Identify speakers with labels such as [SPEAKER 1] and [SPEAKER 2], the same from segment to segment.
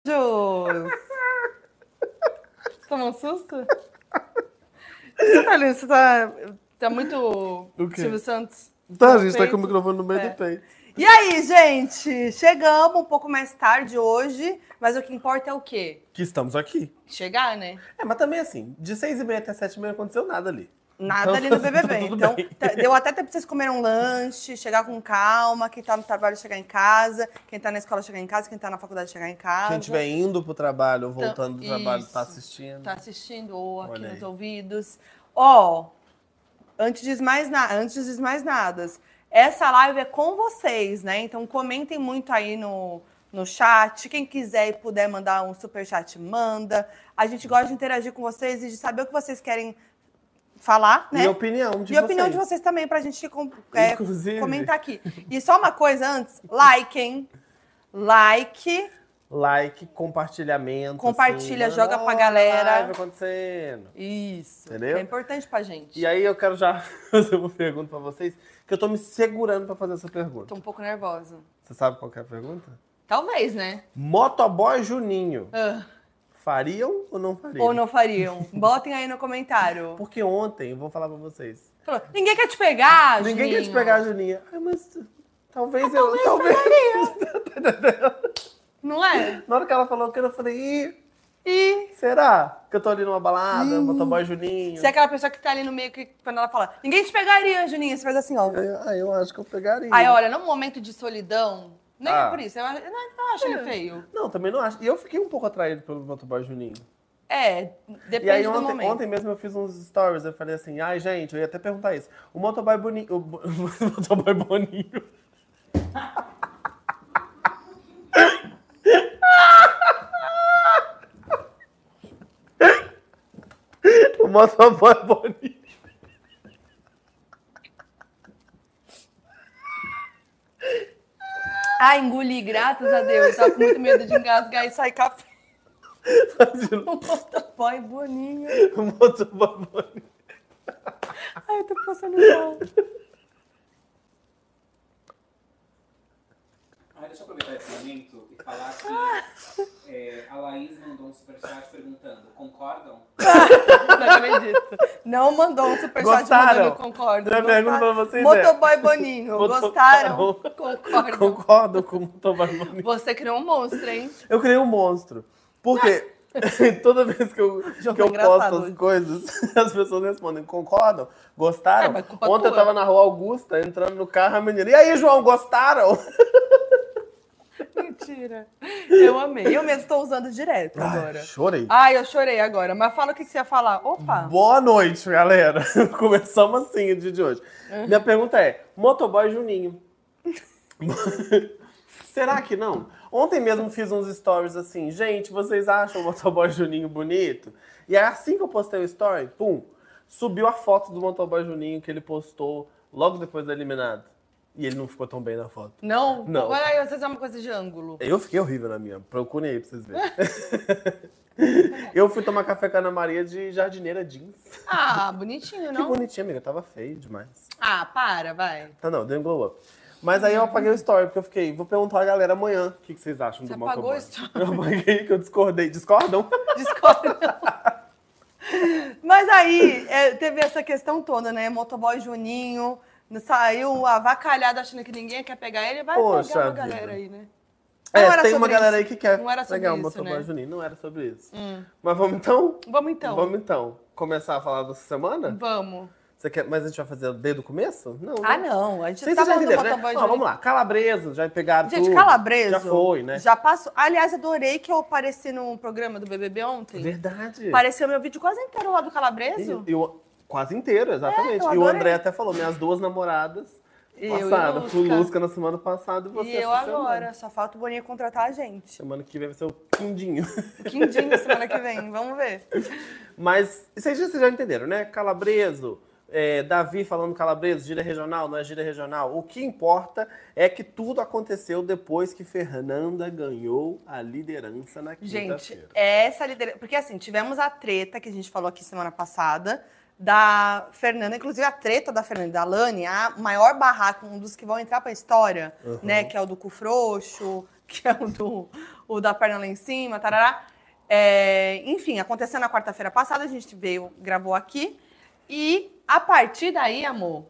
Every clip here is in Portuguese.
[SPEAKER 1] Beijos! Você tomou um susto? Você tá lindo, você tá, tá muito
[SPEAKER 2] O quê?
[SPEAKER 1] Silvio Santos.
[SPEAKER 2] Tá, a gente tá
[SPEAKER 1] Perfeito.
[SPEAKER 2] com o microfone no meio
[SPEAKER 1] É.
[SPEAKER 2] do peito.
[SPEAKER 1] E aí, gente? Chegamos um pouco mais tarde hoje, mas o que importa é o quê?
[SPEAKER 2] Que estamos aqui.
[SPEAKER 1] Chegar, né?
[SPEAKER 2] É, mas também assim, de seis e meia até sete e meia não aconteceu nada ali.
[SPEAKER 1] Nada
[SPEAKER 2] Então,
[SPEAKER 1] ali no
[SPEAKER 2] tá
[SPEAKER 1] BBB.
[SPEAKER 2] tudo
[SPEAKER 1] então,
[SPEAKER 2] bem.
[SPEAKER 1] tá- deu até tempo pra vocês comerem um lanche, chegar com calma, quem tá no trabalho chegar em casa, quem tá na escola chegar em casa, quem tá na faculdade chegar em casa.
[SPEAKER 2] Quem estiver indo pro trabalho ou
[SPEAKER 1] Então,
[SPEAKER 2] voltando do trabalho, tá
[SPEAKER 1] isso.
[SPEAKER 2] assistindo.
[SPEAKER 1] tá assistindo ou aqui
[SPEAKER 2] Olha
[SPEAKER 1] nos
[SPEAKER 2] aí.
[SPEAKER 1] ouvidos. Ó, antes de mais nada, antes de mais nada, essa live é com vocês, né? Então comentem muito aí no, no chat. Quem quiser e puder mandar um super chat, manda. A gente gosta de interagir com vocês e de saber o que vocês querem falar, né?
[SPEAKER 2] E a opinião de
[SPEAKER 1] E
[SPEAKER 2] vocês.
[SPEAKER 1] a opinião de vocês também, pra gente com- é,
[SPEAKER 2] Inclusive,
[SPEAKER 1] comentar aqui. E só uma coisa antes, like, hein? Like.
[SPEAKER 2] like, compartilhamento.
[SPEAKER 1] Compartilha,
[SPEAKER 2] assim,
[SPEAKER 1] joga
[SPEAKER 2] manda,
[SPEAKER 1] pra galera.
[SPEAKER 2] "Olha, Live acontecendo.
[SPEAKER 1] Isso.
[SPEAKER 2] Entendeu?
[SPEAKER 1] É importante pra gente.
[SPEAKER 2] E aí eu quero já fazer uma pergunta pra vocês, que eu tô me segurando pra fazer essa pergunta.
[SPEAKER 1] Tô um pouco nervosa.
[SPEAKER 2] Você sabe qual que é a pergunta?
[SPEAKER 1] Talvez, né?
[SPEAKER 2] Motoboy Juninho,
[SPEAKER 1] Ah,
[SPEAKER 2] fariam ou não fariam?
[SPEAKER 1] ou não fariam. Botem aí no comentário.
[SPEAKER 2] Porque ontem, eu vou falar pra vocês,
[SPEAKER 1] Falou, ninguém quer te pegar,
[SPEAKER 2] Ninguém quer te
[SPEAKER 1] Juninho."
[SPEAKER 2] pegar, Juninha. Ah, mas talvez eu. Talvez.
[SPEAKER 1] Não é?
[SPEAKER 2] Na hora que ela falou que eu falei, Ih,
[SPEAKER 1] E
[SPEAKER 2] será? Que eu tô ali numa balada, motoboy Juninho.
[SPEAKER 1] se é aquela pessoa que tá ali no meio, que quando ela fala, ninguém te pegaria, Juninho, você faz assim, ó.
[SPEAKER 2] Aí, ah, eu acho que eu pegaria.
[SPEAKER 1] Aí, olha, num momento de solidão, nem é
[SPEAKER 2] Ah.
[SPEAKER 1] por isso, eu, acho- eu não, eu não acho ele feio.
[SPEAKER 2] Não, também não acho. E eu fiquei um pouco atraído pelo motoboy Juninho.
[SPEAKER 1] É, depende
[SPEAKER 2] e aí
[SPEAKER 1] do
[SPEAKER 2] ontem,
[SPEAKER 1] momento.
[SPEAKER 2] ontem mesmo eu fiz uns stories, eu falei assim, ai gente, eu ia até perguntar isso. O motoboy Boninho. O bo- o motoboy Boninho. o motoboy Boninho.
[SPEAKER 1] Ah, engoli, graças a Deus. Tava com muito medo de engasgar e sair café. O motoboy boninho.
[SPEAKER 2] o motoboy Boninho.
[SPEAKER 1] Ai, eu tô passando mal.
[SPEAKER 3] Ah, deixa eu aproveitar esse momento e falar que é, a Laís mandou um superchat perguntando: concordam?
[SPEAKER 1] Não acredito. Não mandou um superchat
[SPEAKER 2] Gostaram?
[SPEAKER 1] mandando eu concordo.
[SPEAKER 2] Minha pergunta
[SPEAKER 1] Gostaram?
[SPEAKER 2] pra vocês é-
[SPEAKER 1] Motoboy Boninho,
[SPEAKER 2] Motoboy-
[SPEAKER 1] gostaram? Concordo.
[SPEAKER 2] Concordo com o motoboy Boninho.
[SPEAKER 1] Você criou um monstro, hein?
[SPEAKER 2] Eu criei um monstro. Porque toda vez que eu, que eu
[SPEAKER 1] Jogo engraçado
[SPEAKER 2] posto
[SPEAKER 1] hoje.
[SPEAKER 2] as coisas, as pessoas respondem, concordam? Gostaram?
[SPEAKER 1] É, mas culpa
[SPEAKER 2] Ontem eu
[SPEAKER 1] tua.
[SPEAKER 2] tava na rua Augusta, entrando no carro, a menina, e aí, João, gostaram?
[SPEAKER 1] Mentira. Eu amei. Eu mesmo estou usando direto agora.
[SPEAKER 2] Ai, chorei.
[SPEAKER 1] Ai, eu chorei agora. Mas fala o que que você ia falar. Opa!
[SPEAKER 2] Boa noite, galera. Começamos assim o dia de hoje. Minha pergunta é, motoboy Juninho. Será que não? Ontem mesmo fiz uns stories assim, gente, vocês acham o motoboy Juninho bonito? E aí, assim que eu postei o story, pum, subiu a foto do motoboy Juninho que ele postou logo depois da eliminada. E ele não ficou tão bem na foto.
[SPEAKER 1] Não?
[SPEAKER 2] Não.
[SPEAKER 1] Olha aí, vocês é uma coisa de ângulo.
[SPEAKER 2] Eu fiquei horrível na minha. Procurem aí pra vocês verem. eu fui tomar café com a Ana Maria de jardineira jeans.
[SPEAKER 1] Ah, bonitinho,
[SPEAKER 2] Que
[SPEAKER 1] não?
[SPEAKER 2] bonitinha, amiga. Tava feio demais.
[SPEAKER 1] Ah, para, vai.
[SPEAKER 2] Tá, não, deu um glow up. Mas
[SPEAKER 1] Hum.
[SPEAKER 2] aí eu apaguei o story, porque eu fiquei, vou perguntar a galera amanhã o que, que vocês acham
[SPEAKER 1] Você
[SPEAKER 2] do
[SPEAKER 1] apagou
[SPEAKER 2] motoboy.
[SPEAKER 1] o story?
[SPEAKER 2] Eu apaguei, que eu discordei. Discordam?
[SPEAKER 1] Discorda. Mas aí é, teve essa questão toda, né? Motoboy Juninho saiu avacalhado achando que ninguém quer pegar ele. Vai
[SPEAKER 2] Poxa
[SPEAKER 1] pegar uma
[SPEAKER 2] vida.
[SPEAKER 1] galera aí, né?
[SPEAKER 2] É,
[SPEAKER 1] Não era
[SPEAKER 2] tem
[SPEAKER 1] sobre
[SPEAKER 2] uma galera aí
[SPEAKER 1] isso.
[SPEAKER 2] que quer
[SPEAKER 1] Não era sobre
[SPEAKER 2] pegar um
[SPEAKER 1] isso,
[SPEAKER 2] motoboy
[SPEAKER 1] né?
[SPEAKER 2] juninho. Não era sobre isso. Mas vamos então?
[SPEAKER 1] Vamos então. Vamos.
[SPEAKER 2] Vamos então. Começar a falar dessa semana? Você quer... Mas a gente vai fazer desde o começo? Não.
[SPEAKER 1] Ah,
[SPEAKER 2] né?
[SPEAKER 1] não. A gente
[SPEAKER 2] Vocês
[SPEAKER 1] tá
[SPEAKER 2] já
[SPEAKER 1] falando do
[SPEAKER 2] entenderam, né?
[SPEAKER 1] motoboy
[SPEAKER 2] Ó,
[SPEAKER 1] Juninho.
[SPEAKER 2] vamos lá. Calabreso, já pegaram
[SPEAKER 1] Gente,
[SPEAKER 2] tudo.
[SPEAKER 1] calabreso.
[SPEAKER 2] Já foi, né?
[SPEAKER 1] Já passou. Aliás, adorei que eu apareci num programa do BBB ontem.
[SPEAKER 2] Verdade.
[SPEAKER 1] Apareceu meu vídeo quase inteiro lá do calabreso.
[SPEAKER 2] E, e o- Quase inteiro, exatamente.
[SPEAKER 1] É, eu
[SPEAKER 2] e o
[SPEAKER 1] adorei.
[SPEAKER 2] André até falou, minhas duas namoradas
[SPEAKER 1] Eu e
[SPEAKER 2] passaram.
[SPEAKER 1] Lusca.
[SPEAKER 2] o Lusca na semana passada e
[SPEAKER 1] E,
[SPEAKER 2] você né?
[SPEAKER 1] eu
[SPEAKER 2] essa semana.
[SPEAKER 1] agora. Só falta o Boninho contratar a gente.
[SPEAKER 2] Semana que vem vai ser o Quindinho.
[SPEAKER 1] Quindinho semana que vem. Vamos ver.
[SPEAKER 2] Mas vocês já, vocês já entenderam, né? Calabreso, é, Davi falando calabreso, gira regional, não é gira regional. O que importa é que tudo aconteceu depois que Fernanda ganhou a liderança na
[SPEAKER 1] Gente,
[SPEAKER 2] quinta-feira.
[SPEAKER 1] essa liderança. Porque assim, tivemos a treta que a gente falou aqui semana passada da Fernanda, inclusive a treta da Fernanda e da Lani, a maior barraca, um dos que vão entrar pra história, né? Que é o do cu frouxo, que é o do, o da perna lá em cima, tarará. É, enfim, aconteceu na quarta-feira passada, a gente veio, gravou aqui. E a partir daí, amor,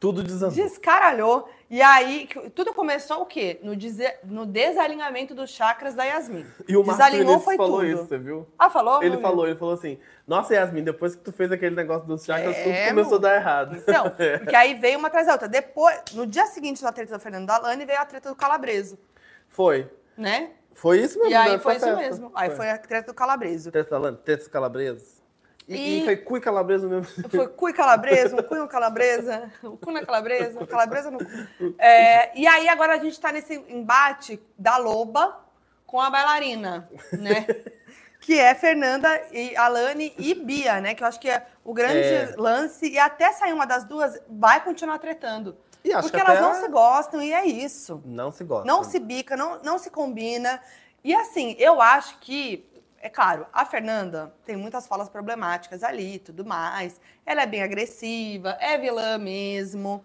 [SPEAKER 2] Tudo desandou.
[SPEAKER 1] descaralhou. E aí, que- tudo começou o quê? No, dese- no desalinhamento dos chakras da Yasmin.
[SPEAKER 2] E o Marcos
[SPEAKER 1] Desalinhou
[SPEAKER 2] Vinícius
[SPEAKER 1] foi
[SPEAKER 2] falou
[SPEAKER 1] tudo.
[SPEAKER 2] isso, você viu?
[SPEAKER 1] Ah, falou?
[SPEAKER 2] Ele
[SPEAKER 1] Bruno?
[SPEAKER 2] falou, ele falou assim, nossa Yasmin, depois que tu fez aquele negócio dos chakras,
[SPEAKER 1] É,
[SPEAKER 2] tudo começou a dar errado.
[SPEAKER 1] Então, porque aí veio uma atrás da outra. Depois, no dia seguinte da treta do Fernando Alane, veio a treta do Calabreso,
[SPEAKER 2] Foi.
[SPEAKER 1] né?
[SPEAKER 2] Foi isso mesmo.
[SPEAKER 1] E aí
[SPEAKER 2] né?
[SPEAKER 1] foi isso
[SPEAKER 2] festa.
[SPEAKER 1] mesmo. Aí foi a treta do Calabreso.
[SPEAKER 2] Tetalano, Tetos Calabreso. E, e...
[SPEAKER 1] E-
[SPEAKER 2] foi cu e calabreso mesmo.
[SPEAKER 1] Foi cu e calabresa, um cu e uma calabresa, o cu na calabresa, a calabresa no cu. É, e aí agora a gente tá nesse embate da loba com a bailarina, né? Que é Fernanda e Alane e Bia, né? Que eu acho que é o grande
[SPEAKER 2] É.
[SPEAKER 1] lance. E até sair uma das duas, vai continuar tretando.
[SPEAKER 2] E acho
[SPEAKER 1] porque
[SPEAKER 2] que
[SPEAKER 1] elas
[SPEAKER 2] até
[SPEAKER 1] não se gostam e é isso.
[SPEAKER 2] Não se gosta.
[SPEAKER 1] Não se bica, não, não se combina. E assim, eu acho que, é claro, a Fernanda tem muitas falas problemáticas ali e tudo mais. Ela é bem agressiva, é vilã mesmo.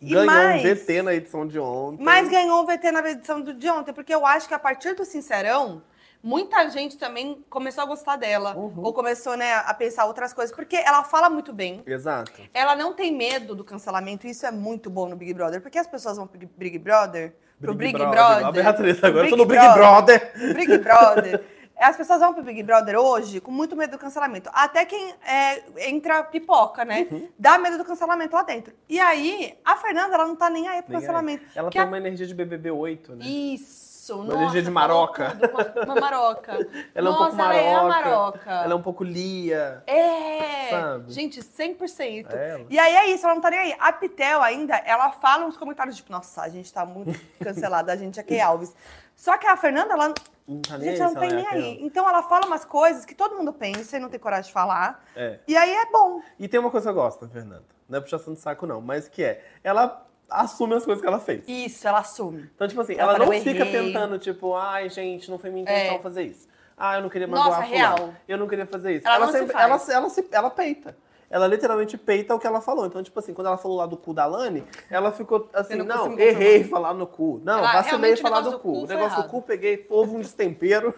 [SPEAKER 1] E
[SPEAKER 2] Ganhou
[SPEAKER 1] mais,
[SPEAKER 2] um VT na edição de ontem.
[SPEAKER 1] mas ganhou um VT na edição do, de ontem, porque eu acho que a partir do Sincerão, muita gente também começou a gostar dela.
[SPEAKER 2] Uhum.
[SPEAKER 1] Ou começou né, a pensar outras coisas, porque ela fala muito bem.
[SPEAKER 2] Exato.
[SPEAKER 1] Ela não tem medo do cancelamento, e isso é muito bom no Big Brother, porque as pessoas vão pro Big- Big Brother, pro Big, Brother.
[SPEAKER 2] A Beatriz, agora
[SPEAKER 1] Big
[SPEAKER 2] eu tô no Big
[SPEAKER 1] Brother.
[SPEAKER 2] Brother.
[SPEAKER 1] Big Brother. As pessoas vão pro Big Brother hoje com muito medo do cancelamento. Até quem é, entra pipoca, né?
[SPEAKER 2] Uhum.
[SPEAKER 1] Dá medo do cancelamento lá dentro. E aí, a Fernanda, ela não tá nem aí pro
[SPEAKER 2] Nem aí.
[SPEAKER 1] cancelamento.
[SPEAKER 2] é. Ela
[SPEAKER 1] Que
[SPEAKER 2] tem
[SPEAKER 1] a-
[SPEAKER 2] uma energia de BBB 8, né?
[SPEAKER 1] Isso,
[SPEAKER 2] Uma
[SPEAKER 1] nossa.
[SPEAKER 2] energia de
[SPEAKER 1] falou
[SPEAKER 2] maroca.
[SPEAKER 1] tudo, Uma, uma maroca.
[SPEAKER 2] Ela é um
[SPEAKER 1] nossa,
[SPEAKER 2] pouco
[SPEAKER 1] ela
[SPEAKER 2] maroca.
[SPEAKER 1] é a maroca.
[SPEAKER 2] Ela é um pouco Lia.
[SPEAKER 1] É!
[SPEAKER 2] Sabe?
[SPEAKER 1] Gente, 100%.
[SPEAKER 2] Ela.
[SPEAKER 1] E aí é isso, ela não tá nem aí. A Pitel ainda, ela fala uns comentários tipo, nossa, a gente tá muito cancelada, a gente é Key Alves. Só que a Fernanda, ela
[SPEAKER 2] Não tá nem
[SPEAKER 1] Gente,
[SPEAKER 2] aí,
[SPEAKER 1] ela não tem
[SPEAKER 2] se é
[SPEAKER 1] nem
[SPEAKER 2] aquela.
[SPEAKER 1] aí. Então ela fala umas coisas que todo mundo pensa e não tem coragem de falar.
[SPEAKER 2] É.
[SPEAKER 1] E aí é bom.
[SPEAKER 2] E tem uma coisa que eu gosto, da Fernanda. Não é puxação de saco, não. Mas que é, ela assume as coisas que ela fez.
[SPEAKER 1] Isso, ela assume.
[SPEAKER 2] Então, tipo assim,
[SPEAKER 1] Ela
[SPEAKER 2] ela,
[SPEAKER 1] fala,
[SPEAKER 2] não
[SPEAKER 1] "Eu
[SPEAKER 2] fica
[SPEAKER 1] errei."
[SPEAKER 2] tentando, tipo, ai, gente, não foi minha intenção
[SPEAKER 1] É.
[SPEAKER 2] fazer isso. Ah, eu não queria
[SPEAKER 1] Nossa,
[SPEAKER 2] magoar fulano.
[SPEAKER 1] real.
[SPEAKER 2] Eu não queria fazer isso.
[SPEAKER 1] Ela não se
[SPEAKER 2] ela,
[SPEAKER 1] faz.
[SPEAKER 2] ela se- ela peita. Ela literalmente peita o que ela falou. Então, tipo assim, quando ela falou lá do cu da Lani, ela ficou assim,
[SPEAKER 1] não
[SPEAKER 2] não,
[SPEAKER 1] consigo
[SPEAKER 2] errei falar no cu. Não,
[SPEAKER 1] Ela,
[SPEAKER 2] vacilei
[SPEAKER 1] realmente, o
[SPEAKER 2] falar
[SPEAKER 1] negócio
[SPEAKER 2] do
[SPEAKER 1] do
[SPEAKER 2] cu.
[SPEAKER 1] cu
[SPEAKER 2] O
[SPEAKER 1] foi
[SPEAKER 2] negócio do
[SPEAKER 1] errado.
[SPEAKER 2] cu, peguei, houve um destempero.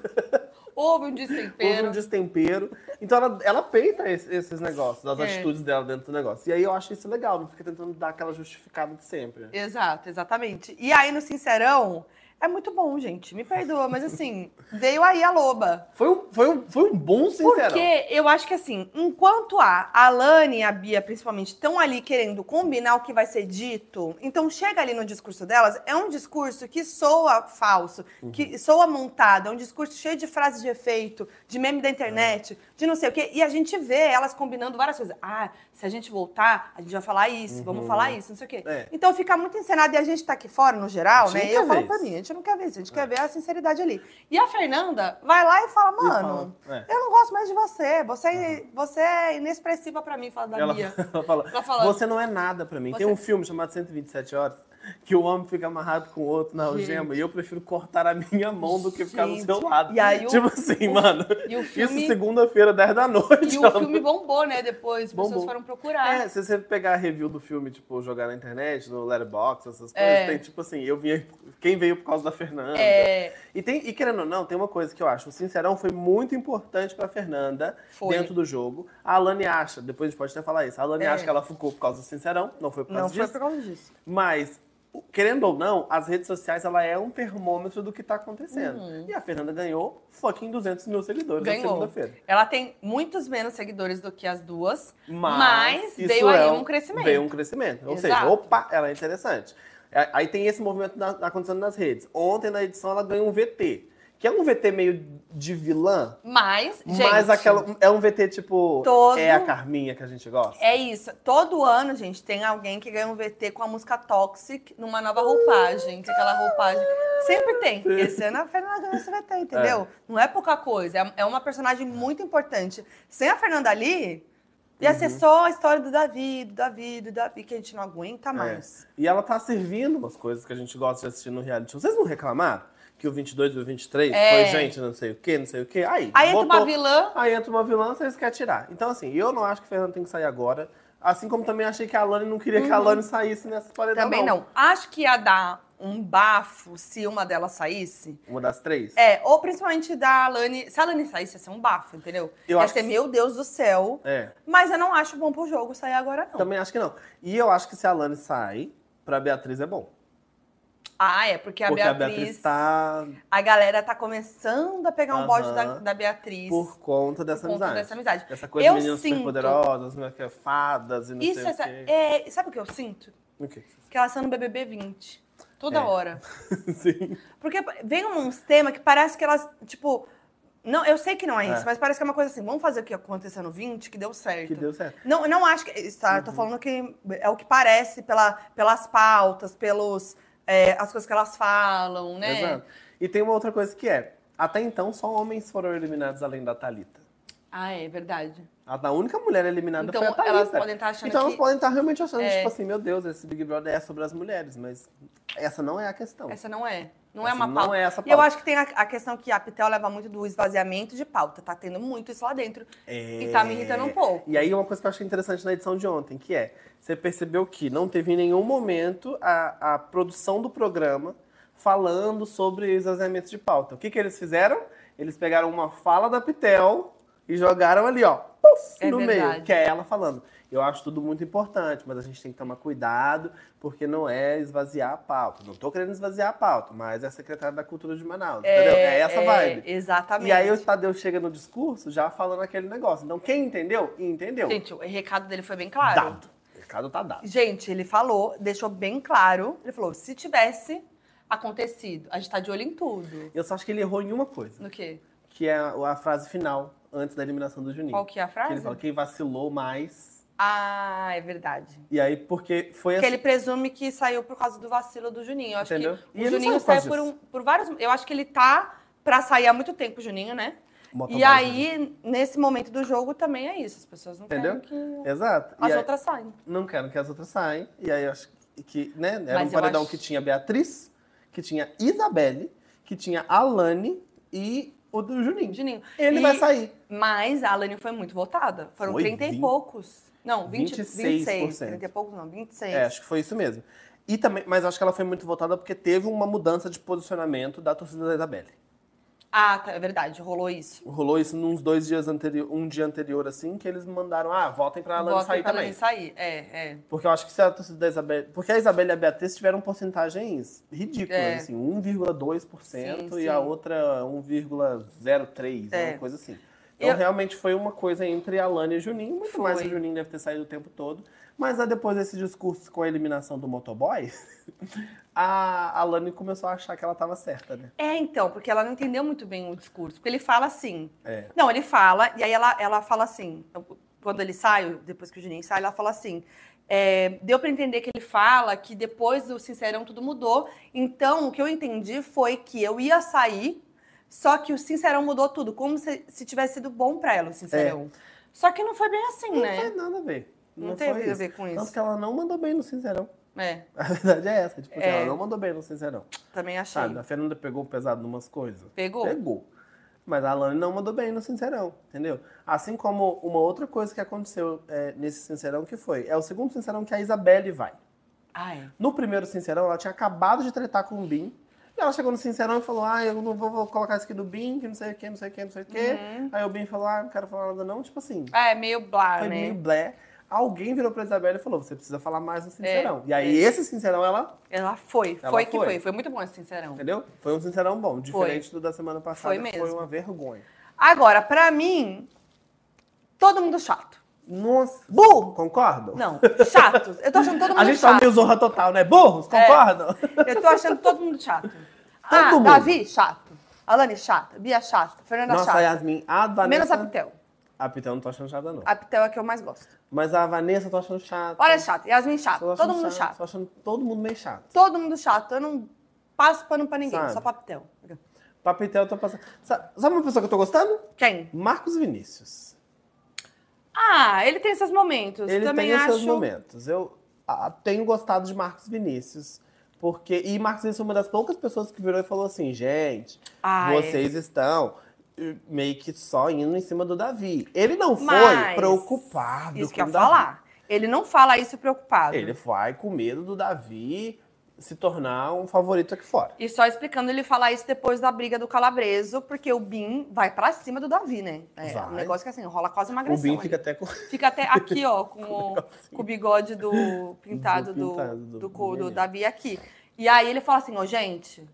[SPEAKER 1] Houve um
[SPEAKER 2] Houve
[SPEAKER 1] destempero.
[SPEAKER 2] um destempero. Então ela, ela peita es- esses negócios, as
[SPEAKER 1] É.
[SPEAKER 2] atitudes dela dentro do negócio. E aí eu acho isso legal, não fica tentando dar aquela justificada de sempre.
[SPEAKER 1] Exato, exatamente. E aí no Sincerão, é muito bom, gente. Me perdoa, mas assim, veio aí a loba.
[SPEAKER 2] Foi um, foi um, foi um bom sincerão.
[SPEAKER 1] Porque eu acho que assim, enquanto a Alane e a Bia, principalmente, estão ali querendo combinar o que vai ser dito, então chega ali no discurso delas, é um discurso que soa falso,
[SPEAKER 2] Uhum.
[SPEAKER 1] que soa montado, é um discurso cheio de frases de efeito, de meme da
[SPEAKER 2] É.
[SPEAKER 1] internet, de não sei o quê. E a gente vê elas combinando várias coisas. Ah, se a gente voltar, a gente vai falar isso, vamos falar isso, não sei o quê.
[SPEAKER 2] É.
[SPEAKER 1] Então fica muito encenado e a gente tá aqui fora, no geral,
[SPEAKER 2] A
[SPEAKER 1] né?
[SPEAKER 2] gente não
[SPEAKER 1] E eu
[SPEAKER 2] quer
[SPEAKER 1] falo
[SPEAKER 2] ver
[SPEAKER 1] pra
[SPEAKER 2] isso. É.
[SPEAKER 1] mim, a gente não quer ver isso, a gente quer ver a sinceridade ali. E a Fernanda vai lá e fala,
[SPEAKER 2] E
[SPEAKER 1] mano.
[SPEAKER 2] fala, é.
[SPEAKER 1] Eu não gosto mais de você. Você, você é inexpressiva pra mim, fala da
[SPEAKER 2] Ela,
[SPEAKER 1] Bia.
[SPEAKER 2] ela fala,
[SPEAKER 1] Ela fala-
[SPEAKER 2] você não é nada pra mim.
[SPEAKER 1] Você-
[SPEAKER 2] Tem um filme chamado 127 Horas que o homem fica amarrado com o outro na algema e eu prefiro cortar a minha mão do que ficar
[SPEAKER 1] Gente,
[SPEAKER 2] do seu lado.
[SPEAKER 1] e aí o-
[SPEAKER 2] tipo assim,
[SPEAKER 1] o-
[SPEAKER 2] mano,
[SPEAKER 1] e o filme-
[SPEAKER 2] isso segunda-feira, 10 da noite.
[SPEAKER 1] E o
[SPEAKER 2] ela-
[SPEAKER 1] filme tá. bombou, né? Depois, as pessoas
[SPEAKER 2] Bombou.
[SPEAKER 1] foram procurar.
[SPEAKER 2] É, se você pegar a review do filme, tipo, jogar na internet, no Letterboxd, essas coisas,
[SPEAKER 1] É.
[SPEAKER 2] tem tipo assim, eu vim, quem veio por causa da Fernanda.
[SPEAKER 1] É,
[SPEAKER 2] E, tem, e querendo ou não, tem uma coisa que eu acho. O Sincerão foi muito importante pra Fernanda
[SPEAKER 1] Foi.
[SPEAKER 2] dentro do jogo. A Alane acha, depois a gente pode até falar isso, a Alane
[SPEAKER 1] É.
[SPEAKER 2] acha que ela ficou por causa do Sincerão, não foi por causa
[SPEAKER 1] não foi
[SPEAKER 2] disso.
[SPEAKER 1] por causa disso.
[SPEAKER 2] Mas, o- querendo ou não, as redes sociais, ela é um termômetro do que tá acontecendo. E a Fernanda ganhou fucking 200 mil seguidores na
[SPEAKER 1] Uhum. Ganhou.
[SPEAKER 2] segunda-feira.
[SPEAKER 1] Ela tem muitos menos seguidores do que as duas, mas,
[SPEAKER 2] isso
[SPEAKER 1] veio aí
[SPEAKER 2] é
[SPEAKER 1] um crescimento.
[SPEAKER 2] Veio um crescimento. Ou
[SPEAKER 1] Exato.
[SPEAKER 2] seja, opa, ela é interessante. É, Aí tem esse movimento na- acontecendo nas redes. Ontem, na edição, ela ganhou um VT. Que é um VT meio de vilã,
[SPEAKER 1] Mas, gente,
[SPEAKER 2] mas aquela, é um VT tipo.
[SPEAKER 1] Todo-
[SPEAKER 2] É a Carminha que a gente gosta.
[SPEAKER 1] é isso. Todo ano, gente, tem alguém que ganha um VT com a música Toxic numa nova roupagem. Que é aquela roupagem. Sempre tem. Esse ano a Fernanda ganhou esse VT, entendeu? Não é pouca coisa. É- É uma personagem muito importante. Sem a Fernanda ali, ia
[SPEAKER 2] Uhum.
[SPEAKER 1] ser só a história do Davi, do Davi, do Davi, que a gente não
[SPEAKER 2] É.
[SPEAKER 1] aguenta mais.
[SPEAKER 2] E ela tá servindo umas coisas que a gente gosta de assistir no reality. show. Vocês não reclamaram? Que o 22 e o 23
[SPEAKER 1] É.
[SPEAKER 2] foi gente, não sei o quê, não sei o quê. Aí,
[SPEAKER 1] Aí entra uma
[SPEAKER 2] botou-
[SPEAKER 1] vilã.
[SPEAKER 2] Aí entra uma vilã, vocês querem tirar. Então, assim, eu não acho que o Fernando tem que sair agora.
[SPEAKER 1] Uhum.
[SPEAKER 2] Assim como também achei que a Alane não queria que a Alane saísse nessa paredão.
[SPEAKER 1] Também não. Acho que ia dar um bafo se uma delas saísse.
[SPEAKER 2] Uma das três?
[SPEAKER 1] É, ou principalmente da Alane. Se a Alane saísse, ia ser um bafo, entendeu?
[SPEAKER 2] Eu
[SPEAKER 1] ia
[SPEAKER 2] acho
[SPEAKER 1] ser,
[SPEAKER 2] que-
[SPEAKER 1] meu Deus do céu.
[SPEAKER 2] É,
[SPEAKER 1] Mas eu não acho bom pro jogo sair agora, não.
[SPEAKER 2] Também acho que não. E eu acho que se a Lani sai, pra Beatriz é bom.
[SPEAKER 1] Ah, é, porque a
[SPEAKER 2] porque
[SPEAKER 1] Beatriz.
[SPEAKER 2] a Beatriz tá
[SPEAKER 1] a galera tá começando a pegar um bode da,
[SPEAKER 2] Aham.
[SPEAKER 1] da Beatriz
[SPEAKER 2] por conta dessa
[SPEAKER 1] por conta
[SPEAKER 2] amizade.
[SPEAKER 1] dessa amizade.
[SPEAKER 2] Essa coisa
[SPEAKER 1] Eu
[SPEAKER 2] de meninas
[SPEAKER 1] sinto-
[SPEAKER 2] superpoderosas, meninas que é fadas e não
[SPEAKER 1] Isso,
[SPEAKER 2] sei
[SPEAKER 1] essa-
[SPEAKER 2] o quê.
[SPEAKER 1] é, sabe o que eu sinto?
[SPEAKER 2] O quê?
[SPEAKER 1] Que ela está no BBB 20. Toda
[SPEAKER 2] É.
[SPEAKER 1] hora.
[SPEAKER 2] Sim.
[SPEAKER 1] Porque vem uns temas que parece que elas, tipo. Não, eu sei que não é,
[SPEAKER 2] É.
[SPEAKER 1] isso, mas parece que é uma coisa assim, vamos fazer o que aconteceu no 20, que deu certo.
[SPEAKER 2] Que deu Uhum. certo.
[SPEAKER 1] Não, eu não acho que. isso, Tá, Eu Tô falando que é o que parece pela, pelas pautas, pelos. é, as coisas que elas falam, né?
[SPEAKER 2] Exato. E tem uma outra coisa que é: até então, só homens foram eliminados além da Thalita.
[SPEAKER 1] Ah, é verdade.
[SPEAKER 2] A da única mulher eliminada
[SPEAKER 1] Então,
[SPEAKER 2] foi a Thalita.
[SPEAKER 1] elas podem estar achando
[SPEAKER 2] então elas
[SPEAKER 1] que-
[SPEAKER 2] podem estar realmente achando,
[SPEAKER 1] É.
[SPEAKER 2] tipo assim, meu Deus, esse Big Brother é sobre as mulheres, mas essa não é a questão.
[SPEAKER 1] Essa não é. Não é
[SPEAKER 2] Essa
[SPEAKER 1] uma
[SPEAKER 2] não
[SPEAKER 1] pauta.
[SPEAKER 2] é essa
[SPEAKER 1] E eu
[SPEAKER 2] pauta.
[SPEAKER 1] acho que tem a, a questão que a Pitel leva muito do esvaziamento de pauta. Tá tendo muito isso lá dentro.
[SPEAKER 2] É.
[SPEAKER 1] E tá me irritando um pouco.
[SPEAKER 2] E aí, uma coisa que eu achei interessante na edição de ontem, que é, você percebeu que não teve em nenhum momento a, a produção do programa falando sobre esvaziamento de pauta. O que, que eles fizeram? Eles pegaram uma fala da Pitel e jogaram ali, ó, puf,
[SPEAKER 1] É
[SPEAKER 2] no
[SPEAKER 1] verdade.
[SPEAKER 2] meio, que é ela falando. Eu acho tudo muito importante, mas a gente tem que tomar cuidado, porque não é esvaziar a pauta. Não tô querendo esvaziar a pauta, mas é a secretária da Cultura de Manaus, entendeu? É essa
[SPEAKER 1] é,
[SPEAKER 2] vibe.
[SPEAKER 1] Exatamente.
[SPEAKER 2] E aí o Tadeu chega no discurso já falando aquele negócio. Então quem entendeu, entendeu.
[SPEAKER 1] Gente, o recado dele foi bem claro.
[SPEAKER 2] Dado. O recado tá dado.
[SPEAKER 1] Gente, ele falou, deixou bem claro. Ele falou: se tivesse acontecido, a gente tá de olho em tudo.
[SPEAKER 2] Eu só acho que ele errou em uma coisa,
[SPEAKER 1] No quê?
[SPEAKER 2] que é a, a frase final, antes da eliminação do Juninho.
[SPEAKER 1] Qual que é a
[SPEAKER 2] Que
[SPEAKER 1] frase?
[SPEAKER 2] ele fala, quem vacilou mais.
[SPEAKER 1] Ah, é verdade.
[SPEAKER 2] E aí, porque foi
[SPEAKER 1] Porque
[SPEAKER 2] assim.
[SPEAKER 1] ele presume que saiu por causa do vacilo do Juninho. Eu acho
[SPEAKER 2] Entendeu?
[SPEAKER 1] que
[SPEAKER 2] E
[SPEAKER 1] o
[SPEAKER 2] ele não
[SPEAKER 1] Juninho
[SPEAKER 2] saiu por
[SPEAKER 1] saiu
[SPEAKER 2] causa
[SPEAKER 1] por, um, por vários. Eu acho que ele tá pra sair há muito tempo, o Juninho, né?
[SPEAKER 2] Motoboy,
[SPEAKER 1] E aí, nesse momento do jogo, também é isso. As pessoas não
[SPEAKER 2] Entendeu?
[SPEAKER 1] querem que
[SPEAKER 2] Exato.
[SPEAKER 1] as
[SPEAKER 2] e aí,
[SPEAKER 1] outras saiam.
[SPEAKER 2] Não quero que as outras saem. E aí, eu acho que, né, era
[SPEAKER 1] Mas
[SPEAKER 2] um
[SPEAKER 1] eu
[SPEAKER 2] paredão
[SPEAKER 1] acho-
[SPEAKER 2] que tinha Beatriz, que tinha Isabelle, que tinha Alane e o do Juninho.
[SPEAKER 1] Juninho.
[SPEAKER 2] Ele
[SPEAKER 1] E-
[SPEAKER 2] vai sair.
[SPEAKER 1] Mas a Alane foi muito votada. Foram
[SPEAKER 2] Foi
[SPEAKER 1] 30
[SPEAKER 2] vinte-
[SPEAKER 1] e poucos. Não, 20, 26.
[SPEAKER 2] 26%.
[SPEAKER 1] 30 e poucos, não, 26.
[SPEAKER 2] É, acho que foi isso mesmo. E também, mas acho que ela foi muito votada porque teve uma mudança de posicionamento da torcida da Isabelle.
[SPEAKER 1] Ah, tá, é verdade, rolou isso.
[SPEAKER 2] Rolou isso nos dois dias anterior, um dia anterior, assim, que eles mandaram, ah, votem pra Alane
[SPEAKER 1] Votem
[SPEAKER 2] sair
[SPEAKER 1] pra
[SPEAKER 2] também.
[SPEAKER 1] Alane sair. É, é.
[SPEAKER 2] Porque eu acho que se a torcida da Isabelle. Porque a Isabelle e a Beatriz tiveram porcentagens ridículas,
[SPEAKER 1] É.
[SPEAKER 2] assim, 1,2%
[SPEAKER 1] Sim,
[SPEAKER 2] e
[SPEAKER 1] sim.
[SPEAKER 2] a outra 1,03%,
[SPEAKER 1] É.
[SPEAKER 2] uma coisa assim. Então
[SPEAKER 1] Eu-
[SPEAKER 2] realmente foi uma coisa entre a Lana e o Juninho, muito mais o
[SPEAKER 1] Foi.
[SPEAKER 2] Juninho deve ter saído o tempo todo. Mas aí, depois desse discurso com a eliminação do motoboy, a Alane começou a achar que ela tava certa, né?
[SPEAKER 1] É, então, porque ela não entendeu muito bem o discurso. Porque ele fala assim.
[SPEAKER 2] É.
[SPEAKER 1] Não, ele fala, e aí ela, ela fala assim. Quando ele sai, depois que o Juninho sai, ela fala assim. é, deu pra entender que ele fala que depois do Sincerão tudo mudou. Então, o que eu entendi foi que eu ia sair, só que o Sincerão mudou tudo. Como se, se tivesse sido bom pra ela, o Sincerão. Só que não foi bem assim,
[SPEAKER 2] É. Não
[SPEAKER 1] né?
[SPEAKER 2] tem nada a ver.
[SPEAKER 1] Não,
[SPEAKER 2] Não,
[SPEAKER 1] teve
[SPEAKER 2] foi
[SPEAKER 1] a
[SPEAKER 2] isso.
[SPEAKER 1] ver com
[SPEAKER 2] Tanto
[SPEAKER 1] isso.
[SPEAKER 2] que ela não mandou bem no Sincerão.
[SPEAKER 1] É,
[SPEAKER 2] A verdade é essa. Tipo, assim,
[SPEAKER 1] É.
[SPEAKER 2] ela não mandou bem no Sincerão.
[SPEAKER 1] também achei.
[SPEAKER 2] Sabe, a Fernanda pegou pesado em umas coisas.
[SPEAKER 1] Pegou?
[SPEAKER 2] Pegou. Mas a Alane não mandou bem no Sincerão, entendeu? Assim como uma outra coisa que aconteceu é, nesse Sincerão, que foi... É o segundo Sincerão que a Isabelle vai.
[SPEAKER 1] Ah, é.
[SPEAKER 2] No primeiro Sincerão, ela tinha acabado de tretar com o Bim. E ela chegou no Sincerão e falou, ah, eu não vou, vou colocar isso aqui do Bim, que não sei o que, não sei o que, não sei o que. Aí o Bim falou, ah, não quero falar nada não. Tipo assim,
[SPEAKER 1] Uhum. Ah, é meio blá,
[SPEAKER 2] foi
[SPEAKER 1] né?
[SPEAKER 2] meio blé. Alguém virou pra Isabelle e falou, você precisa falar mais no Sincerão. e aí
[SPEAKER 1] é.
[SPEAKER 2] esse Sincerão, ela,
[SPEAKER 1] Ela foi,
[SPEAKER 2] Ela
[SPEAKER 1] foi que
[SPEAKER 2] foi.
[SPEAKER 1] foi. Foi muito bom esse Sincerão.
[SPEAKER 2] entendeu? Foi um Sincerão bom, diferente do da semana passada,
[SPEAKER 1] Foi
[SPEAKER 2] que foi
[SPEAKER 1] mesmo.
[SPEAKER 2] uma vergonha.
[SPEAKER 1] Agora, pra mim, todo mundo chato.
[SPEAKER 2] Nossa.
[SPEAKER 1] Burro.
[SPEAKER 2] Concordam?
[SPEAKER 1] Não, chato. Eu tô achando todo mundo
[SPEAKER 2] A gente tá
[SPEAKER 1] chato. É.
[SPEAKER 2] meio zorra total, né? Burros, concordam?
[SPEAKER 1] Eu tô achando todo mundo chato. ah,
[SPEAKER 2] mundo.
[SPEAKER 1] Davi, chato. Alane, chata. Bia, chata. Fernanda,
[SPEAKER 2] Nossa, a
[SPEAKER 1] chata.
[SPEAKER 2] Yasmin, a Vanessa...
[SPEAKER 1] Menos a Pitel.
[SPEAKER 2] A Pitel eu não tô achando chata, não.
[SPEAKER 1] A Pitel é a que eu mais gosto.
[SPEAKER 2] Mas a Vanessa eu tô achando chata.
[SPEAKER 1] Olha, é chata. Yasmin, chata.
[SPEAKER 2] Tô achando
[SPEAKER 1] Todo mundo
[SPEAKER 2] chata,
[SPEAKER 1] chato.
[SPEAKER 2] Tô achando todo mundo meio chato.
[SPEAKER 1] Todo mundo chato. Eu não passo pano pra ninguém,
[SPEAKER 2] Sabe?
[SPEAKER 1] só pra Pitel.
[SPEAKER 2] Pra Pitel eu tô passando... Sabe, sabe uma pessoa que eu tô gostando?
[SPEAKER 1] Quem?
[SPEAKER 2] Marcos Vinícius.
[SPEAKER 1] Ah, ele tem seus momentos.
[SPEAKER 2] Ele
[SPEAKER 1] Também
[SPEAKER 2] tem os
[SPEAKER 1] acho.
[SPEAKER 2] seus momentos. Eu ah, tenho gostado de Marcos Vinícius. Porque... E Marcos Vinícius é uma das poucas pessoas que virou e falou assim, gente,
[SPEAKER 1] Ah, é.
[SPEAKER 2] vocês estão eh, meio que só indo em cima do Davi. Ele não foi
[SPEAKER 1] Mas-
[SPEAKER 2] preocupado
[SPEAKER 1] Isso que
[SPEAKER 2] com
[SPEAKER 1] eu
[SPEAKER 2] o
[SPEAKER 1] ia
[SPEAKER 2] é Davi.
[SPEAKER 1] falar. Ele não fala isso preocupado.
[SPEAKER 2] Ele vai com medo do Davi se tornar um favorito aqui fora.
[SPEAKER 1] E só explicando ele falar isso depois da briga do Calabreso, porque o Bin vai pra cima do Davi, né? É
[SPEAKER 2] Vai.
[SPEAKER 1] um negócio que assim, rola quase uma
[SPEAKER 2] O
[SPEAKER 1] agressão.
[SPEAKER 2] Bin
[SPEAKER 1] ali.
[SPEAKER 2] fica até com.
[SPEAKER 1] Fica até aqui, ó, com o, com o bigode do pintado do,
[SPEAKER 2] pintado
[SPEAKER 1] do,
[SPEAKER 2] do- é.
[SPEAKER 1] cu- do
[SPEAKER 2] do
[SPEAKER 1] Davi aqui. E aí ele fala assim, ó, gente,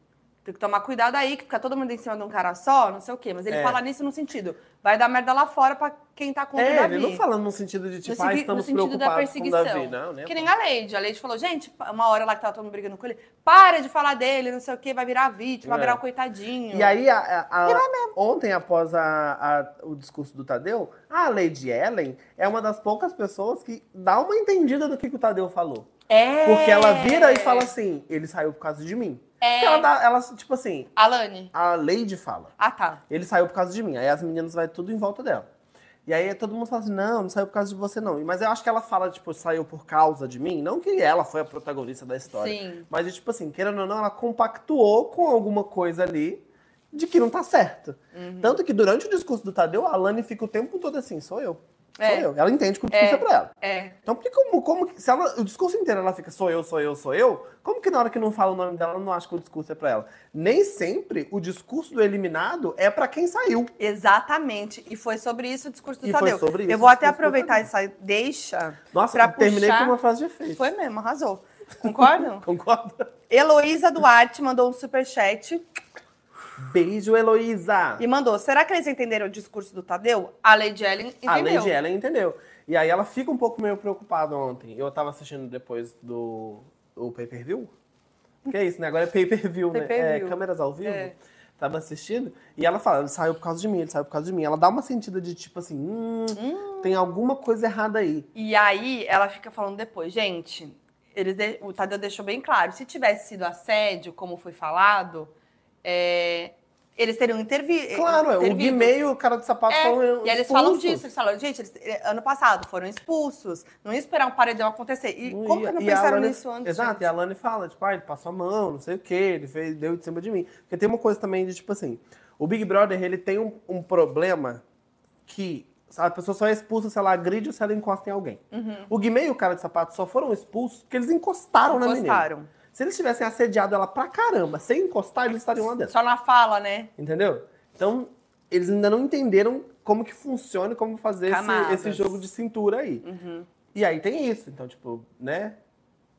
[SPEAKER 1] tem que tomar cuidado aí, que fica todo mundo em cima de um cara só, não sei o quê. Mas ele
[SPEAKER 2] É.
[SPEAKER 1] fala nisso no sentido, vai dar merda lá fora pra quem tá contra o
[SPEAKER 2] É,
[SPEAKER 1] Davi.
[SPEAKER 2] ele não fala no sentido de tipo,
[SPEAKER 1] No
[SPEAKER 2] ah,
[SPEAKER 1] segui- no
[SPEAKER 2] estamos
[SPEAKER 1] sentido da
[SPEAKER 2] preocupados com o Davi,
[SPEAKER 1] perseguição.
[SPEAKER 2] não, né?
[SPEAKER 1] Que nem a Lady. A Lady falou, gente, uma hora lá que tava todo mundo brigando com ele, para de falar dele, não sei o quê, vai virar vítima, vai
[SPEAKER 2] É.
[SPEAKER 1] virar um coitadinho.
[SPEAKER 2] E aí, a- a- a- ontem, após a- a- o discurso do Tadeu, a Lady Ellen é uma das poucas pessoas que dá uma entendida do que, que o Tadeu falou.
[SPEAKER 1] é...
[SPEAKER 2] Porque ela vira e fala assim: ele saiu por causa de mim.
[SPEAKER 1] É.
[SPEAKER 2] Porque Ela, dá- ela, tipo assim,
[SPEAKER 1] Alane.
[SPEAKER 2] a Lady fala:
[SPEAKER 1] Ah, tá.
[SPEAKER 2] ele saiu por causa de mim. Aí as meninas vai tudo em volta dela. E aí todo mundo fala assim: não, não saiu por causa de você, não. Mas eu acho que ela fala, tipo, saiu por causa de mim. Não que ela foi a protagonista da história.
[SPEAKER 1] Sim.
[SPEAKER 2] Mas, tipo assim, querendo ou não, ela compactuou com alguma coisa ali de que não tá certo.
[SPEAKER 1] Uhum.
[SPEAKER 2] Tanto que durante o discurso do Tadeu, a Alane fica o tempo todo assim, sou eu. Sou
[SPEAKER 1] É.
[SPEAKER 2] eu. Ela entende que o discurso é, pra ela.
[SPEAKER 1] É.
[SPEAKER 2] Então, por que como, como que- se ela, o discurso inteiro ela fica sou eu, sou eu, sou eu, como que na hora que não fala o nome dela, ela não acha que o discurso é pra ela? Nem sempre o discurso do eliminado é pra quem saiu.
[SPEAKER 1] Exatamente. E foi sobre isso o discurso do
[SPEAKER 2] E foi
[SPEAKER 1] Tadeu.
[SPEAKER 2] sobre isso
[SPEAKER 1] Eu vou
[SPEAKER 2] o
[SPEAKER 1] até
[SPEAKER 2] discurso do
[SPEAKER 1] aproveitar
[SPEAKER 2] Tadeu. É
[SPEAKER 1] essa deixa.
[SPEAKER 2] Nossa,
[SPEAKER 1] pra
[SPEAKER 2] terminei
[SPEAKER 1] puxar...
[SPEAKER 2] com uma frase de efeito.
[SPEAKER 1] Foi mesmo, arrasou. Concordam?
[SPEAKER 2] Concorda?
[SPEAKER 1] Heloísa Duarte mandou um superchat
[SPEAKER 2] Beijo, Heloísa!
[SPEAKER 1] e mandou: será que eles entenderam o discurso do Tadeu? A Lady Ellen entendeu.
[SPEAKER 2] Além de ela, entendeu? E aí ela fica um pouco meio preocupada ontem. Eu tava assistindo depois do o pay-per-view. Que é isso, né? Agora é pay-per-view, né? É
[SPEAKER 1] Pay-per-view.
[SPEAKER 2] câmeras ao vivo.
[SPEAKER 1] É.
[SPEAKER 2] Tava assistindo. E ela fala, ele saiu por causa de mim, ele saiu por causa de mim. Ela dá uma sentida de tipo assim, hum, tem alguma coisa errada aí.
[SPEAKER 1] E aí ela fica falando depois, gente, eles de- o Tadeu deixou bem claro, se tivesse sido assédio, como foi falado, é, eles teriam intervi
[SPEAKER 2] Claro, é, o
[SPEAKER 1] intervido.
[SPEAKER 2] Guimê e o cara de sapato
[SPEAKER 1] um
[SPEAKER 2] um
[SPEAKER 1] É,
[SPEAKER 2] falam.
[SPEAKER 1] e aí eles falam
[SPEAKER 2] expulsos.
[SPEAKER 1] disso, eles falam, gente, eles, eh, ano passado foram expulsos, não ia esperar um paredão acontecer. E
[SPEAKER 2] Não
[SPEAKER 1] como
[SPEAKER 2] ia.
[SPEAKER 1] que não
[SPEAKER 2] E a
[SPEAKER 1] pensaram
[SPEAKER 2] Alane-
[SPEAKER 1] nisso antes?
[SPEAKER 2] Exato, e a Alane fala, tipo, ah, ele passou a mão, não sei o quê, ele fez, deu de cima de mim. Porque tem uma coisa também de, tipo assim, o Big Brother, ele tem um, um problema que a pessoa só é expulsa se ela agride ou se ela encosta em alguém.
[SPEAKER 1] Uhum.
[SPEAKER 2] O Guimê e o cara de sapato só foram expulsos porque eles encostaram, na menina.
[SPEAKER 1] Gostaram.
[SPEAKER 2] Se eles tivessem assediado ela pra caramba, sem encostar, eles estariam lá dentro.
[SPEAKER 1] Só na fala, né?
[SPEAKER 2] Entendeu? Então, eles ainda não entenderam como que funciona e como fazer esse,
[SPEAKER 1] Camadas. Uhum.
[SPEAKER 2] esse jogo de cintura aí. E aí tem isso. Então, tipo, né?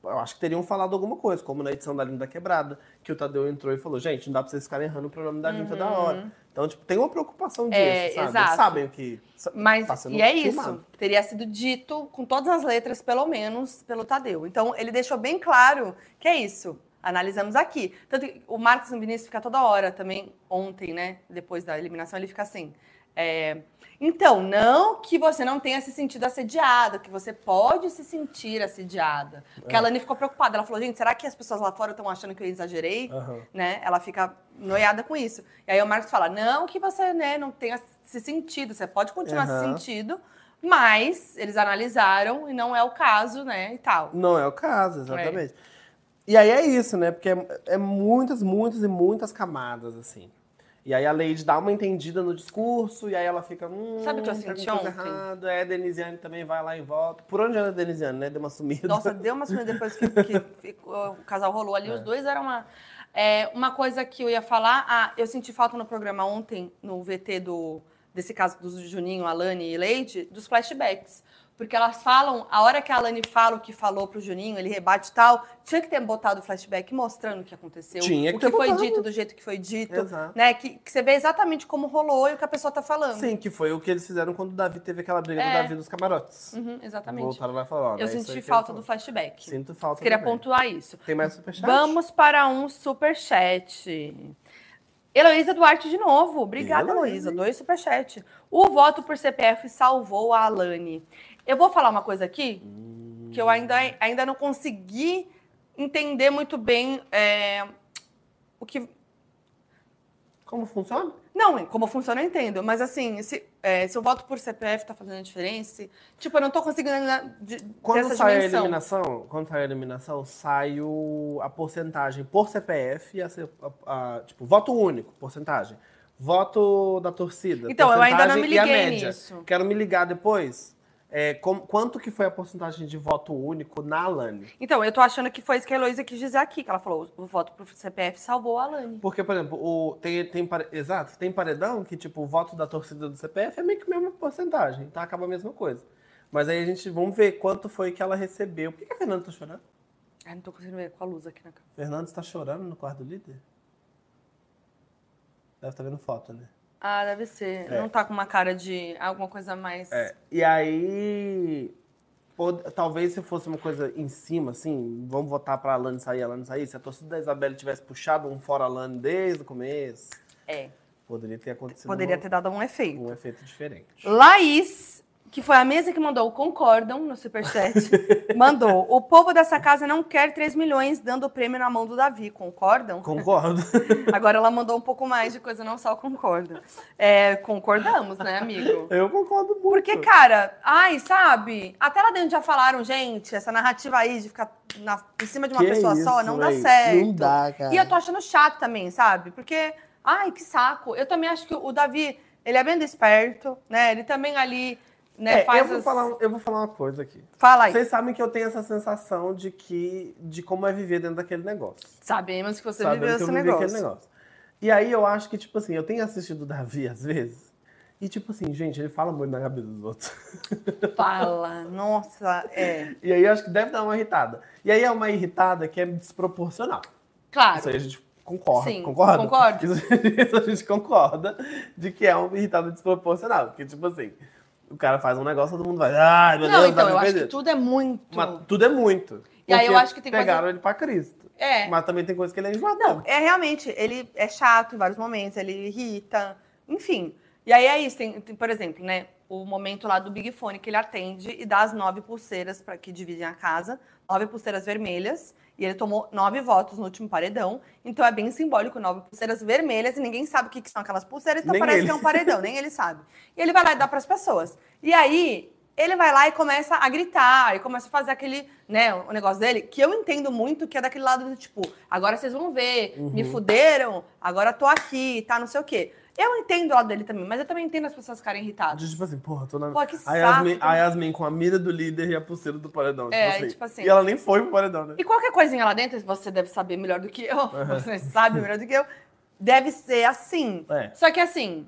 [SPEAKER 2] Eu acho que teriam falado alguma coisa, como na edição da Linda Quebrada, que o Tadeu entrou e falou, gente, não dá pra vocês ficarem errando o pronome da Linda da hora. Então, tipo, tem uma preocupação disso,
[SPEAKER 1] Uhum. É,
[SPEAKER 2] sabe?
[SPEAKER 1] exato.
[SPEAKER 2] Eles sabem o que sa-
[SPEAKER 1] Mas,
[SPEAKER 2] tá sendo
[SPEAKER 1] e é
[SPEAKER 2] filmado.
[SPEAKER 1] isso. Teria sido dito com todas as letras, pelo menos, pelo Tadeu. Então, ele deixou bem claro que é isso. Analisamos aqui. Tanto que o Marcos Vinícius fica toda hora também, ontem, né? Depois da eliminação, ele fica assim. é, Então, não que você não tenha se sentido assediado, que você pode se sentir assediada. Porque a Lani ficou preocupada. Ela falou, gente, será que as pessoas lá fora estão achando que eu exagerei?
[SPEAKER 2] Aham.
[SPEAKER 1] né? Ela fica noiada com isso. E aí o Marcos fala: não que você né, não tenha se sentido, você pode continuar se
[SPEAKER 2] Aham.
[SPEAKER 1] sentindo, mas eles analisaram e não é o caso, né? E tal.
[SPEAKER 2] Não é o caso, exatamente. E aí é isso, né? Porque é, é muitas, muitas e muitas camadas, assim. E aí a Lady dá uma entendida no discurso, e aí ela fica. Hum,
[SPEAKER 1] Sabe o que eu
[SPEAKER 2] tem alguma
[SPEAKER 1] senti
[SPEAKER 2] coisa
[SPEAKER 1] ontem?
[SPEAKER 2] errada. É, a Denisiane também vai lá e volta. Por onde anda a Denisiane, né? Deu uma sumida.
[SPEAKER 1] Nossa, deu uma sumida depois que, que ficou- o casal rolou ali. Os dois eram uma. é, uma coisa que eu ia falar, ah, eu senti falta no programa ontem, no VT do, desse caso do Juninho, Alane e Leide, dos flashbacks. Porque elas falam, a hora que a Alane fala o que falou pro Juninho, ele rebate e tal, tinha que ter botado o flashback mostrando o que aconteceu.
[SPEAKER 2] Tinha
[SPEAKER 1] o
[SPEAKER 2] que
[SPEAKER 1] que
[SPEAKER 2] ter
[SPEAKER 1] foi
[SPEAKER 2] botado.
[SPEAKER 1] dito do jeito que foi dito.
[SPEAKER 2] Exato.
[SPEAKER 1] Né? Que, que você vê exatamente como rolou e o que a pessoa tá falando.
[SPEAKER 2] Sim, que foi o que eles fizeram quando o Davi teve aquela briga
[SPEAKER 1] É.
[SPEAKER 2] do Davi dos camarotes.
[SPEAKER 1] Uhum, exatamente.
[SPEAKER 2] Voltaram lá e falaram. ó,
[SPEAKER 1] eu
[SPEAKER 2] é isso
[SPEAKER 1] senti
[SPEAKER 2] aí que
[SPEAKER 1] falta
[SPEAKER 2] eu-
[SPEAKER 1] do flashback.
[SPEAKER 2] Sinto falta.
[SPEAKER 1] Queria
[SPEAKER 2] também.
[SPEAKER 1] pontuar isso.
[SPEAKER 2] Tem mais superchat?
[SPEAKER 1] Vamos para um superchat. Heloísa Duarte de novo. Obrigada,
[SPEAKER 2] Heloísa,
[SPEAKER 1] Heloísa.
[SPEAKER 2] hein?
[SPEAKER 1] Dois superchat. O voto por CPF salvou a Alane. Eu vou falar uma coisa aqui que eu ainda, ainda não consegui entender muito bem é, o que.
[SPEAKER 2] Como funciona?
[SPEAKER 1] Não, como funciona, eu entendo. Mas assim, se, é, se eu voto por CPF, tá fazendo a diferença. Se- Tipo, eu não tô conseguindo ainda de, ter
[SPEAKER 2] Quando
[SPEAKER 1] essa
[SPEAKER 2] sai a
[SPEAKER 1] dimensão.
[SPEAKER 2] eliminação, quando sai a eliminação, sai o- a porcentagem por CPF e a, C- a- a- tipo, voto único, porcentagem. Voto da torcida.
[SPEAKER 1] Então, eu ainda não
[SPEAKER 2] porcentagem
[SPEAKER 1] me
[SPEAKER 2] e a
[SPEAKER 1] liguei
[SPEAKER 2] média.
[SPEAKER 1] nisso.
[SPEAKER 2] Quero me ligar depois. é, com- quanto que foi a porcentagem de voto único na Alane?
[SPEAKER 1] Então, eu tô achando que foi isso que a Heloísa quis dizer aqui, que ela falou: o voto pro CPF salvou a Alane.
[SPEAKER 2] Porque, por exemplo, o, tem, tem, pare- exato, tem paredão que, tipo, o voto da torcida do CPF é meio que a mesma porcentagem, então acaba a mesma coisa. Mas aí a gente, vamos ver quanto foi que ela recebeu. Por que que a Fernanda tá chorando?
[SPEAKER 1] Ai, não tô conseguindo ver com a luz aqui na câmera.
[SPEAKER 2] Fernanda está chorando no quarto do líder? Deve estar vendo foto, né?
[SPEAKER 1] Ah, deve ser.
[SPEAKER 2] É.
[SPEAKER 1] Não tá com uma cara de alguma coisa mais.
[SPEAKER 2] É, e aí. pod- talvez se fosse uma coisa em cima, assim, vamos votar pra Alane sair, Alane sair. Se a torcida da Isabelle tivesse puxado um fora Alane desde o começo,
[SPEAKER 1] É,
[SPEAKER 2] poderia ter acontecido
[SPEAKER 1] Poderia
[SPEAKER 2] uma-
[SPEAKER 1] ter dado um efeito.
[SPEAKER 2] um efeito diferente.
[SPEAKER 1] Laís, que foi a mesa que mandou o concordam no superchat, mandou. O povo dessa casa não quer 3 milhões dando o prêmio na mão do Davi, concordam?
[SPEAKER 2] Concordo.
[SPEAKER 1] Agora ela mandou um pouco mais de coisa, não só concorda. É, concordamos, né, amigo?
[SPEAKER 2] Eu concordo muito.
[SPEAKER 1] Porque, cara, ai, sabe? Até lá dentro já falaram, gente, essa narrativa aí de ficar na- em cima de uma
[SPEAKER 2] Que
[SPEAKER 1] pessoa só
[SPEAKER 2] isso,
[SPEAKER 1] não dá
[SPEAKER 2] véi.
[SPEAKER 1] certo.
[SPEAKER 2] Não dá, cara.
[SPEAKER 1] E eu tô achando chato também, sabe? Porque, ai, que saco. Eu também acho que o Davi, ele é bem desperto, né? Ele também ali, né,
[SPEAKER 2] É, eu,
[SPEAKER 1] faz
[SPEAKER 2] vou
[SPEAKER 1] as-
[SPEAKER 2] falar, eu vou falar uma coisa aqui.
[SPEAKER 1] Fala aí.
[SPEAKER 2] Vocês sabem que eu tenho essa sensação de que. de como é viver dentro daquele negócio.
[SPEAKER 1] Sabemos que você
[SPEAKER 2] Sabendo
[SPEAKER 1] viveu
[SPEAKER 2] né, que
[SPEAKER 1] esse
[SPEAKER 2] eu vivi
[SPEAKER 1] negócio.
[SPEAKER 2] aquele negócio. E aí eu acho que, tipo assim, eu tenho assistido o Davi às vezes. E tipo assim, gente, ele fala muito na cabeça dos outros.
[SPEAKER 1] Fala, nossa, é.
[SPEAKER 2] E aí eu acho que deve dar uma irritada. E aí é uma irritada que é desproporcional.
[SPEAKER 1] Claro.
[SPEAKER 2] Isso aí a gente concorda.
[SPEAKER 1] Sim,
[SPEAKER 2] concorda?
[SPEAKER 1] concordo.
[SPEAKER 2] Isso, isso a gente concorda de que é uma irritada desproporcional. Porque, tipo assim, o cara faz um negócio, todo mundo vai. Ai, meu
[SPEAKER 1] Não,
[SPEAKER 2] Deus,
[SPEAKER 1] então,
[SPEAKER 2] Davi
[SPEAKER 1] eu acho
[SPEAKER 2] fez
[SPEAKER 1] que
[SPEAKER 2] isso."
[SPEAKER 1] tudo é muito.
[SPEAKER 2] Mas tudo é muito.
[SPEAKER 1] E aí eu
[SPEAKER 2] Porque
[SPEAKER 1] acho que tem coisa-
[SPEAKER 2] Pegaram ele pra Cristo.
[SPEAKER 1] É.
[SPEAKER 2] Mas também tem coisa que ele é enjoadão.
[SPEAKER 1] Não, é realmente, ele é chato em vários momentos, ele irrita, enfim. E aí é isso, tem, tem, por exemplo, né? O momento lá do Big Fone que ele atende e dá as nove pulseiras para que dividem a casa, nove pulseiras vermelhas, e ele tomou nove votos no último paredão. Então é bem simbólico, nove pulseiras vermelhas, e ninguém sabe o que, que são aquelas pulseiras, então
[SPEAKER 2] Nem
[SPEAKER 1] parece
[SPEAKER 2] ele.
[SPEAKER 1] que é um paredão, nem ele sabe. E ele vai lá e dá para as pessoas. E aí ele vai lá e começa a gritar, e começa a fazer aquele, né, o negócio dele, que eu entendo muito, que é daquele lado do tipo, agora vocês vão ver, me fuderam, agora tô aqui, tá, não sei o quê. Eu entendo o lado dele também, mas eu também entendo as pessoas ficarem irritadas.
[SPEAKER 2] De, tipo assim, porra, tô na.
[SPEAKER 1] Pô, que
[SPEAKER 2] a,
[SPEAKER 1] saco,
[SPEAKER 2] Yasmin,
[SPEAKER 1] cara.
[SPEAKER 2] a Yasmin com a mira do líder e a pulseira do paredão.
[SPEAKER 1] É,
[SPEAKER 2] tipo assim.
[SPEAKER 1] tipo assim.
[SPEAKER 2] E ela nem foi pro paredão, né?
[SPEAKER 1] E qualquer coisinha lá dentro, você deve saber melhor do que eu, você sabe melhor do que eu, deve ser assim.
[SPEAKER 2] É.
[SPEAKER 1] Só que assim,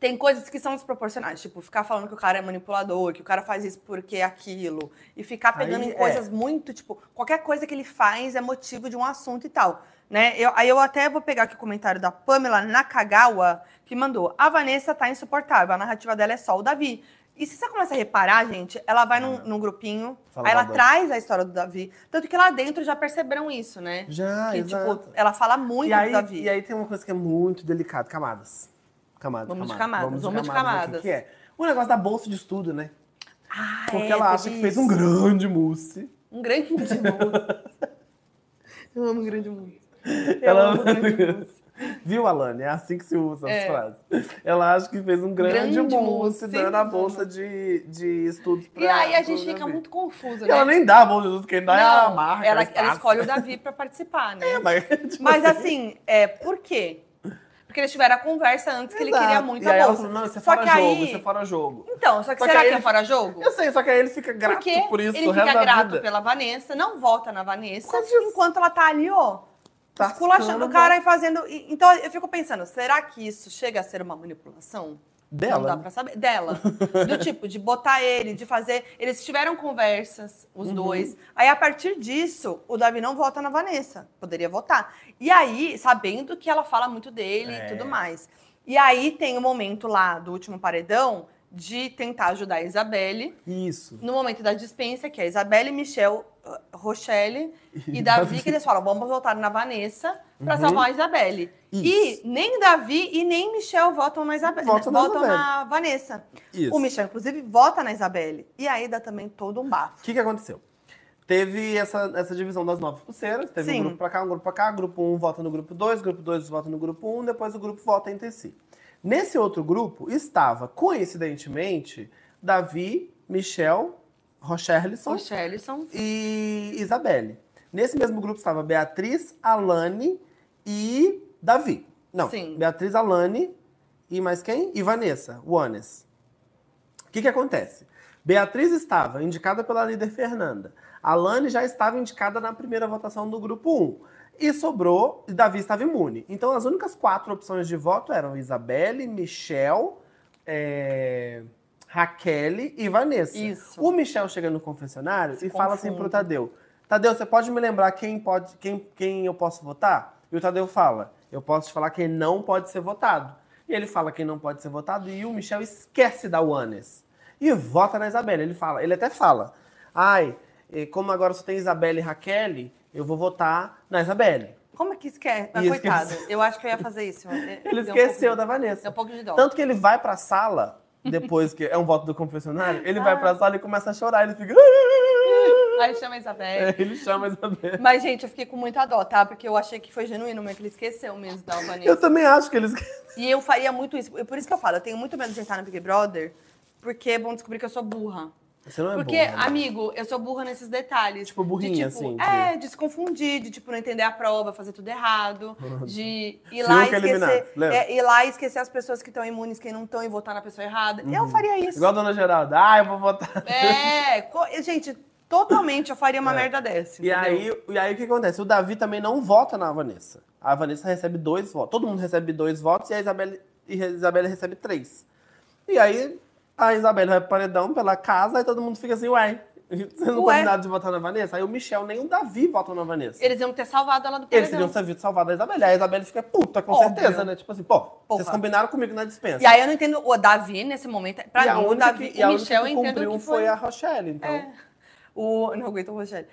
[SPEAKER 1] tem coisas que são desproporcionais, tipo, ficar falando que o cara é manipulador, que o cara faz isso porque é aquilo, e ficar pegando
[SPEAKER 2] Aí,
[SPEAKER 1] em
[SPEAKER 2] é.
[SPEAKER 1] coisas muito, tipo, qualquer coisa que ele faz é motivo de um assunto e tal. Né? Eu, aí eu até vou pegar aqui o comentário da Pamela Nakagawa, que mandou: A Vanessa tá insuportável, a narrativa dela é só o Davi. E se você começa a reparar, gente, ela vai num, num grupinho,
[SPEAKER 2] Hum. Fala
[SPEAKER 1] aí ela
[SPEAKER 2] mal do Davi.
[SPEAKER 1] traz a história do Davi. Tanto que lá dentro já perceberam isso, né?
[SPEAKER 2] Já,
[SPEAKER 1] que,
[SPEAKER 2] Ah, exato.
[SPEAKER 1] tipo, ela fala muito
[SPEAKER 2] e, aí,
[SPEAKER 1] do Davi.
[SPEAKER 2] e aí tem uma coisa que é muito delicada: camadas. Camadas,
[SPEAKER 1] Vamos de
[SPEAKER 2] camadas.
[SPEAKER 1] camadas, vamos de
[SPEAKER 2] aqui,
[SPEAKER 1] camadas.
[SPEAKER 2] que é o negócio da bolsa de estudo, né?
[SPEAKER 1] Ah,
[SPEAKER 2] Porque
[SPEAKER 1] é,
[SPEAKER 2] ela
[SPEAKER 1] teve
[SPEAKER 2] acha que fez
[SPEAKER 1] isso.
[SPEAKER 2] um grande mousse.
[SPEAKER 1] Um grande mundo. Eu amo um grande mundo. Eu
[SPEAKER 2] Ela-
[SPEAKER 1] amo um grande mundo.
[SPEAKER 2] Viu, Alane? É assim que se usa as
[SPEAKER 1] É.
[SPEAKER 2] frases. Ela acha que fez um grande,
[SPEAKER 1] Grande
[SPEAKER 2] mousse,
[SPEAKER 1] mousse,
[SPEAKER 2] dando a
[SPEAKER 1] sim.
[SPEAKER 2] bolsa de, de estudos pra
[SPEAKER 1] E aí a
[SPEAKER 2] pro
[SPEAKER 1] gente fica
[SPEAKER 2] Davi.
[SPEAKER 1] muito confuso, né?
[SPEAKER 2] E ela nem dá a bolsa de estudos, quem dá é a
[SPEAKER 1] Não,
[SPEAKER 2] marca.
[SPEAKER 1] ela, ela
[SPEAKER 2] a Estácio.
[SPEAKER 1] escolhe o Davi pra participar, né?
[SPEAKER 2] Mas, tipo,
[SPEAKER 1] Mas assim, é, por quê? Porque eles tiveram a conversa antes que ele
[SPEAKER 2] Exato.
[SPEAKER 1] queria muito
[SPEAKER 2] e aí
[SPEAKER 1] a
[SPEAKER 2] ela
[SPEAKER 1] bolsa.
[SPEAKER 2] falou, não, isso é
[SPEAKER 1] só
[SPEAKER 2] fora
[SPEAKER 1] que
[SPEAKER 2] jogo,
[SPEAKER 1] aí.
[SPEAKER 2] isso é fora jogo.
[SPEAKER 1] Então, só que
[SPEAKER 2] Só que
[SPEAKER 1] será
[SPEAKER 2] aí
[SPEAKER 1] que é
[SPEAKER 2] ele-
[SPEAKER 1] fora jogo?
[SPEAKER 2] Eu sei, só que aí ele fica grato
[SPEAKER 1] Porque
[SPEAKER 2] por isso
[SPEAKER 1] ele
[SPEAKER 2] o resto
[SPEAKER 1] fica
[SPEAKER 2] da
[SPEAKER 1] grato
[SPEAKER 2] vida.
[SPEAKER 1] pela Vanessa, não vota na Vanessa,
[SPEAKER 2] causa disso.
[SPEAKER 1] enquanto ela tá ali, ó,
[SPEAKER 2] Tascando
[SPEAKER 1] esculachando o
[SPEAKER 2] a
[SPEAKER 1] cara e fazendo. e- Então eu fico pensando, será que isso chega a ser uma manipulação?
[SPEAKER 2] Dela,
[SPEAKER 1] Não dá
[SPEAKER 2] né?
[SPEAKER 1] pra saber. Dela. Do tipo, de botar ele, de fazer. Eles tiveram conversas,
[SPEAKER 2] Uhum.
[SPEAKER 1] os dois. Aí, a partir disso, o Davi não vota na Vanessa. Poderia votar. E aí, sabendo que ela fala muito dele
[SPEAKER 2] É.
[SPEAKER 1] e tudo mais. E aí tem o momento lá do último paredão de tentar ajudar a Isabelle.
[SPEAKER 2] Isso.
[SPEAKER 1] No momento da dispensa, que é Isabelle, Michel, uh, Rochelle e, Davi,
[SPEAKER 2] E Davi. Uhum.
[SPEAKER 1] que eles falam, vamos voltar na Vanessa pra salvar a Isabelle.
[SPEAKER 2] Isso.
[SPEAKER 1] E nem Davi e nem Michel votam na Isabelle,
[SPEAKER 2] Votam na
[SPEAKER 1] votam
[SPEAKER 2] Isabelle.
[SPEAKER 1] na Vanessa.
[SPEAKER 2] Isso.
[SPEAKER 1] O Michel, inclusive, vota na Isabelle. E aí dá também todo um
[SPEAKER 2] O
[SPEAKER 1] bafo.
[SPEAKER 2] que, que aconteceu? Teve essa, essa divisão das nove pulseiras. Teve
[SPEAKER 1] Sim.
[SPEAKER 2] um grupo pra cá, um grupo pra cá. Grupo 1 um vota no grupo 2, grupo 2 vota no grupo 1, um, depois o grupo vota entre si. Nesse outro grupo estava, coincidentemente, Davi, Michel, Rocherlison
[SPEAKER 1] Rochelle são...
[SPEAKER 2] e Isabelle. Nesse mesmo grupo estava Beatriz, Alane e Davi. Não,
[SPEAKER 1] Sim.
[SPEAKER 2] Beatriz, Alane e mais quem? E Vanessa, Wanes. O que, que acontece? Beatriz estava indicada pela líder Fernanda. Alane já estava indicada na primeira votação do grupo 1. E sobrou, e Davi estava imune. Então as únicas quatro opções de voto eram Isabelle, Michel, é, Raquel e Vanessa.
[SPEAKER 1] Isso.
[SPEAKER 2] O Michel chega no confessionário
[SPEAKER 1] Se
[SPEAKER 2] e fala assim
[SPEAKER 1] confunde.
[SPEAKER 2] pro Tadeu: Tadeu, você pode me lembrar quem pode, quem, quem eu posso votar? E o Tadeu fala: Eu posso te falar quem não pode ser votado. E ele fala quem não pode ser votado e o Michel esquece da Wanes e vota na Isabelle. Ele fala, ele até fala: "Ai, eh, como agora só tem Isabelle e Raquel, eu vou votar na Isabelle".
[SPEAKER 1] Como é que esquece? Ah,
[SPEAKER 2] E
[SPEAKER 1] coitado,
[SPEAKER 2] esquece.
[SPEAKER 1] eu acho que eu ia fazer isso.
[SPEAKER 2] Ele esqueceu da Vanessa.
[SPEAKER 1] Deu um pouco de dó.
[SPEAKER 2] Tanto que ele vai pra sala, depois que é um voto do confessionário, ele
[SPEAKER 1] Ah.
[SPEAKER 2] vai pra sala e começa a chorar. Ele fica.
[SPEAKER 1] Aí chama a Isabelle.
[SPEAKER 2] É, ele chama a Isabelle.
[SPEAKER 1] Mas, gente, eu fiquei com muita dó, tá? Porque eu achei que foi genuíno, mas que ele esqueceu mesmo da Vanessa.
[SPEAKER 2] Eu também acho que eles.
[SPEAKER 1] E eu faria muito isso. É Por isso que eu falo, eu tenho muito medo de entrar no Big Brother, porque vão descobrir que eu sou burra.
[SPEAKER 2] Você não é
[SPEAKER 1] Porque,
[SPEAKER 2] burra, né?
[SPEAKER 1] amigo, eu sou burra nesses detalhes.
[SPEAKER 2] Tipo, burrinha,
[SPEAKER 1] de, tipo,
[SPEAKER 2] assim, de-
[SPEAKER 1] É, de se confundir, de tipo, não entender a prova, fazer tudo errado.
[SPEAKER 2] Uhum.
[SPEAKER 1] De ir
[SPEAKER 2] Fiuk
[SPEAKER 1] lá, e esquecer,
[SPEAKER 2] eliminado, lembra?
[SPEAKER 1] é, ir lá e esquecer as pessoas que estão imunes, quem não estão, e votar na pessoa errada. Eu faria isso.
[SPEAKER 2] Uhum. Igual a dona Geralda. Ah, eu vou votar.
[SPEAKER 1] É, co- gente, totalmente eu faria uma merda dessa.
[SPEAKER 2] É. E aí, e aí o que acontece? O Davi também não vota na Vanessa. A Vanessa recebe dois votos. Todo mundo recebe dois votos e a Isabelle, e a Isabelle recebe três. E aí a Isabelle vai pro paredão pela casa e todo mundo fica assim, uai, você não
[SPEAKER 1] Ué.
[SPEAKER 2] pode nada de votar na Vanessa? Aí o Michel nem o Davi votam na Vanessa.
[SPEAKER 1] Eles iam ter salvado ela do
[SPEAKER 2] Eles
[SPEAKER 1] paredão.
[SPEAKER 2] teriam servido salvado a Isabelle. Aí a Isabelle fica puta, com
[SPEAKER 1] Óbvio.
[SPEAKER 2] certeza, né? Tipo assim, pô, vocês
[SPEAKER 1] Porra.
[SPEAKER 2] combinaram comigo na dispensa.
[SPEAKER 1] E aí eu não entendo. O Davi, nesse momento, pra
[SPEAKER 2] E a
[SPEAKER 1] mim, o
[SPEAKER 2] única
[SPEAKER 1] Davi
[SPEAKER 2] que-
[SPEAKER 1] e
[SPEAKER 2] e a
[SPEAKER 1] o
[SPEAKER 2] única
[SPEAKER 1] Michel eu
[SPEAKER 2] que
[SPEAKER 1] entendo
[SPEAKER 2] cumpriu
[SPEAKER 1] que
[SPEAKER 2] foi a Rochelle, então.
[SPEAKER 1] É. O... Não aguento o Rogério.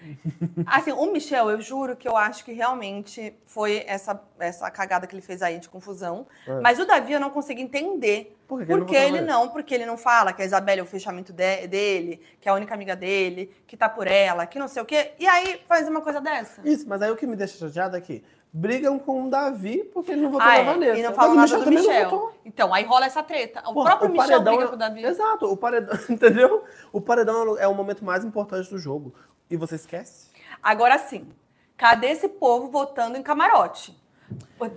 [SPEAKER 1] Assim, o Michel, eu juro que eu acho que realmente foi essa, essa cagada que ele fez aí de confusão. Mas o Davi eu não consigo entender.
[SPEAKER 2] Por que que É.
[SPEAKER 1] Por que
[SPEAKER 2] ele votou na
[SPEAKER 1] ele
[SPEAKER 2] Vanessa?
[SPEAKER 1] não? Porque ele não fala que a Isabelle é o fechamento de- dele, que é a única amiga dele, que tá por ela, que não sei o quê. E aí faz uma coisa dessa.
[SPEAKER 2] Isso, mas aí o que me deixa chateada é que brigam com o Davi porque ele não votou
[SPEAKER 1] Ah,
[SPEAKER 2] na
[SPEAKER 1] é,
[SPEAKER 2] Vanessa.
[SPEAKER 1] E não
[SPEAKER 2] Mas
[SPEAKER 1] fala
[SPEAKER 2] o
[SPEAKER 1] nada do
[SPEAKER 2] também não
[SPEAKER 1] Michel.
[SPEAKER 2] votou.
[SPEAKER 1] Então, aí rola essa treta. O
[SPEAKER 2] Porra,
[SPEAKER 1] próprio Michel
[SPEAKER 2] paredão
[SPEAKER 1] briga
[SPEAKER 2] é-
[SPEAKER 1] com o Davi.
[SPEAKER 2] Exato, o paredão, entendeu? O paredão é o momento mais importante do jogo. E você esquece?
[SPEAKER 1] Agora sim, cadê esse povo votando em camarote?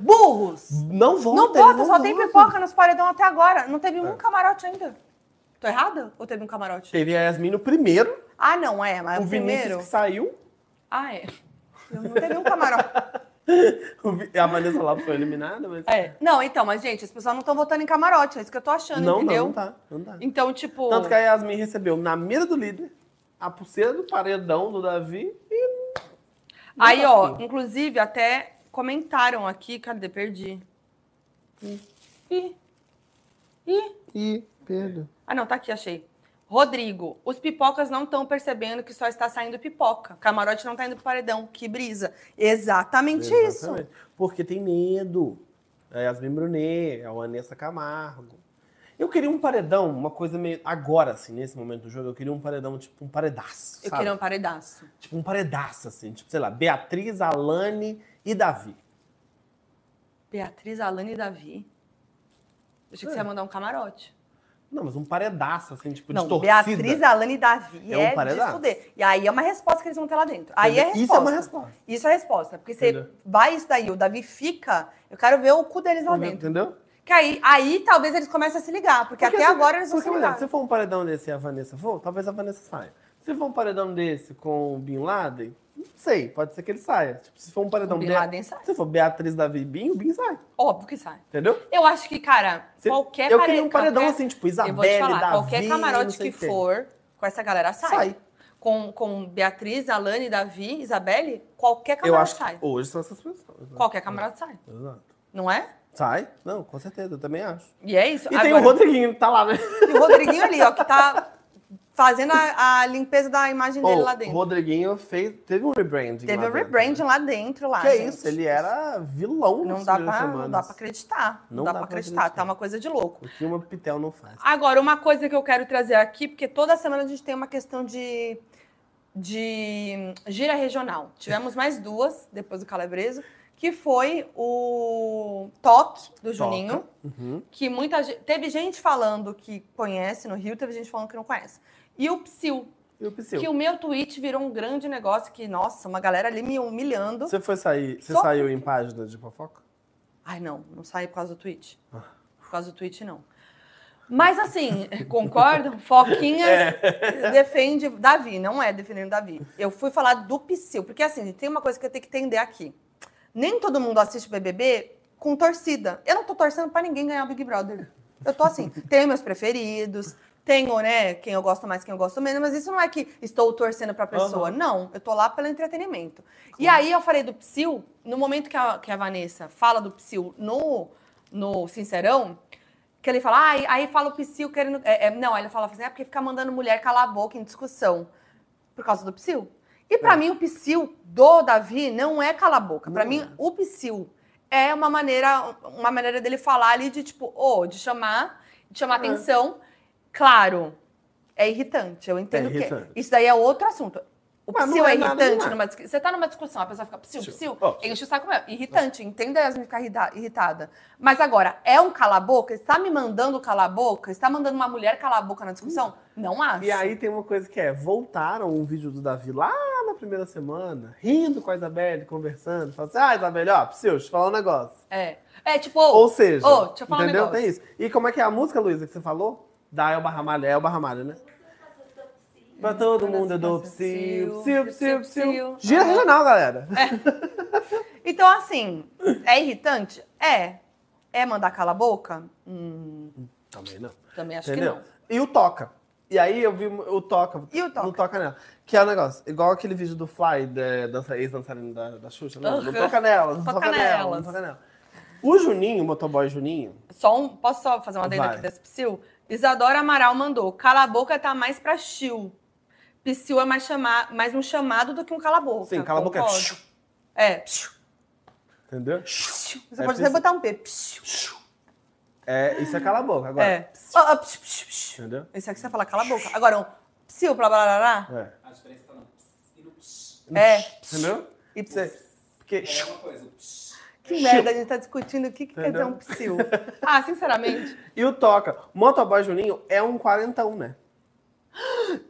[SPEAKER 1] Burros!
[SPEAKER 2] Não É. vota,
[SPEAKER 1] não
[SPEAKER 2] eles
[SPEAKER 1] vota, só tem
[SPEAKER 2] votam.
[SPEAKER 1] pipoca nos paredão até agora. Não teve um camarote ainda. Tô errada? Ou teve um camarote?
[SPEAKER 2] Teve a Yasmin no primeiro,
[SPEAKER 1] Ah, não, é, mas
[SPEAKER 2] o
[SPEAKER 1] o,
[SPEAKER 2] Vinícius
[SPEAKER 1] primeiro.
[SPEAKER 2] que saiu,
[SPEAKER 1] Ah, é. Eu não teve um camarote.
[SPEAKER 2] o Vi- a Vanessa lá foi eliminada, mas...
[SPEAKER 1] É. Não, então, mas gente, as pessoas não estão votando em camarote, é isso que eu tô achando,
[SPEAKER 2] não, não,
[SPEAKER 1] entendeu?
[SPEAKER 2] não tá, não tá.
[SPEAKER 1] Então, tipo.
[SPEAKER 2] Tanto que a Yasmin recebeu na mira do líder a pulseira do paredão do Davi e.
[SPEAKER 1] Aí,
[SPEAKER 2] Nunca
[SPEAKER 1] ó,
[SPEAKER 2] fui.
[SPEAKER 1] inclusive até comentaram aqui, cadê? Perdi. Ih. Ih.
[SPEAKER 2] E Pedro.
[SPEAKER 1] Ah, não, tá aqui, achei. Rodrigo, os pipocas não estão percebendo que só está saindo pipoca. Camarote não tá indo pro paredão. Que brisa. Exatamente, isso.
[SPEAKER 2] Porque tem medo. A Yasmin Brunet, a Vanessa Camargo. Eu queria um paredão, uma coisa meio. Agora, assim, nesse momento do jogo, eu queria um paredão, tipo um paredaço.
[SPEAKER 1] Eu
[SPEAKER 2] sabe?
[SPEAKER 1] queria um paredaço.
[SPEAKER 2] Tipo um paredaço, assim. Tipo, sei lá, Beatriz, Alane e Davi.
[SPEAKER 1] Beatriz, Alane e Davi. Eu achei que
[SPEAKER 2] É.
[SPEAKER 1] você ia mandar um camarote.
[SPEAKER 2] Não, mas um paredaço, assim, tipo,
[SPEAKER 1] não,
[SPEAKER 2] de torcida.
[SPEAKER 1] Beatriz, Alane e Davi
[SPEAKER 2] É
[SPEAKER 1] é,
[SPEAKER 2] um
[SPEAKER 1] de
[SPEAKER 2] paredaço.
[SPEAKER 1] fuder. E aí é uma resposta que eles vão ter lá dentro. Aí é
[SPEAKER 2] Entendeu?
[SPEAKER 1] resposta.
[SPEAKER 2] Isso é uma resposta.
[SPEAKER 1] Isso é resposta. Porque você
[SPEAKER 2] Entendeu?
[SPEAKER 1] vai isso daí, o Davi fica, eu quero ver o cu deles lá dentro.
[SPEAKER 2] Entendeu?
[SPEAKER 1] Que aí, aí talvez eles comecem a se ligar, porque, até
[SPEAKER 2] se-
[SPEAKER 1] agora eles não se
[SPEAKER 2] porque, por exemplo,
[SPEAKER 1] ligaram.
[SPEAKER 2] se for um paredão desse e a Vanessa for, talvez a Vanessa saia. Se for um paredão desse com o Bin Laden, não sei, pode ser que ele saia. Tipo, se for um paredão...
[SPEAKER 1] O Bin
[SPEAKER 2] Be-
[SPEAKER 1] Laden sai.
[SPEAKER 2] Se for Beatriz, Davi e Bin, o Bin sai,
[SPEAKER 1] Óbvio que sai.
[SPEAKER 2] entendeu?
[SPEAKER 1] Eu acho que, cara,
[SPEAKER 2] Se-
[SPEAKER 1] qualquer
[SPEAKER 2] eu
[SPEAKER 1] pare-
[SPEAKER 2] queria um paredão
[SPEAKER 1] qualquer-
[SPEAKER 2] assim, tipo,
[SPEAKER 1] Eu vou te
[SPEAKER 2] Isabelle,
[SPEAKER 1] falar,
[SPEAKER 2] Davi,
[SPEAKER 1] qualquer
[SPEAKER 2] não
[SPEAKER 1] camarote
[SPEAKER 2] sei
[SPEAKER 1] que
[SPEAKER 2] quem.
[SPEAKER 1] for, com essa galera sai.
[SPEAKER 2] Sai.
[SPEAKER 1] Com, com Beatriz, Alane, Davi, Isabelle, qualquer
[SPEAKER 2] Eu
[SPEAKER 1] camarote
[SPEAKER 2] acho
[SPEAKER 1] sai. é
[SPEAKER 2] que hoje são essas pessoas. né?
[SPEAKER 1] Qualquer camarote sai,
[SPEAKER 2] Exato.
[SPEAKER 1] não é?
[SPEAKER 2] Sai? Não, com certeza, eu também acho.
[SPEAKER 1] E é isso.
[SPEAKER 2] E tem o Rodriguinho, que tá lá, né?
[SPEAKER 1] e o Rodriguinho ali, ó, que tá fazendo a, a limpeza da imagem dele
[SPEAKER 2] Ô,
[SPEAKER 1] lá
[SPEAKER 2] o
[SPEAKER 1] dentro.
[SPEAKER 2] Rodriguinho fez, teve um rebranding
[SPEAKER 1] Teve
[SPEAKER 2] lá
[SPEAKER 1] o
[SPEAKER 2] dentro,
[SPEAKER 1] rebranding
[SPEAKER 2] né?
[SPEAKER 1] lá dentro, lá.
[SPEAKER 2] Que é
[SPEAKER 1] gente.
[SPEAKER 2] isso, ele é era vilão
[SPEAKER 1] Não
[SPEAKER 2] nas
[SPEAKER 1] dá,
[SPEAKER 2] primeiras
[SPEAKER 1] pra, não dá
[SPEAKER 2] semanas.
[SPEAKER 1] pra acreditar. Não, dá, pra acreditar. Tá uma coisa de louco.
[SPEAKER 2] O que uma Pitel não faz.
[SPEAKER 1] Agora, uma coisa que eu quero trazer aqui, porque toda semana a gente tem uma questão de, de gira regional. Tivemos mais duas, depois do Calabreso, que foi o toque do Juninho,
[SPEAKER 2] Uhum.
[SPEAKER 1] que muita gente. Teve gente falando que conhece no Rio, teve gente falando que não conhece. E o Psil,
[SPEAKER 2] E o Psyu?
[SPEAKER 1] que o meu tweet virou um grande negócio, que, nossa, uma galera ali me humilhando.
[SPEAKER 2] Você foi sair, você
[SPEAKER 1] Só-
[SPEAKER 2] saiu em página de fofoca?
[SPEAKER 1] Ai, não, não saí por causa do tweet. Por causa do tweet, não. Mas assim, concordam? Foquinhas defende Davi, não é defendendo Davi. Eu fui falar do Psyu, porque assim, tem uma coisa que eu tenho que entender aqui. Nem todo mundo assiste BBB com torcida. Eu não tô torcendo pra ninguém ganhar o Big Brother. Eu tô assim, tenho meus preferidos, tenho, né, quem eu gosto mais, quem eu gosto menos, mas isso não é que estou torcendo pra pessoa. Não, eu tô lá pelo entretenimento. E aí eu falei do Psyu, no momento que a, que a Vanessa fala do Psyu no, no Sincerão, que ele fala, ai, aí fala o psil querendo. É, é, não, aí ele fala assim, é porque fica mandando mulher calar a boca em discussão por causa do psil. E pra mim, o psil do Davi não é calar a boca. Pra
[SPEAKER 2] É. Não
[SPEAKER 1] mim,
[SPEAKER 2] é.
[SPEAKER 1] o psil é uma maneira, uma maneira dele falar ali de tipo, ô, de chamar, de chamar
[SPEAKER 2] Uhum.
[SPEAKER 1] atenção. Claro, é irritante. Eu entendo
[SPEAKER 2] É irritante.
[SPEAKER 1] que isso daí é outro assunto. O
[SPEAKER 2] Mas não
[SPEAKER 1] psil
[SPEAKER 2] é
[SPEAKER 1] é
[SPEAKER 2] nada
[SPEAKER 1] irritante
[SPEAKER 2] demais.
[SPEAKER 1] numa discu- Você tá numa discussão, a pessoa fica psil,
[SPEAKER 2] Psiu.
[SPEAKER 1] psil,
[SPEAKER 2] Ó,
[SPEAKER 1] enche o saco meu. Irritante, entenda Yasmin ficar irrita- irritada. Mas agora, é um cala a boca? Está me mandando calar a boca? Está mandando uma mulher calar a boca na discussão? Não acho.
[SPEAKER 2] Hum. E aí tem uma coisa que é, voltaram um vídeo do Davi lá na primeira semana, rindo com a Isabelle, conversando, falando assim, ah, Isabelle, ó, Psyu, deixa eu te falar um negócio.
[SPEAKER 1] É. É tipo, ô,
[SPEAKER 2] Ou seja,
[SPEAKER 1] ô, deixa eu falar um
[SPEAKER 2] entendeu?
[SPEAKER 1] negócio.
[SPEAKER 2] Tem isso. E como é que é a música, Luísa, que você falou? Da Elba Ramalho, é Elba Ramalho, né? Pra todo mundo é eu dou Psyu, Psyu, Psyu, Psyu. Gira
[SPEAKER 1] Aham.
[SPEAKER 2] regional, galera.
[SPEAKER 1] Então, assim, é irritante? É. É mandar calar a boca? Hum,
[SPEAKER 2] Também não.
[SPEAKER 1] também acho
[SPEAKER 2] Entendeu?
[SPEAKER 1] que não.
[SPEAKER 2] E o Toca. E aí eu vi o Toca.
[SPEAKER 1] E o Toca?
[SPEAKER 2] Não toca nela. Que é o negócio, igual aquele vídeo do Fly, da dança- ex-dançarina da, da Xuxa. né? Não, não
[SPEAKER 1] Aham.
[SPEAKER 2] toca nela, não
[SPEAKER 1] Toca
[SPEAKER 2] toca, nela, não
[SPEAKER 1] nelas.
[SPEAKER 2] toca nela. O Juninho, o motoboy Juninho,
[SPEAKER 1] Só um, posso só fazer uma adenda
[SPEAKER 2] Vai.
[SPEAKER 1] aqui desse psil? Isadora Amaral mandou, cala a boca tá mais pra chill. Psil é mais, chama, mais um chamado do que um cala a boca.
[SPEAKER 2] Sim, cala a boca é
[SPEAKER 1] concordo.
[SPEAKER 2] psiu.
[SPEAKER 1] É, psiu.
[SPEAKER 2] entendeu?
[SPEAKER 1] Você
[SPEAKER 2] É
[SPEAKER 1] pode
[SPEAKER 2] psiu.
[SPEAKER 1] até botar um P. Psiu.
[SPEAKER 2] É, isso é cala a boca agora.
[SPEAKER 1] É. Ó, ó, psiu, psiu, psiu.
[SPEAKER 2] Entendeu?
[SPEAKER 1] Isso aqui você fala, cala a boca. Agora, um psiu, blá, blá, blá, blá.
[SPEAKER 2] É.
[SPEAKER 3] A diferença tá no ps e no ps.
[SPEAKER 1] É.
[SPEAKER 2] Entendeu?
[SPEAKER 1] E
[SPEAKER 2] Você-
[SPEAKER 1] psiu.
[SPEAKER 2] Porque
[SPEAKER 3] É uma coisa, o ps.
[SPEAKER 1] Que merda, a gente tá discutindo o que, que quer dizer
[SPEAKER 2] Entendeu?
[SPEAKER 1] um psiu. Ah, sinceramente.
[SPEAKER 2] E o Toca, Motoboy Juninho é um quarentão, né?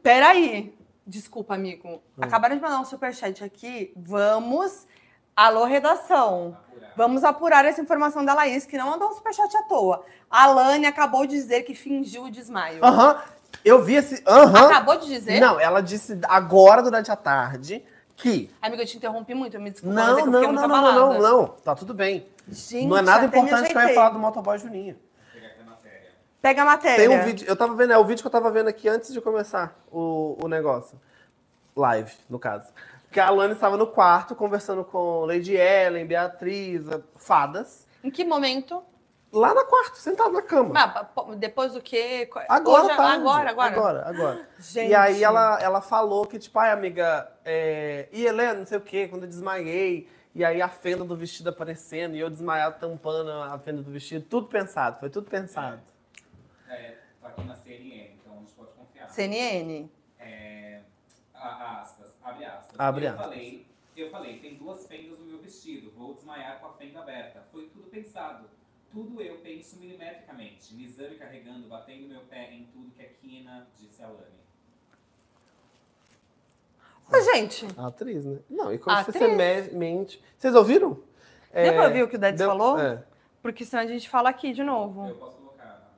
[SPEAKER 1] Peraí. Desculpa,
[SPEAKER 2] Hum.
[SPEAKER 1] amigo. Acabaram de mandar um superchat aqui. Vamos. Alô, redação. Vamos apurar essa informação da Laís, que não mandou um superchat à toa. A Lani acabou de dizer que fingiu o desmaio.
[SPEAKER 2] Aham. Eu vi esse. Aham.
[SPEAKER 1] Acabou de dizer?
[SPEAKER 2] Não, ela disse agora durante a tarde que.
[SPEAKER 1] Amiga, eu te interrompi muito, me desculpa. mas é que
[SPEAKER 2] Não,
[SPEAKER 1] eu fiquei
[SPEAKER 2] não,
[SPEAKER 1] muito
[SPEAKER 2] não, não, não,
[SPEAKER 1] abalada.
[SPEAKER 2] não, não. Tá tudo bem.
[SPEAKER 1] Gente,
[SPEAKER 2] não é nada
[SPEAKER 1] até me
[SPEAKER 2] importante que eu ia
[SPEAKER 1] ajeitei.
[SPEAKER 2] falar do motoboy Juninho.
[SPEAKER 3] é
[SPEAKER 1] Pega a matéria.
[SPEAKER 2] Tem um vídeo, eu tava vendo, é o vídeo que eu tava vendo aqui antes de começar o, o negócio. Live, no caso. Que a Alana estava no quarto conversando com Lady Ellen, Beatriz, a- fadas.
[SPEAKER 1] Em que momento?
[SPEAKER 2] Lá no quarto, sentado na cama.
[SPEAKER 1] Ah, pô, depois do quê? Co-
[SPEAKER 2] Agora,
[SPEAKER 1] Hoje, é-
[SPEAKER 2] tá.
[SPEAKER 1] agora, agora.
[SPEAKER 2] Agora, agora.
[SPEAKER 1] Gente.
[SPEAKER 2] E aí ela, ela falou que, tipo, ai, amiga, é... e Helena, não sei o quê, quando eu desmaiei, e aí a fenda do vestido aparecendo, e eu desmaiado tampando a fenda do vestido, tudo pensado, foi tudo pensado.
[SPEAKER 3] É, tá aqui na CNN, então a gente pode confiar.
[SPEAKER 1] CNN.
[SPEAKER 3] É, a- aspas, abre aspas.
[SPEAKER 2] Abre
[SPEAKER 3] eu
[SPEAKER 2] aspas.
[SPEAKER 3] Falei, eu falei, tem duas fendas no meu vestido, vou desmaiar com a fenda aberta. Foi tudo pensado. Tudo eu penso milimetricamente. Me exame carregando, batendo meu pé em tudo que é quina, disse a Lani.
[SPEAKER 1] Ô, gente,
[SPEAKER 2] A atriz, né? Não, e quando você
[SPEAKER 1] Atriz.
[SPEAKER 2] me- mente. Vocês ouviram?
[SPEAKER 1] Deu pra ouvir o que o Dedes falou?
[SPEAKER 2] É.
[SPEAKER 1] porque senão a gente fala aqui de novo.
[SPEAKER 3] Eu posso colocar.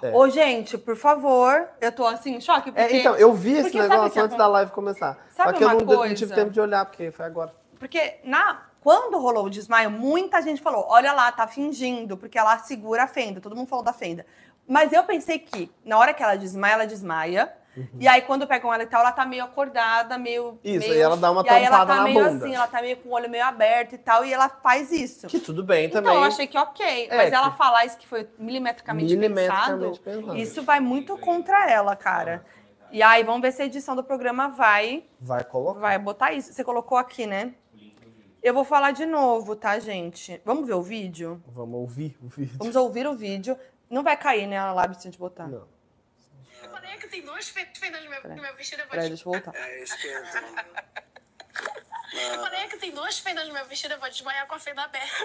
[SPEAKER 2] É.
[SPEAKER 1] Ô, gente, por favor. Eu tô assim, em choque, porque,
[SPEAKER 2] É, então, eu vi esse
[SPEAKER 1] porque sabe o que
[SPEAKER 2] negócio antes
[SPEAKER 1] acon-
[SPEAKER 2] da live começar.
[SPEAKER 1] Sabe
[SPEAKER 2] Só que eu
[SPEAKER 1] uma
[SPEAKER 2] não, de- não
[SPEAKER 1] coisa?
[SPEAKER 2] tive tempo de olhar, porque foi agora.
[SPEAKER 1] porque na... quando rolou o desmaio, muita gente falou: olha lá, tá fingindo, porque ela segura a fenda. Todo mundo falou da fenda. Mas eu pensei que na hora que ela desmaia, ela desmaia. E aí, quando pegam ela e tal, ela tá meio acordada, meio.
[SPEAKER 2] Uhum. Isso,
[SPEAKER 1] meio...
[SPEAKER 2] aí ela dá uma
[SPEAKER 1] e aí ela
[SPEAKER 2] tampada
[SPEAKER 1] tá
[SPEAKER 2] na
[SPEAKER 1] meio
[SPEAKER 2] bunda.
[SPEAKER 1] assim, ela tá meio com o olho meio aberto e tal, e ela faz isso.
[SPEAKER 2] Que tudo bem também.
[SPEAKER 1] Então, eu achei que ok.
[SPEAKER 2] É,
[SPEAKER 1] mas ela
[SPEAKER 2] que-
[SPEAKER 1] falar isso que foi milimetricamente,
[SPEAKER 2] Milimetricamente
[SPEAKER 1] pensado,
[SPEAKER 2] pensado.
[SPEAKER 1] isso vai muito contra ela, cara. E aí, vamos ver se a edição do programa vai,
[SPEAKER 2] Vai colocar.
[SPEAKER 1] vai botar isso. Você colocou aqui, né? Eu vou falar de novo, tá, gente? Vamos ver o vídeo?
[SPEAKER 2] Vamos ouvir o vídeo.
[SPEAKER 1] Vamos ouvir o vídeo. Não vai cair, né, a lábio se a gente botar.
[SPEAKER 2] Não.
[SPEAKER 4] Eu falei é que tem duas fe- fendas no meu, no meu vestido, eu vou
[SPEAKER 1] Peraí,
[SPEAKER 4] desmaiar.
[SPEAKER 1] deixa eu voltar.
[SPEAKER 5] É isso que é, mano.
[SPEAKER 4] Eu falei é que tem duas fendas no meu vestido, eu vou desmaiar com a fenda aberta.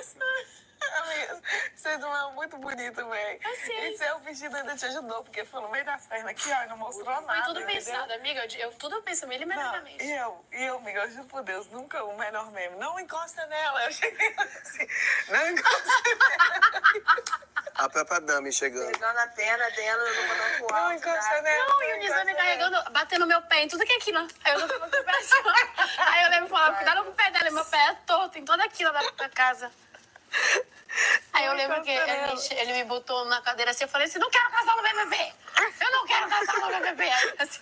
[SPEAKER 6] Amiga, você não é muito bonito, velho.
[SPEAKER 4] Eu sei.
[SPEAKER 6] Esse é o vestido ainda te ajudou, porque foi no meio da perna aqui, ó, e não mostrou nada.
[SPEAKER 4] Foi tudo
[SPEAKER 6] entendeu?
[SPEAKER 4] pensado, né, amiga. Eu, eu tudo penso
[SPEAKER 6] Não,
[SPEAKER 4] milimetricamente.
[SPEAKER 6] e eu, e eu, amiga, eu juro por Deus, nunca o melhor meme. Não encosta nela. Eu cheguei assim, não encosta
[SPEAKER 5] A própria Dami chegando.
[SPEAKER 7] Pegando a perna dela, eu vou dar pro
[SPEAKER 6] Não,
[SPEAKER 7] alto.
[SPEAKER 6] encosta
[SPEAKER 7] tá?
[SPEAKER 6] nela.
[SPEAKER 4] Não, e o
[SPEAKER 6] é
[SPEAKER 4] Nizam me carregando, batendo meu pé em tudo que é aquilo. Aí eu levava pro pé assim, ó. Aí eu lembro e falava, cuidado com o pé dela, meu pé é torto, em toda aquilo da, da casa. Aí eu lembro que ele, me- ele me botou na cadeira assim, eu falei assim, não quero casar no BBB! Eu não quero casar no BBB! Aí, assim,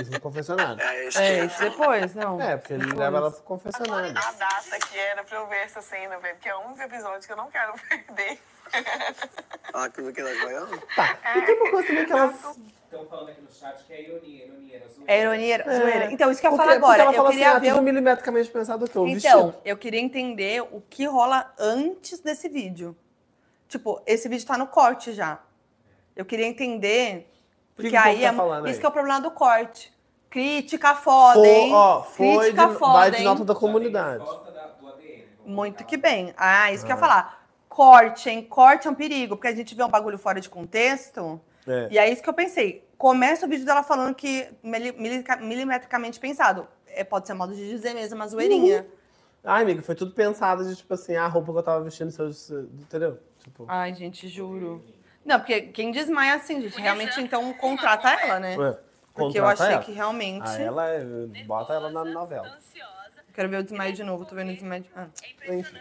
[SPEAKER 2] Isso no confessionário.
[SPEAKER 5] É, isso
[SPEAKER 1] É,
[SPEAKER 5] que
[SPEAKER 1] isso depois, não.
[SPEAKER 2] É, porque ele leva ela pro confessionário.
[SPEAKER 6] A data que era pra eu ver essa cena, velho, porque é um episódio que eu não quero perder.
[SPEAKER 5] Ela que que nós ganhamos.
[SPEAKER 2] Tá. E tem uma coisa também que ela.
[SPEAKER 3] Estão falando aqui no chat que é ironia, ironia. era zoeira.
[SPEAKER 1] É ironia, era zoeira. Então, isso que eu ia falar
[SPEAKER 2] Porque- porque
[SPEAKER 1] agora.
[SPEAKER 2] Ela
[SPEAKER 1] Eu
[SPEAKER 2] fala
[SPEAKER 1] queria
[SPEAKER 2] assim, ah,
[SPEAKER 1] ver
[SPEAKER 2] tudo
[SPEAKER 1] o
[SPEAKER 2] milimetricamente pensado o que? O
[SPEAKER 1] Então,
[SPEAKER 2] vestido.
[SPEAKER 1] eu queria entender o que rola antes desse vídeo. Tipo, esse vídeo tá no corte já. Eu queria entender.
[SPEAKER 2] Que
[SPEAKER 1] Porque
[SPEAKER 2] que o povo
[SPEAKER 1] aí
[SPEAKER 2] tá
[SPEAKER 1] é.
[SPEAKER 2] falando
[SPEAKER 1] Isso
[SPEAKER 2] aí?
[SPEAKER 1] que é o problema do corte. Crítica foda,
[SPEAKER 2] Foi,
[SPEAKER 1] hein?
[SPEAKER 2] ó, foi
[SPEAKER 1] Crítica
[SPEAKER 2] de, vai
[SPEAKER 1] foda,
[SPEAKER 2] de
[SPEAKER 1] hein?
[SPEAKER 2] nota da
[SPEAKER 3] Já tem
[SPEAKER 2] comunidade.
[SPEAKER 3] resposta da- do ADN. Vou
[SPEAKER 1] Muito
[SPEAKER 3] colocar
[SPEAKER 1] que
[SPEAKER 3] lá.
[SPEAKER 1] bem. Ah, isso que eu ia
[SPEAKER 2] Ah.
[SPEAKER 1] falar. Corte, hein? Corte é um perigo, porque a gente vê um bagulho fora de contexto.
[SPEAKER 2] É.
[SPEAKER 1] E é isso que eu pensei. Começa o vídeo dela falando que mili- milica- milimetricamente pensado. É, pode ser modo de dizer mesmo, uma zoeirinha.
[SPEAKER 2] Ai, amiga, foi tudo pensado de tipo assim, a roupa que eu tava vestindo, seus, entendeu? Tipo,
[SPEAKER 1] Ai, gente, juro. Não, porque quem desmaia assim, gente, realmente então contrata ela, né?
[SPEAKER 2] ué,
[SPEAKER 1] Porque eu
[SPEAKER 2] contrata
[SPEAKER 1] achei
[SPEAKER 2] ela.
[SPEAKER 1] que realmente.
[SPEAKER 2] Ah, ela é- bota ela na novela.
[SPEAKER 1] Quero ver o desmaio de novo, tô vendo o desmaio de. Ah.
[SPEAKER 4] É
[SPEAKER 2] Enfim.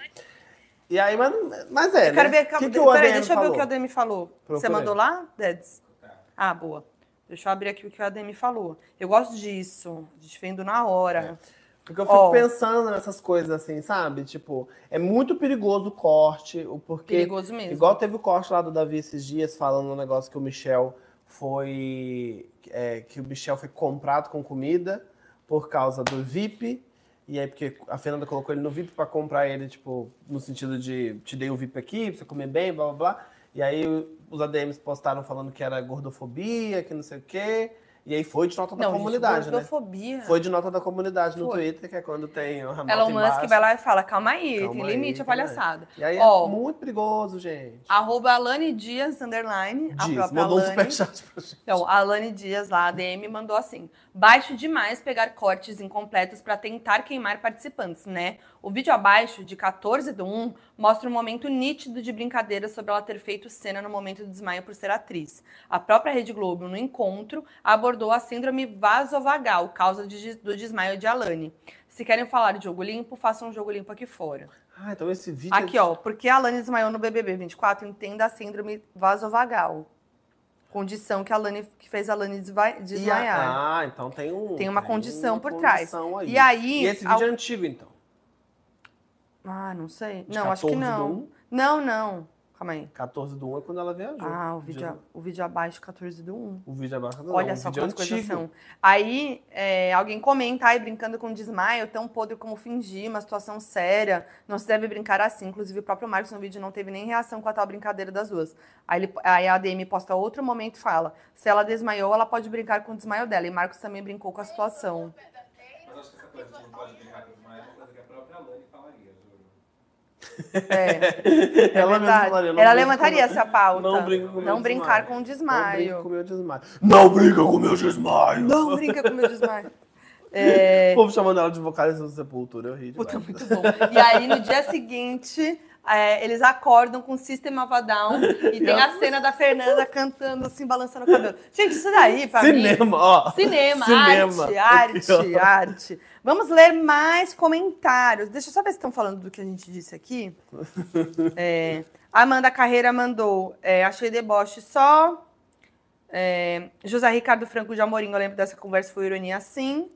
[SPEAKER 2] E aí, mas, mas é,
[SPEAKER 1] Eu quero
[SPEAKER 2] né?
[SPEAKER 1] ver.
[SPEAKER 2] que,
[SPEAKER 1] Calma,
[SPEAKER 2] que o
[SPEAKER 1] peraí,
[SPEAKER 2] ADM
[SPEAKER 1] deixa eu ver o que o
[SPEAKER 2] falou?
[SPEAKER 1] ADM falou. Você
[SPEAKER 2] Procurei.
[SPEAKER 1] mandou lá, Deds?
[SPEAKER 3] Tá.
[SPEAKER 1] Ah, boa. Deixa eu abrir aqui o que o ADM falou. Eu gosto disso. Defendo na hora.
[SPEAKER 2] É, Porque eu fico
[SPEAKER 1] Ó.
[SPEAKER 2] pensando nessas coisas assim, sabe? Tipo, é muito perigoso o corte, o porque
[SPEAKER 1] Perigoso mesmo.
[SPEAKER 2] Igual teve o corte lá do Davi esses dias falando um negócio que o Michel foi. é, que o Michel foi comprado com comida por causa do VIP. E aí, porque a Fernanda colocou ele no VIP pra comprar ele, tipo, no sentido de te dei o VIP aqui, pra você comer bem, blá blá blá. E aí o- os ADMs postaram falando que era gordofobia, que não sei o quê. E aí foi de nota da
[SPEAKER 1] Não,
[SPEAKER 2] comunidade,
[SPEAKER 1] gente,
[SPEAKER 2] né?
[SPEAKER 1] gordofobia.
[SPEAKER 2] Foi de nota da comunidade no
[SPEAKER 1] Foi.
[SPEAKER 2] Twitter, que é quando tem o Ramalho
[SPEAKER 1] Elon Musk vai lá e fala: calma aí,
[SPEAKER 2] Calma
[SPEAKER 1] tem
[SPEAKER 2] aí, é
[SPEAKER 1] limite a
[SPEAKER 2] calma aí.
[SPEAKER 1] palhaçada.
[SPEAKER 2] E aí
[SPEAKER 1] Ó.
[SPEAKER 2] é muito perigoso, gente.
[SPEAKER 1] Arroba Alane Dias, underline, a
[SPEAKER 2] Diz,
[SPEAKER 1] própria
[SPEAKER 2] mandou um
[SPEAKER 1] Alane.
[SPEAKER 2] superchat pra gente.
[SPEAKER 1] Então, a Alane Dias lá, a DM, mandou assim: baixo demais pegar cortes incompletos pra tentar queimar participantes, né? O vídeo abaixo, de 14 do 1, mostra um momento nítido de brincadeira sobre ela ter feito cena no momento do desmaio por ser atriz. A própria Rede Globo, no encontro, abordou a síndrome vasovagal, causa de- do desmaio de Alane. Se querem falar de jogo limpo, façam um jogo limpo aqui fora.
[SPEAKER 2] Ah, então esse vídeo. é-
[SPEAKER 1] Aqui, ó, porque a Alane desmaiou no BBB 24, entenda a síndrome vasovagal. Condição que a Alane que fez a Alane desva-
[SPEAKER 2] E a-
[SPEAKER 1] desmaiar.
[SPEAKER 2] é ah, então tem um.
[SPEAKER 1] Tem uma condição por
[SPEAKER 2] condição aí.
[SPEAKER 1] E aí,
[SPEAKER 2] Ah, E esse vídeo
[SPEAKER 1] al-
[SPEAKER 2] é antigo, então.
[SPEAKER 1] Ah, não sei.
[SPEAKER 2] De
[SPEAKER 1] não, acho que
[SPEAKER 2] 14 do
[SPEAKER 1] não.
[SPEAKER 2] um.
[SPEAKER 1] Não, não. Calma aí.
[SPEAKER 2] 14 do 1 é quando ela viajou.
[SPEAKER 1] Ah, o vídeo,
[SPEAKER 2] Dia-
[SPEAKER 1] a- o vídeo abaixo 14 do 1.
[SPEAKER 2] O vídeo é bacana.
[SPEAKER 1] Olha
[SPEAKER 2] não,
[SPEAKER 1] só
[SPEAKER 2] o vídeo é
[SPEAKER 1] quantas coisas
[SPEAKER 2] antigo.
[SPEAKER 1] são. Aí é, alguém comenta, ai, brincando com desmaio, tão podre como fingir, uma situação séria, não se deve brincar assim. Inclusive, o próprio Marcos no vídeo não teve nem reação com a tal brincadeira das duas. Aí, ele- aí a ADM posta outro momento e fala: se ela desmaiou, ela pode brincar com o desmaio dela. E Marcos também brincou com a situação.
[SPEAKER 3] Mas acho que essa coisa de não pode brincar com desmaio é uma coisa que a própria Alane falaria, né? juro.
[SPEAKER 1] É,
[SPEAKER 2] ela mesma
[SPEAKER 1] verdade.
[SPEAKER 2] falaria, não
[SPEAKER 1] ela
[SPEAKER 2] brinca
[SPEAKER 1] levantaria
[SPEAKER 2] com-
[SPEAKER 1] essa pauta.
[SPEAKER 2] Não brinca com o
[SPEAKER 1] Não
[SPEAKER 2] meu
[SPEAKER 1] brincar
[SPEAKER 2] desmaio.
[SPEAKER 1] com o
[SPEAKER 2] Não
[SPEAKER 1] desmaio.
[SPEAKER 2] brinca com o meu desmaio. Não brinca com o meu desmaio.
[SPEAKER 1] Não brinca com o meu desmaio. É,
[SPEAKER 2] O povo chamando ela de vocalista do Sepultura, eu ri. demais.
[SPEAKER 1] Puta, Tá muito bom. E aí, no dia seguinte, é, eles acordam com System of a Down e tem a cena da Fernanda cantando, assim, balançando o cabelo. Gente, isso daí, pra mim...
[SPEAKER 2] Cinema, ó.
[SPEAKER 1] Cinema,
[SPEAKER 2] Cinema.
[SPEAKER 1] arte,
[SPEAKER 2] Aqui,
[SPEAKER 1] arte, arte. Vamos ler mais comentários. Deixa eu só ver se estão falando do que a gente disse aqui. É, Amanda Carreira mandou. é, achei deboche só. É, José Ricardo Franco de Amorim, eu lembro dessa conversa, foi ironia sim.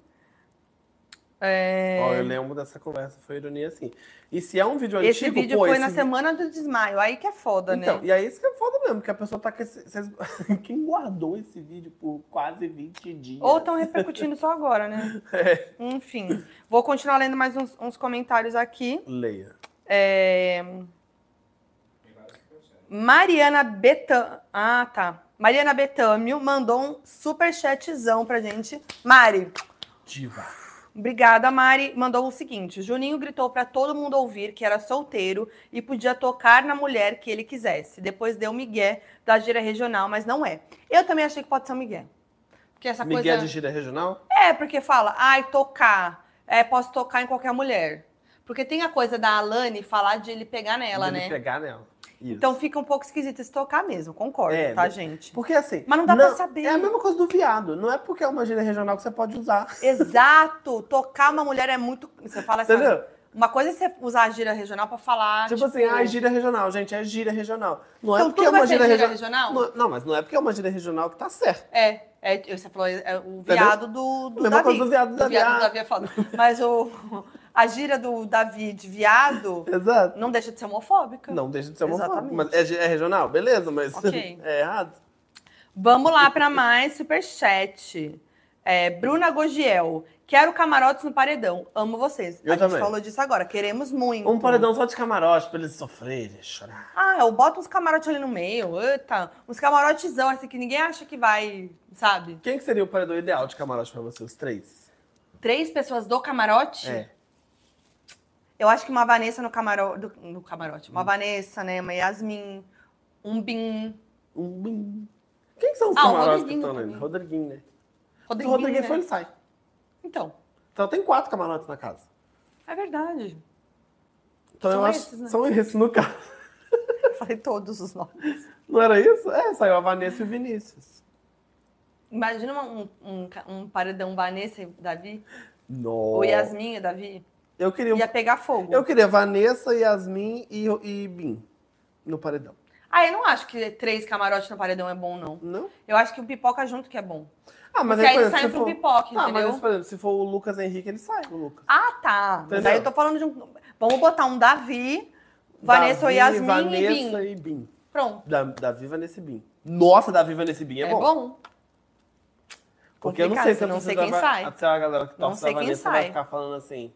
[SPEAKER 2] Ó,
[SPEAKER 1] É.
[SPEAKER 2] eu lembro dessa conversa, foi ironia assim. E se é um vídeo
[SPEAKER 1] Esse
[SPEAKER 2] antigo,
[SPEAKER 1] vídeo
[SPEAKER 2] pô,
[SPEAKER 1] foi
[SPEAKER 2] esse
[SPEAKER 1] na
[SPEAKER 2] vi-
[SPEAKER 1] semana do desmaio, aí que é foda,
[SPEAKER 2] Então,
[SPEAKER 1] né?
[SPEAKER 2] e aí isso que é foda mesmo, que a pessoa tá com esse. vocês- Quem guardou esse vídeo por quase 20 dias?
[SPEAKER 1] Ou tá- estão repercutindo só agora, né?
[SPEAKER 2] É.
[SPEAKER 1] Enfim, vou continuar lendo mais uns, uns comentários aqui.
[SPEAKER 2] Leia.
[SPEAKER 1] É, Mariana Betam... Ah, tá. Mariana Betâmio mandou um super chatzão pra gente. Mari,
[SPEAKER 2] Diva.
[SPEAKER 1] Obrigada, Mari. Mandou o seguinte: Juninho gritou para todo mundo ouvir que era solteiro e podia tocar na mulher que ele quisesse. Depois deu migué da gira regional, mas não é. Eu também achei que pode ser um migué. Porque essa
[SPEAKER 2] Miguel
[SPEAKER 1] coisa.
[SPEAKER 2] de gira regional?
[SPEAKER 1] É, porque fala, ai, tocar. É, posso tocar em qualquer mulher. Porque tem a coisa da Alane falar de ele pegar nela,
[SPEAKER 2] Dele
[SPEAKER 1] né?
[SPEAKER 2] pegar nela. Isso.
[SPEAKER 1] Então fica um pouco esquisito se tocar mesmo, concordo,
[SPEAKER 2] É,
[SPEAKER 1] tá,
[SPEAKER 2] mas-
[SPEAKER 1] gente?
[SPEAKER 2] Porque assim.
[SPEAKER 1] Mas não dá pra saber.
[SPEAKER 2] É a mesma coisa do viado. Não é porque é uma gíria regional que você pode usar.
[SPEAKER 1] Exato! Tocar uma mulher é muito. Você fala assim.
[SPEAKER 2] Entendeu?
[SPEAKER 1] Uma coisa é você usar a gíria regional pra falar.
[SPEAKER 2] Tipo assim, ah, é gíria regional, gente, é gíria regional. Não é
[SPEAKER 1] Então
[SPEAKER 2] porque é
[SPEAKER 1] tudo vai
[SPEAKER 2] uma
[SPEAKER 1] ser
[SPEAKER 2] gíria,
[SPEAKER 1] gíria
[SPEAKER 2] regional.
[SPEAKER 1] regional?
[SPEAKER 2] Não, não, mas não é porque é uma gíria regional que tá certo.
[SPEAKER 1] É, é, você falou é, o viado do, do
[SPEAKER 2] Mesma
[SPEAKER 1] Davi.
[SPEAKER 2] coisa do viado do Davi.
[SPEAKER 1] do Davi é foda. Mas o, a gíria do Davi de viado
[SPEAKER 2] Exato.
[SPEAKER 1] não deixa de ser homofóbica.
[SPEAKER 2] Não deixa de ser homofóbico.
[SPEAKER 1] Exatamente.
[SPEAKER 2] Mas é, é regional, beleza, mas
[SPEAKER 1] Ok.
[SPEAKER 2] é errado.
[SPEAKER 1] Vamos lá para mais superchat. É, Bruna Gogiel. Quero camarotes no paredão. Amo vocês.
[SPEAKER 2] Eu
[SPEAKER 1] a
[SPEAKER 2] também.
[SPEAKER 1] gente falou disso agora. Queremos muito.
[SPEAKER 2] Um paredão só de camarote pra eles sofrerem, chorar.
[SPEAKER 1] Ah, eu boto uns camarotes ali no meio. Eita, uns camarotezão, assim, que ninguém acha que vai, sabe?
[SPEAKER 2] Quem que seria o paredão ideal de camarote pra vocês? Os três?
[SPEAKER 1] Três pessoas do camarote?
[SPEAKER 2] É.
[SPEAKER 1] Eu acho que uma Vanessa no, camaro... do- no camarote.
[SPEAKER 2] Hum.
[SPEAKER 1] Uma Vanessa, né? Uma Yasmin. Um Bin.
[SPEAKER 2] Um bim. Quem que são os
[SPEAKER 1] Ah, o
[SPEAKER 2] camarotes que
[SPEAKER 1] Rodriguinho
[SPEAKER 2] estão ali?
[SPEAKER 1] também.
[SPEAKER 2] Rodriguinho, né? Se o
[SPEAKER 1] Rodriguinho,
[SPEAKER 2] Rodriguinho
[SPEAKER 1] né?
[SPEAKER 2] foi, ele sai.
[SPEAKER 1] Então,
[SPEAKER 2] Então tem quatro camarotes na casa.
[SPEAKER 1] é verdade.
[SPEAKER 2] Então
[SPEAKER 1] São
[SPEAKER 2] eu acho.
[SPEAKER 1] esses, né?
[SPEAKER 2] São esses no caso.
[SPEAKER 1] Eu falei todos os nomes.
[SPEAKER 2] Não era isso? É, saiu a Vanessa e o Vinícius.
[SPEAKER 1] Imagina uma- um, um, ca- um paredão Vanessa e Davi.
[SPEAKER 2] Nossa.
[SPEAKER 1] Ou Yasmin e Davi.
[SPEAKER 2] Eu queria, um
[SPEAKER 1] Ia pegar fogo.
[SPEAKER 2] eu queria Vanessa, Yasmin e, e Bim no paredão.
[SPEAKER 1] Ah, eu não acho que três camarotes no paredão é bom, não.
[SPEAKER 2] Não?
[SPEAKER 1] Eu acho que um pipoca junto que é bom.
[SPEAKER 2] Ah, mas
[SPEAKER 1] Porque aí
[SPEAKER 2] por
[SPEAKER 1] eles
[SPEAKER 2] exemplo,
[SPEAKER 1] saem
[SPEAKER 2] se
[SPEAKER 1] pro
[SPEAKER 2] for...
[SPEAKER 1] pipoca,
[SPEAKER 2] Ah, mas
[SPEAKER 1] entendeu?
[SPEAKER 2] por exemplo, se for o Lucas Henrique, ele sai, o Lucas.
[SPEAKER 1] Ah, tá. Mas
[SPEAKER 2] Entendeu?
[SPEAKER 1] aí eu tô falando de um. Vamos botar um Davi, Vanessa ou
[SPEAKER 2] Davi,
[SPEAKER 1] Yasmin e Bim.
[SPEAKER 2] Vanessa e Bim.
[SPEAKER 1] Pronto.
[SPEAKER 2] Da, Davi, Vanessa e Bim. Nossa, Davi, Vanessa e Bim é,
[SPEAKER 1] É
[SPEAKER 2] bom.
[SPEAKER 1] bom.
[SPEAKER 2] Porque eu não
[SPEAKER 1] Complicado,
[SPEAKER 2] sei se
[SPEAKER 1] eu
[SPEAKER 2] eu
[SPEAKER 1] não sei
[SPEAKER 2] preciso
[SPEAKER 1] quem
[SPEAKER 2] da-
[SPEAKER 1] sai.
[SPEAKER 2] Até a galera que torce
[SPEAKER 1] sei
[SPEAKER 2] da
[SPEAKER 1] quem
[SPEAKER 2] Vanessa
[SPEAKER 1] sai.
[SPEAKER 2] vai ficar falando assim,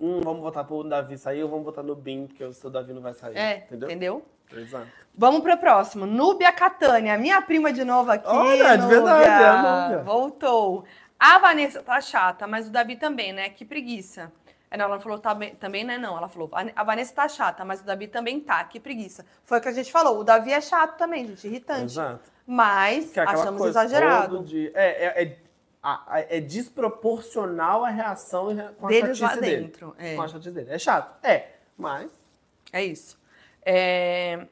[SPEAKER 2] hum, vamos votar pro Davi sair ou vamos votar no Bim, porque o seu Davi não vai sair.
[SPEAKER 1] É,
[SPEAKER 2] entendeu?
[SPEAKER 1] entendeu?
[SPEAKER 2] Exato.
[SPEAKER 1] Vamos para o próximo. Núbia Catânia, minha prima de novo aqui.
[SPEAKER 2] Olha, de verdade, é a Núbia.
[SPEAKER 1] Voltou. A Vanessa tá chata, mas o Davi também, né? Que preguiça. É, Não, ela não falou tá bem- também, né? Não, ela falou. "A- A Vanessa tá chata, mas o Davi também tá. Que preguiça. Foi o que a gente falou. O Davi é chato também, gente. Irritante.
[SPEAKER 2] Exato.
[SPEAKER 1] Mas
[SPEAKER 2] Que é aquela
[SPEAKER 1] achamos
[SPEAKER 2] coisa,
[SPEAKER 1] exagerado.
[SPEAKER 2] todo dia- é, é, é, a- a- é desproporcional a reação em re- com a
[SPEAKER 1] Deles lá
[SPEAKER 2] chatice dele.
[SPEAKER 1] dentro. É.
[SPEAKER 2] Com a chatice dele. É chato. É, mas
[SPEAKER 1] É isso. É,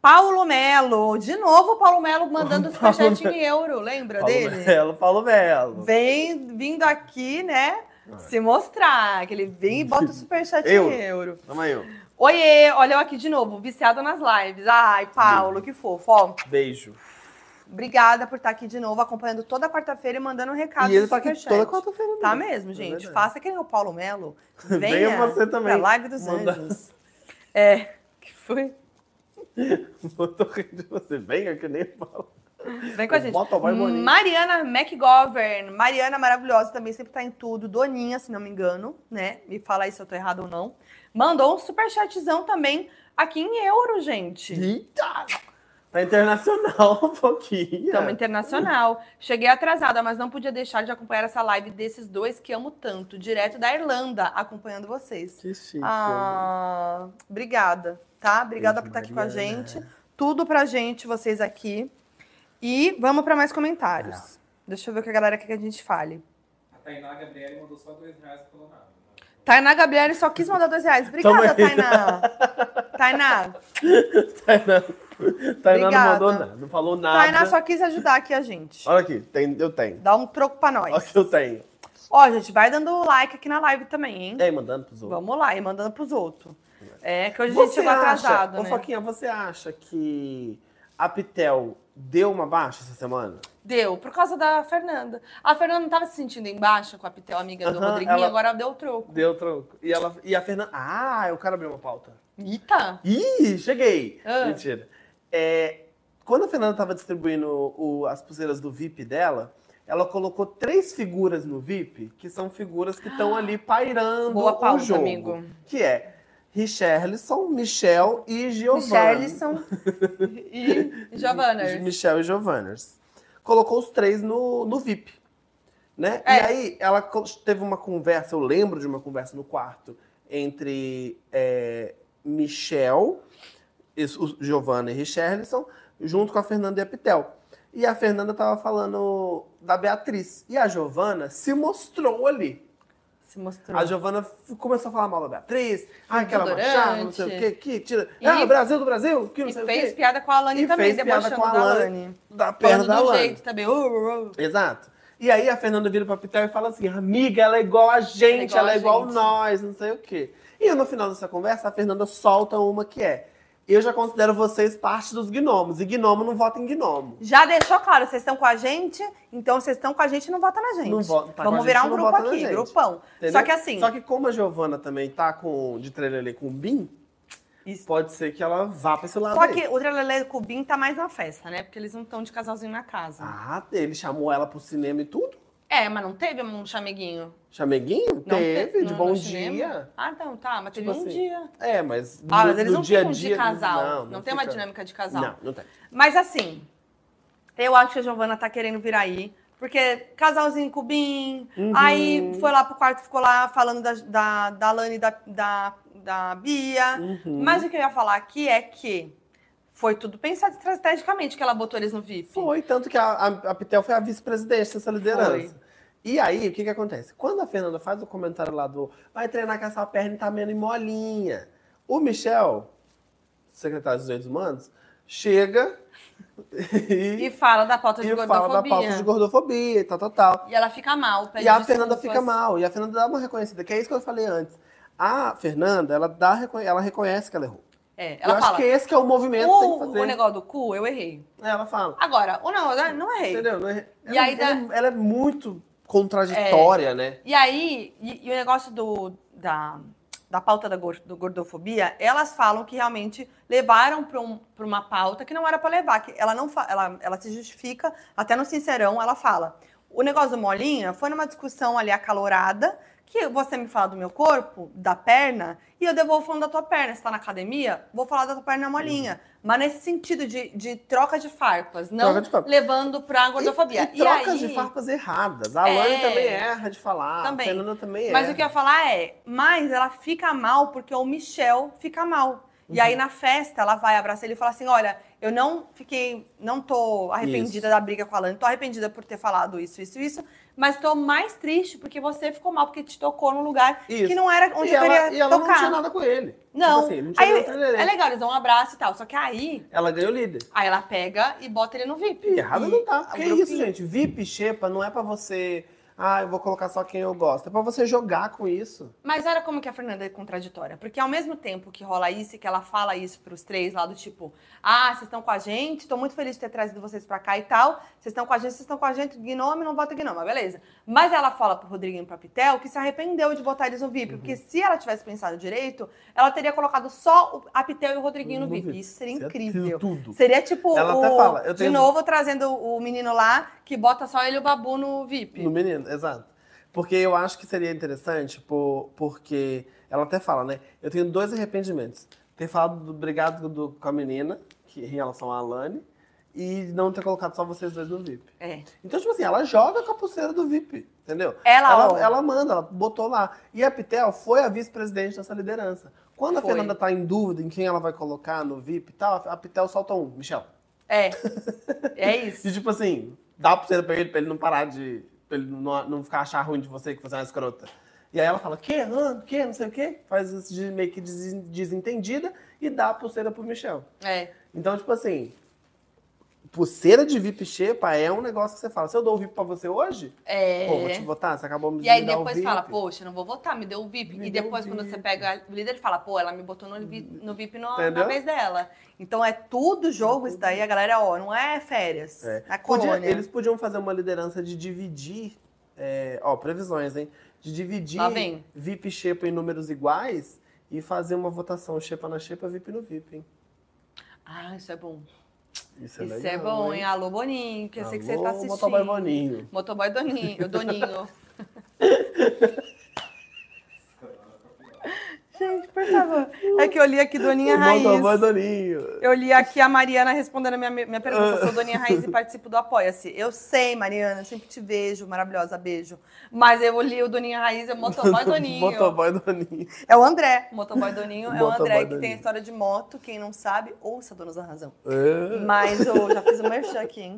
[SPEAKER 1] Paulo Melo, de novo o Paulo Melo mandando
[SPEAKER 2] Paulo
[SPEAKER 1] superchat em euro, lembra
[SPEAKER 2] Paulo
[SPEAKER 1] É dele?
[SPEAKER 2] Melo, Paulo Melo.
[SPEAKER 1] Vem vindo aqui, né?
[SPEAKER 2] É.
[SPEAKER 1] Se mostrar, que ele vem e bota o superchat
[SPEAKER 2] Euro.
[SPEAKER 1] em euro.
[SPEAKER 2] Tamo aí, ó.
[SPEAKER 1] Oiê, olha eu aqui de novo, viciada nas lives. Ai, Paulo, que fofo. Ó,
[SPEAKER 2] Beijo.
[SPEAKER 1] obrigada por estar aqui de novo, acompanhando toda quarta-feira e mandando um recado
[SPEAKER 2] e ele
[SPEAKER 1] no
[SPEAKER 2] tá aqui
[SPEAKER 1] superchat.
[SPEAKER 2] toda quarta-feira.
[SPEAKER 1] Tá
[SPEAKER 2] mesmo.
[SPEAKER 1] mesmo, gente.
[SPEAKER 2] verdade.
[SPEAKER 1] Faça que nem o Paulo Melo. Venha,
[SPEAKER 2] Venha você também.
[SPEAKER 1] Pra live dos
[SPEAKER 2] Manda-
[SPEAKER 1] anjos. É, que foi?
[SPEAKER 2] Eu tô rindo de você. Venha que nem Paulo.
[SPEAKER 1] Vem com a gente.
[SPEAKER 2] Motoboy bonito.
[SPEAKER 1] Mariana McGovern. Mariana maravilhosa, também sempre tá em tudo. Doninha, se não me engano, né? Me fala aí se eu tô errado ou não. Mandou um superchatzão também aqui em euro, gente.
[SPEAKER 2] Eita! Tá internacional um pouquinho.
[SPEAKER 1] Estamos internacional. Cheguei atrasada, mas não podia deixar de acompanhar essa live desses dois que amo tanto, direto da Irlanda, acompanhando vocês.
[SPEAKER 2] Que chique.
[SPEAKER 1] Ah, obrigada, tá? Obrigada
[SPEAKER 2] Beijo,
[SPEAKER 1] por estar aqui com a
[SPEAKER 2] Mariana.
[SPEAKER 1] gente. Tudo pra gente, vocês aqui. E vamos pra mais comentários.
[SPEAKER 2] Tá.
[SPEAKER 1] Deixa eu ver o que a galera quer que a gente fale.
[SPEAKER 3] A Tainá Gabriele mandou só dois reais e falou nada.
[SPEAKER 1] Tainá Gabriele só quis mandar dois reais. Obrigada,
[SPEAKER 2] Tamo aí.
[SPEAKER 1] Tainá. Tainá.
[SPEAKER 2] Tainá, Tainá não
[SPEAKER 1] Obrigada. Tá
[SPEAKER 2] mandou nada. Não falou nada.
[SPEAKER 1] Tainá só quis ajudar aqui a gente.
[SPEAKER 2] Olha aqui, tem- eu tenho.
[SPEAKER 1] Dá um troco pra nós.
[SPEAKER 2] Olha o que eu tenho.
[SPEAKER 1] Ó, gente, vai dando like aqui na live também, hein?
[SPEAKER 2] É, mandando pros outros.
[SPEAKER 1] Vamos lá, e mandando pros outros. É, que hoje a gente chegou atrasado,
[SPEAKER 2] ô,
[SPEAKER 1] né?
[SPEAKER 2] Foquinha, você acha que a Pitel deu uma baixa essa semana?
[SPEAKER 1] Deu, por causa da Fernanda. A Fernanda não tava se sentindo embaixo com a Pitel, amiga do
[SPEAKER 2] Aham,
[SPEAKER 1] Rodriguinho,
[SPEAKER 2] ela-
[SPEAKER 1] agora deu o troco.
[SPEAKER 2] Deu troco. E, ela, e a Fernanda... Ah, eu quero abrir uma pauta.
[SPEAKER 1] Eita!
[SPEAKER 2] Ih, cheguei!
[SPEAKER 1] Ah.
[SPEAKER 2] Mentira. É, quando a Fernanda tava distribuindo o- as pulseiras do VIP dela, ela colocou três figuras no VIP, que são figuras que estão ali pairando
[SPEAKER 1] Boa
[SPEAKER 2] o
[SPEAKER 1] pauta,
[SPEAKER 2] jogo.
[SPEAKER 1] amigo.
[SPEAKER 2] Que é Richarlison, Michel e Giovanna.
[SPEAKER 1] Michelison e Giovanna.
[SPEAKER 2] Gi- Michel e Giovanners. Colocou os três no, no VIP. Né? E
[SPEAKER 1] É.
[SPEAKER 2] aí, ela co- teve uma conversa, eu lembro de uma conversa no quarto, entre é, Michel, isso, o Giovanna e Richarlison, junto com a Fernanda e a Pitel. E a Fernanda tava falando da Beatriz. E a Giovanna se mostrou ali.
[SPEAKER 1] Se mostrou.
[SPEAKER 2] A Giovana f- começou a falar mal da Beatriz. Ah, aquela
[SPEAKER 1] Desodorante.
[SPEAKER 2] machada, não sei o quê, que tira.
[SPEAKER 1] E-
[SPEAKER 2] ah, Brasil do Brasil, que não
[SPEAKER 1] E
[SPEAKER 2] sei o
[SPEAKER 1] fez
[SPEAKER 2] quê.
[SPEAKER 1] piada com a Alane
[SPEAKER 2] E
[SPEAKER 1] também,
[SPEAKER 2] fez piada
[SPEAKER 1] debochando
[SPEAKER 2] com a
[SPEAKER 1] da
[SPEAKER 2] Alane.
[SPEAKER 1] Alane.
[SPEAKER 2] Da perna
[SPEAKER 1] Falando
[SPEAKER 2] da
[SPEAKER 1] do
[SPEAKER 2] Lana.
[SPEAKER 1] jeito também. Uh, uh, uh.
[SPEAKER 2] Exato. E aí a Fernanda vira pra Pitel e fala assim: amiga, ela é igual a gente,
[SPEAKER 1] Ela
[SPEAKER 2] ela
[SPEAKER 1] é
[SPEAKER 2] é
[SPEAKER 1] igual a
[SPEAKER 2] igual
[SPEAKER 1] gente."
[SPEAKER 2] nós, não sei o quê. E no final dessa conversa, a Fernanda solta uma que é: Eu já considero vocês parte dos gnomos, e gnomo não vota em gnomo.
[SPEAKER 1] Já deixou claro, vocês estão com a gente, então vocês estão com a gente não vota na gente.
[SPEAKER 2] Não vota, tá com
[SPEAKER 1] Vamos
[SPEAKER 2] a
[SPEAKER 1] virar
[SPEAKER 2] gente,
[SPEAKER 1] um
[SPEAKER 2] não
[SPEAKER 1] grupo
[SPEAKER 2] vota na
[SPEAKER 1] aqui,
[SPEAKER 2] gente.
[SPEAKER 1] grupão.
[SPEAKER 2] Entendeu?
[SPEAKER 1] Só que assim,
[SPEAKER 2] Só que como a Giovana também tá com, de trailer ali com o Bim,
[SPEAKER 1] Isso.
[SPEAKER 2] pode ser que ela vá pra esse lado.
[SPEAKER 1] só
[SPEAKER 2] aí.
[SPEAKER 1] que o Trelele com o Bim tá mais na festa, né? Porque eles não estão de casalzinho na casa.
[SPEAKER 2] Ah, ele chamou ela pro cinema e tudo?
[SPEAKER 1] É, mas não teve um chameguinho?
[SPEAKER 2] Chameguinho?
[SPEAKER 1] Não
[SPEAKER 2] teve,
[SPEAKER 1] te-
[SPEAKER 2] de
[SPEAKER 1] no-
[SPEAKER 2] bom
[SPEAKER 1] no
[SPEAKER 2] dia.
[SPEAKER 1] cinema? Ah, então, tá, mas teve
[SPEAKER 2] Tipo
[SPEAKER 1] um
[SPEAKER 2] assim,
[SPEAKER 1] dia.
[SPEAKER 2] É, mas. no-
[SPEAKER 1] Ah, mas eles
[SPEAKER 2] no
[SPEAKER 1] não
[SPEAKER 2] dia a
[SPEAKER 1] ficam de
[SPEAKER 2] dia,
[SPEAKER 1] casal. Não, tem uma
[SPEAKER 2] fica-
[SPEAKER 1] dinâmica de casal.
[SPEAKER 2] Não, não tem.
[SPEAKER 1] Mas assim, eu acho que a Giovana tá querendo vir aí. Porque casalzinho com o Bim,
[SPEAKER 2] Uhum.
[SPEAKER 1] aí foi lá pro quarto, ficou lá falando da, da, da Lani e da, da, da Bia.
[SPEAKER 2] Uhum.
[SPEAKER 1] Mas o que eu ia falar aqui é que foi tudo pensado estrategicamente que ela botou eles no VIP.
[SPEAKER 2] Foi, tanto que a, a, a Pitel foi a vice-presidente dessa liderança. E aí, o que que acontece? Quando a Fernanda faz o comentário lá do vai treinar com essa perna e tá menos molinha, o Michel, secretário dos Direitos Humanos, chega
[SPEAKER 1] E
[SPEAKER 2] e,
[SPEAKER 1] fala da pauta
[SPEAKER 2] e,
[SPEAKER 1] de
[SPEAKER 2] fala da
[SPEAKER 1] gordofobia.
[SPEAKER 2] pauta de gordofobia e tal, tal, tal.
[SPEAKER 1] E ela fica mal. pede
[SPEAKER 2] E a
[SPEAKER 1] desculpas.
[SPEAKER 2] Fernanda fica mal, e a Fernanda dá uma reconhecida, que é isso que eu falei antes. A Fernanda, ela, dá, reco- ela reconhece que ela errou.
[SPEAKER 1] É,
[SPEAKER 2] eu
[SPEAKER 1] ela
[SPEAKER 2] acho
[SPEAKER 1] fala. "Uh,
[SPEAKER 2] que esse que é o movimento que tem que
[SPEAKER 1] O,
[SPEAKER 2] fazer.
[SPEAKER 1] o negócio do cu, eu errei.
[SPEAKER 2] Ela fala.
[SPEAKER 1] Agora, o não, eu não errei.
[SPEAKER 2] Entendeu? Não é-
[SPEAKER 1] E É.
[SPEAKER 2] Ela,
[SPEAKER 1] aí dá-
[SPEAKER 2] ela- ela é muito contraditória, né?
[SPEAKER 1] E aí, e, e o negócio do, da, da pauta da gor- do gordofobia, elas falam que realmente levaram para uma pauta que não era para levar, que ela não fa- ela, ela se justifica, até no Sincerão ela fala. O negócio do Molinha foi numa discussão ali acalorada, que você me fala do meu corpo, da perna, e eu devolvo falando da tua perna. Você tá na academia, vou falar da tua perna molinha. Mas nesse sentido de, de troca de farpas, não
[SPEAKER 2] Uhum. Troca de farpas.
[SPEAKER 1] levando pra gordofobia.
[SPEAKER 2] E, e trocas
[SPEAKER 1] aí-
[SPEAKER 2] de farpas erradas. A Alane
[SPEAKER 1] É.
[SPEAKER 2] também erra de falar.
[SPEAKER 1] Também.
[SPEAKER 2] A Fernanda também
[SPEAKER 1] Mas
[SPEAKER 2] erra.
[SPEAKER 1] o que eu ia falar é, mas ela fica mal porque o Michel fica mal. E
[SPEAKER 2] Uhum.
[SPEAKER 1] aí na festa ela vai abraçar ele e fala assim: "Olha, eu não fiquei, não tô arrependida
[SPEAKER 2] Isso.
[SPEAKER 1] da briga com a Lani, tô arrependida por ter falado isso, isso, isso, mas tô mais triste porque você ficou mal porque te tocou num lugar
[SPEAKER 2] Isso.
[SPEAKER 1] que não era onde
[SPEAKER 2] e
[SPEAKER 1] eu
[SPEAKER 2] ela,
[SPEAKER 1] queria
[SPEAKER 2] e ela
[SPEAKER 1] tocar".
[SPEAKER 2] não tinha nada com ele.
[SPEAKER 1] Não.
[SPEAKER 2] Tipo assim, não tinha
[SPEAKER 1] aí
[SPEAKER 2] nada com ele.
[SPEAKER 1] é legal, eles dão um abraço e tal, só que aí,
[SPEAKER 2] Ela ganhou líder.
[SPEAKER 1] aí ela pega e bota ele no VIP.
[SPEAKER 2] E errada
[SPEAKER 1] E
[SPEAKER 2] não tá.
[SPEAKER 1] o
[SPEAKER 2] Porque
[SPEAKER 1] É um grupinho-
[SPEAKER 2] isso, gente. VIP Xepa não é pra você. Ah, eu vou colocar só quem eu gosto. É pra você jogar com isso.
[SPEAKER 1] Mas olha como que a Fernanda é contraditória. Porque ao mesmo tempo que rola isso e que ela fala isso pros três lá do tipo, ah, vocês estão com a gente, tô muito feliz de ter trazido vocês pra cá e tal. Vocês estão com a gente, vocês estão com a gente, gnome, não vota gnome, mas beleza. Mas ela fala pro Rodriguinho e pra Pitel que se arrependeu de botar eles no VIP. Porque
[SPEAKER 2] Uhum.
[SPEAKER 1] se ela tivesse pensado direito, ela teria colocado só o- a Pitel e o Rodriguinho no,
[SPEAKER 2] No
[SPEAKER 1] VIP.
[SPEAKER 2] VIP.
[SPEAKER 1] Isso seria
[SPEAKER 2] Isso é
[SPEAKER 1] incrível.
[SPEAKER 2] Tudo.
[SPEAKER 1] Seria tipo,
[SPEAKER 2] Ela
[SPEAKER 1] o,
[SPEAKER 2] até fala, eu
[SPEAKER 1] de
[SPEAKER 2] tenho-
[SPEAKER 1] novo, trazendo o menino lá que bota só ele e o Babu no VIP.
[SPEAKER 2] No menino, exato. Porque eu acho que seria interessante, por, porque ela até fala, né? Eu tenho dois arrependimentos. Ter falado do brigado do- com a menina, que, em relação à Alane, e não ter colocado só vocês dois no VIP.
[SPEAKER 1] É.
[SPEAKER 2] Então, tipo assim, ela joga com a pulseira do VIP, entendeu?
[SPEAKER 1] Ela, ó.
[SPEAKER 2] ela, ela manda, ela botou lá. E a Pitel foi a vice-presidente dessa liderança. Quando a
[SPEAKER 1] Foi.
[SPEAKER 2] Fernanda tá em dúvida em quem ela vai colocar no VIP e tal, a Pitel solta um, Michel.
[SPEAKER 1] É. É isso.
[SPEAKER 2] E tipo assim, dá a pulseira pra ele, pra ele não parar de. pra ele não, não ficar achar ruim de você, que você é uma escrota. E aí ela fala, que? Ah, que? Não sei o quê. Faz isso de meio que desen- desentendida e dá a pulseira pro Michel.
[SPEAKER 1] É.
[SPEAKER 2] Então, tipo assim, pulseira de VIP Xepa é um negócio que você fala, se eu dou o VIP pra você hoje,
[SPEAKER 1] É.
[SPEAKER 2] pô, vou te votar, você acabou me
[SPEAKER 1] E aí
[SPEAKER 2] me dar o
[SPEAKER 1] depois
[SPEAKER 2] VIP.
[SPEAKER 1] fala, poxa, não vou votar, me deu o VIP.
[SPEAKER 2] Me
[SPEAKER 1] e
[SPEAKER 2] deu
[SPEAKER 1] depois,
[SPEAKER 2] o
[SPEAKER 1] quando você
[SPEAKER 2] VIP.
[SPEAKER 1] pega o líder, ele fala, pô, ela me botou no VIP, no VIP no- na
[SPEAKER 2] Entendeu?
[SPEAKER 1] vez dela. Então é tudo jogo isso daí, a galera, ó, não é férias.
[SPEAKER 2] É.
[SPEAKER 1] Na
[SPEAKER 2] Podia-
[SPEAKER 1] colônia.
[SPEAKER 2] eles podiam fazer uma liderança de dividir. é, ó, previsões, hein? De dividir
[SPEAKER 1] Lá vem.
[SPEAKER 2] VIP e Xepa em números iguais e fazer uma votação Xepa na Xepa, VIP no VIP, hein?
[SPEAKER 1] Ah, isso é bom.
[SPEAKER 2] Isso
[SPEAKER 1] Isso
[SPEAKER 2] é
[SPEAKER 1] é,
[SPEAKER 2] legal.
[SPEAKER 1] bom, hein? Alô, Boninho, que eu sei que você
[SPEAKER 2] Alô,
[SPEAKER 1] tá assistindo.
[SPEAKER 2] Motoboy Boninho.
[SPEAKER 1] Motoboy Doninho. Doninho. Gente, por favor. É que eu li aqui Doninha Raiz.
[SPEAKER 2] Motoboy Boninho.
[SPEAKER 1] Eu li aqui a Mariana respondendo a minha, minha pergunta. Eu sou Doninha Raiz e participo do Apoia-se. Eu sei, Mariana, eu sempre te vejo, maravilhosa, beijo. Mas eu li o Doninha Raiz, é o Motoboy Doninho.
[SPEAKER 2] Motoboy Doninho.
[SPEAKER 1] É o André. Motoboy Doninho é o
[SPEAKER 2] Motoboy
[SPEAKER 1] André que
[SPEAKER 2] Doninho.
[SPEAKER 1] tem a história de moto. Quem não sabe, ouça Donos da Razão.
[SPEAKER 2] É.
[SPEAKER 1] Mas eu já fiz o merchan aqui, hein?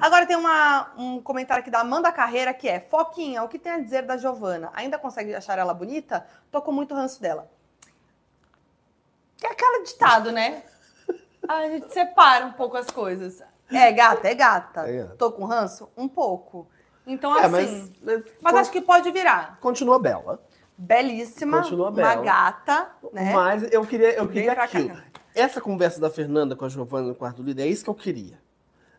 [SPEAKER 1] Agora tem uma- um comentário aqui da Amanda Carreira que é: Foquinha, o que tem a dizer da Giovana? Ainda consegue achar ela bonita? Tô com muito ranço dela. É aquele ditado, né? A gente separa um pouco as coisas. É gata, é gata.
[SPEAKER 8] É gata.
[SPEAKER 1] Tô com ranço? Um pouco. Então,
[SPEAKER 8] É,
[SPEAKER 1] assim.
[SPEAKER 8] mas,
[SPEAKER 1] Mas,
[SPEAKER 8] mas
[SPEAKER 1] acho que pode virar.
[SPEAKER 8] continua bela.
[SPEAKER 1] Belíssima,
[SPEAKER 2] Continua
[SPEAKER 1] uma
[SPEAKER 2] bela.
[SPEAKER 1] gata, né?
[SPEAKER 2] Mas eu queria, eu
[SPEAKER 1] Vem
[SPEAKER 2] queria
[SPEAKER 1] pra cá.
[SPEAKER 2] aquilo. Essa conversa da Fernanda com a Giovana no quarto do líder, é isso que eu queria.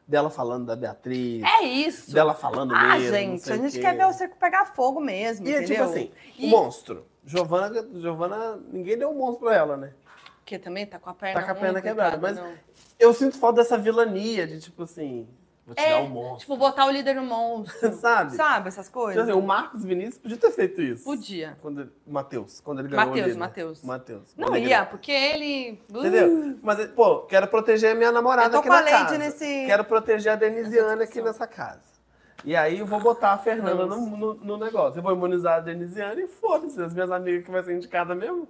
[SPEAKER 2] Dela falando da Beatriz,
[SPEAKER 1] É isso.
[SPEAKER 2] dela falando
[SPEAKER 1] ah,
[SPEAKER 2] mesmo, não
[SPEAKER 1] gente,
[SPEAKER 2] sei
[SPEAKER 1] a
[SPEAKER 2] o
[SPEAKER 1] gente
[SPEAKER 2] quê.
[SPEAKER 1] quer ver o circo pegar fogo mesmo,
[SPEAKER 2] E é tipo
[SPEAKER 1] entendeu?
[SPEAKER 2] assim,
[SPEAKER 1] E-
[SPEAKER 2] o monstro. Giovana, Giovana, ninguém deu um monstro pra ela, né?
[SPEAKER 1] Porque também tá com a perna
[SPEAKER 2] Tá com a
[SPEAKER 1] ruim,
[SPEAKER 2] perna quebrada, mas-
[SPEAKER 1] não.
[SPEAKER 2] Eu sinto falta dessa vilania de tipo assim, vou te
[SPEAKER 1] É,
[SPEAKER 2] dar um monstro.
[SPEAKER 1] tipo, botar o líder no monstro.
[SPEAKER 2] Sabe?
[SPEAKER 1] Sabe essas
[SPEAKER 2] Tipo
[SPEAKER 1] coisas?
[SPEAKER 2] assim, o Marcos Vinícius podia ter feito isso.
[SPEAKER 1] Podia.
[SPEAKER 2] Quando ele- Matheus, quando ele ganhou
[SPEAKER 1] Matheus,
[SPEAKER 2] o líder.
[SPEAKER 1] Matheus.
[SPEAKER 2] Matheus.
[SPEAKER 1] Não
[SPEAKER 2] Quando ele
[SPEAKER 1] ia,
[SPEAKER 2] ganhou.
[SPEAKER 1] porque ele.
[SPEAKER 2] Entendeu? Mas, pô, quero proteger a minha
[SPEAKER 1] Uh. Eu
[SPEAKER 2] namorada
[SPEAKER 1] tô
[SPEAKER 2] aqui
[SPEAKER 1] com
[SPEAKER 2] na
[SPEAKER 1] a Lady
[SPEAKER 2] casa.
[SPEAKER 1] nesse-
[SPEAKER 2] Quero proteger a Denisiana aqui nessa casa. E aí eu vou botar a Fernanda no, no- no negócio. Eu vou imunizar a Denisiana e foda-se, as minhas amigas que vai ser indicada mesmo.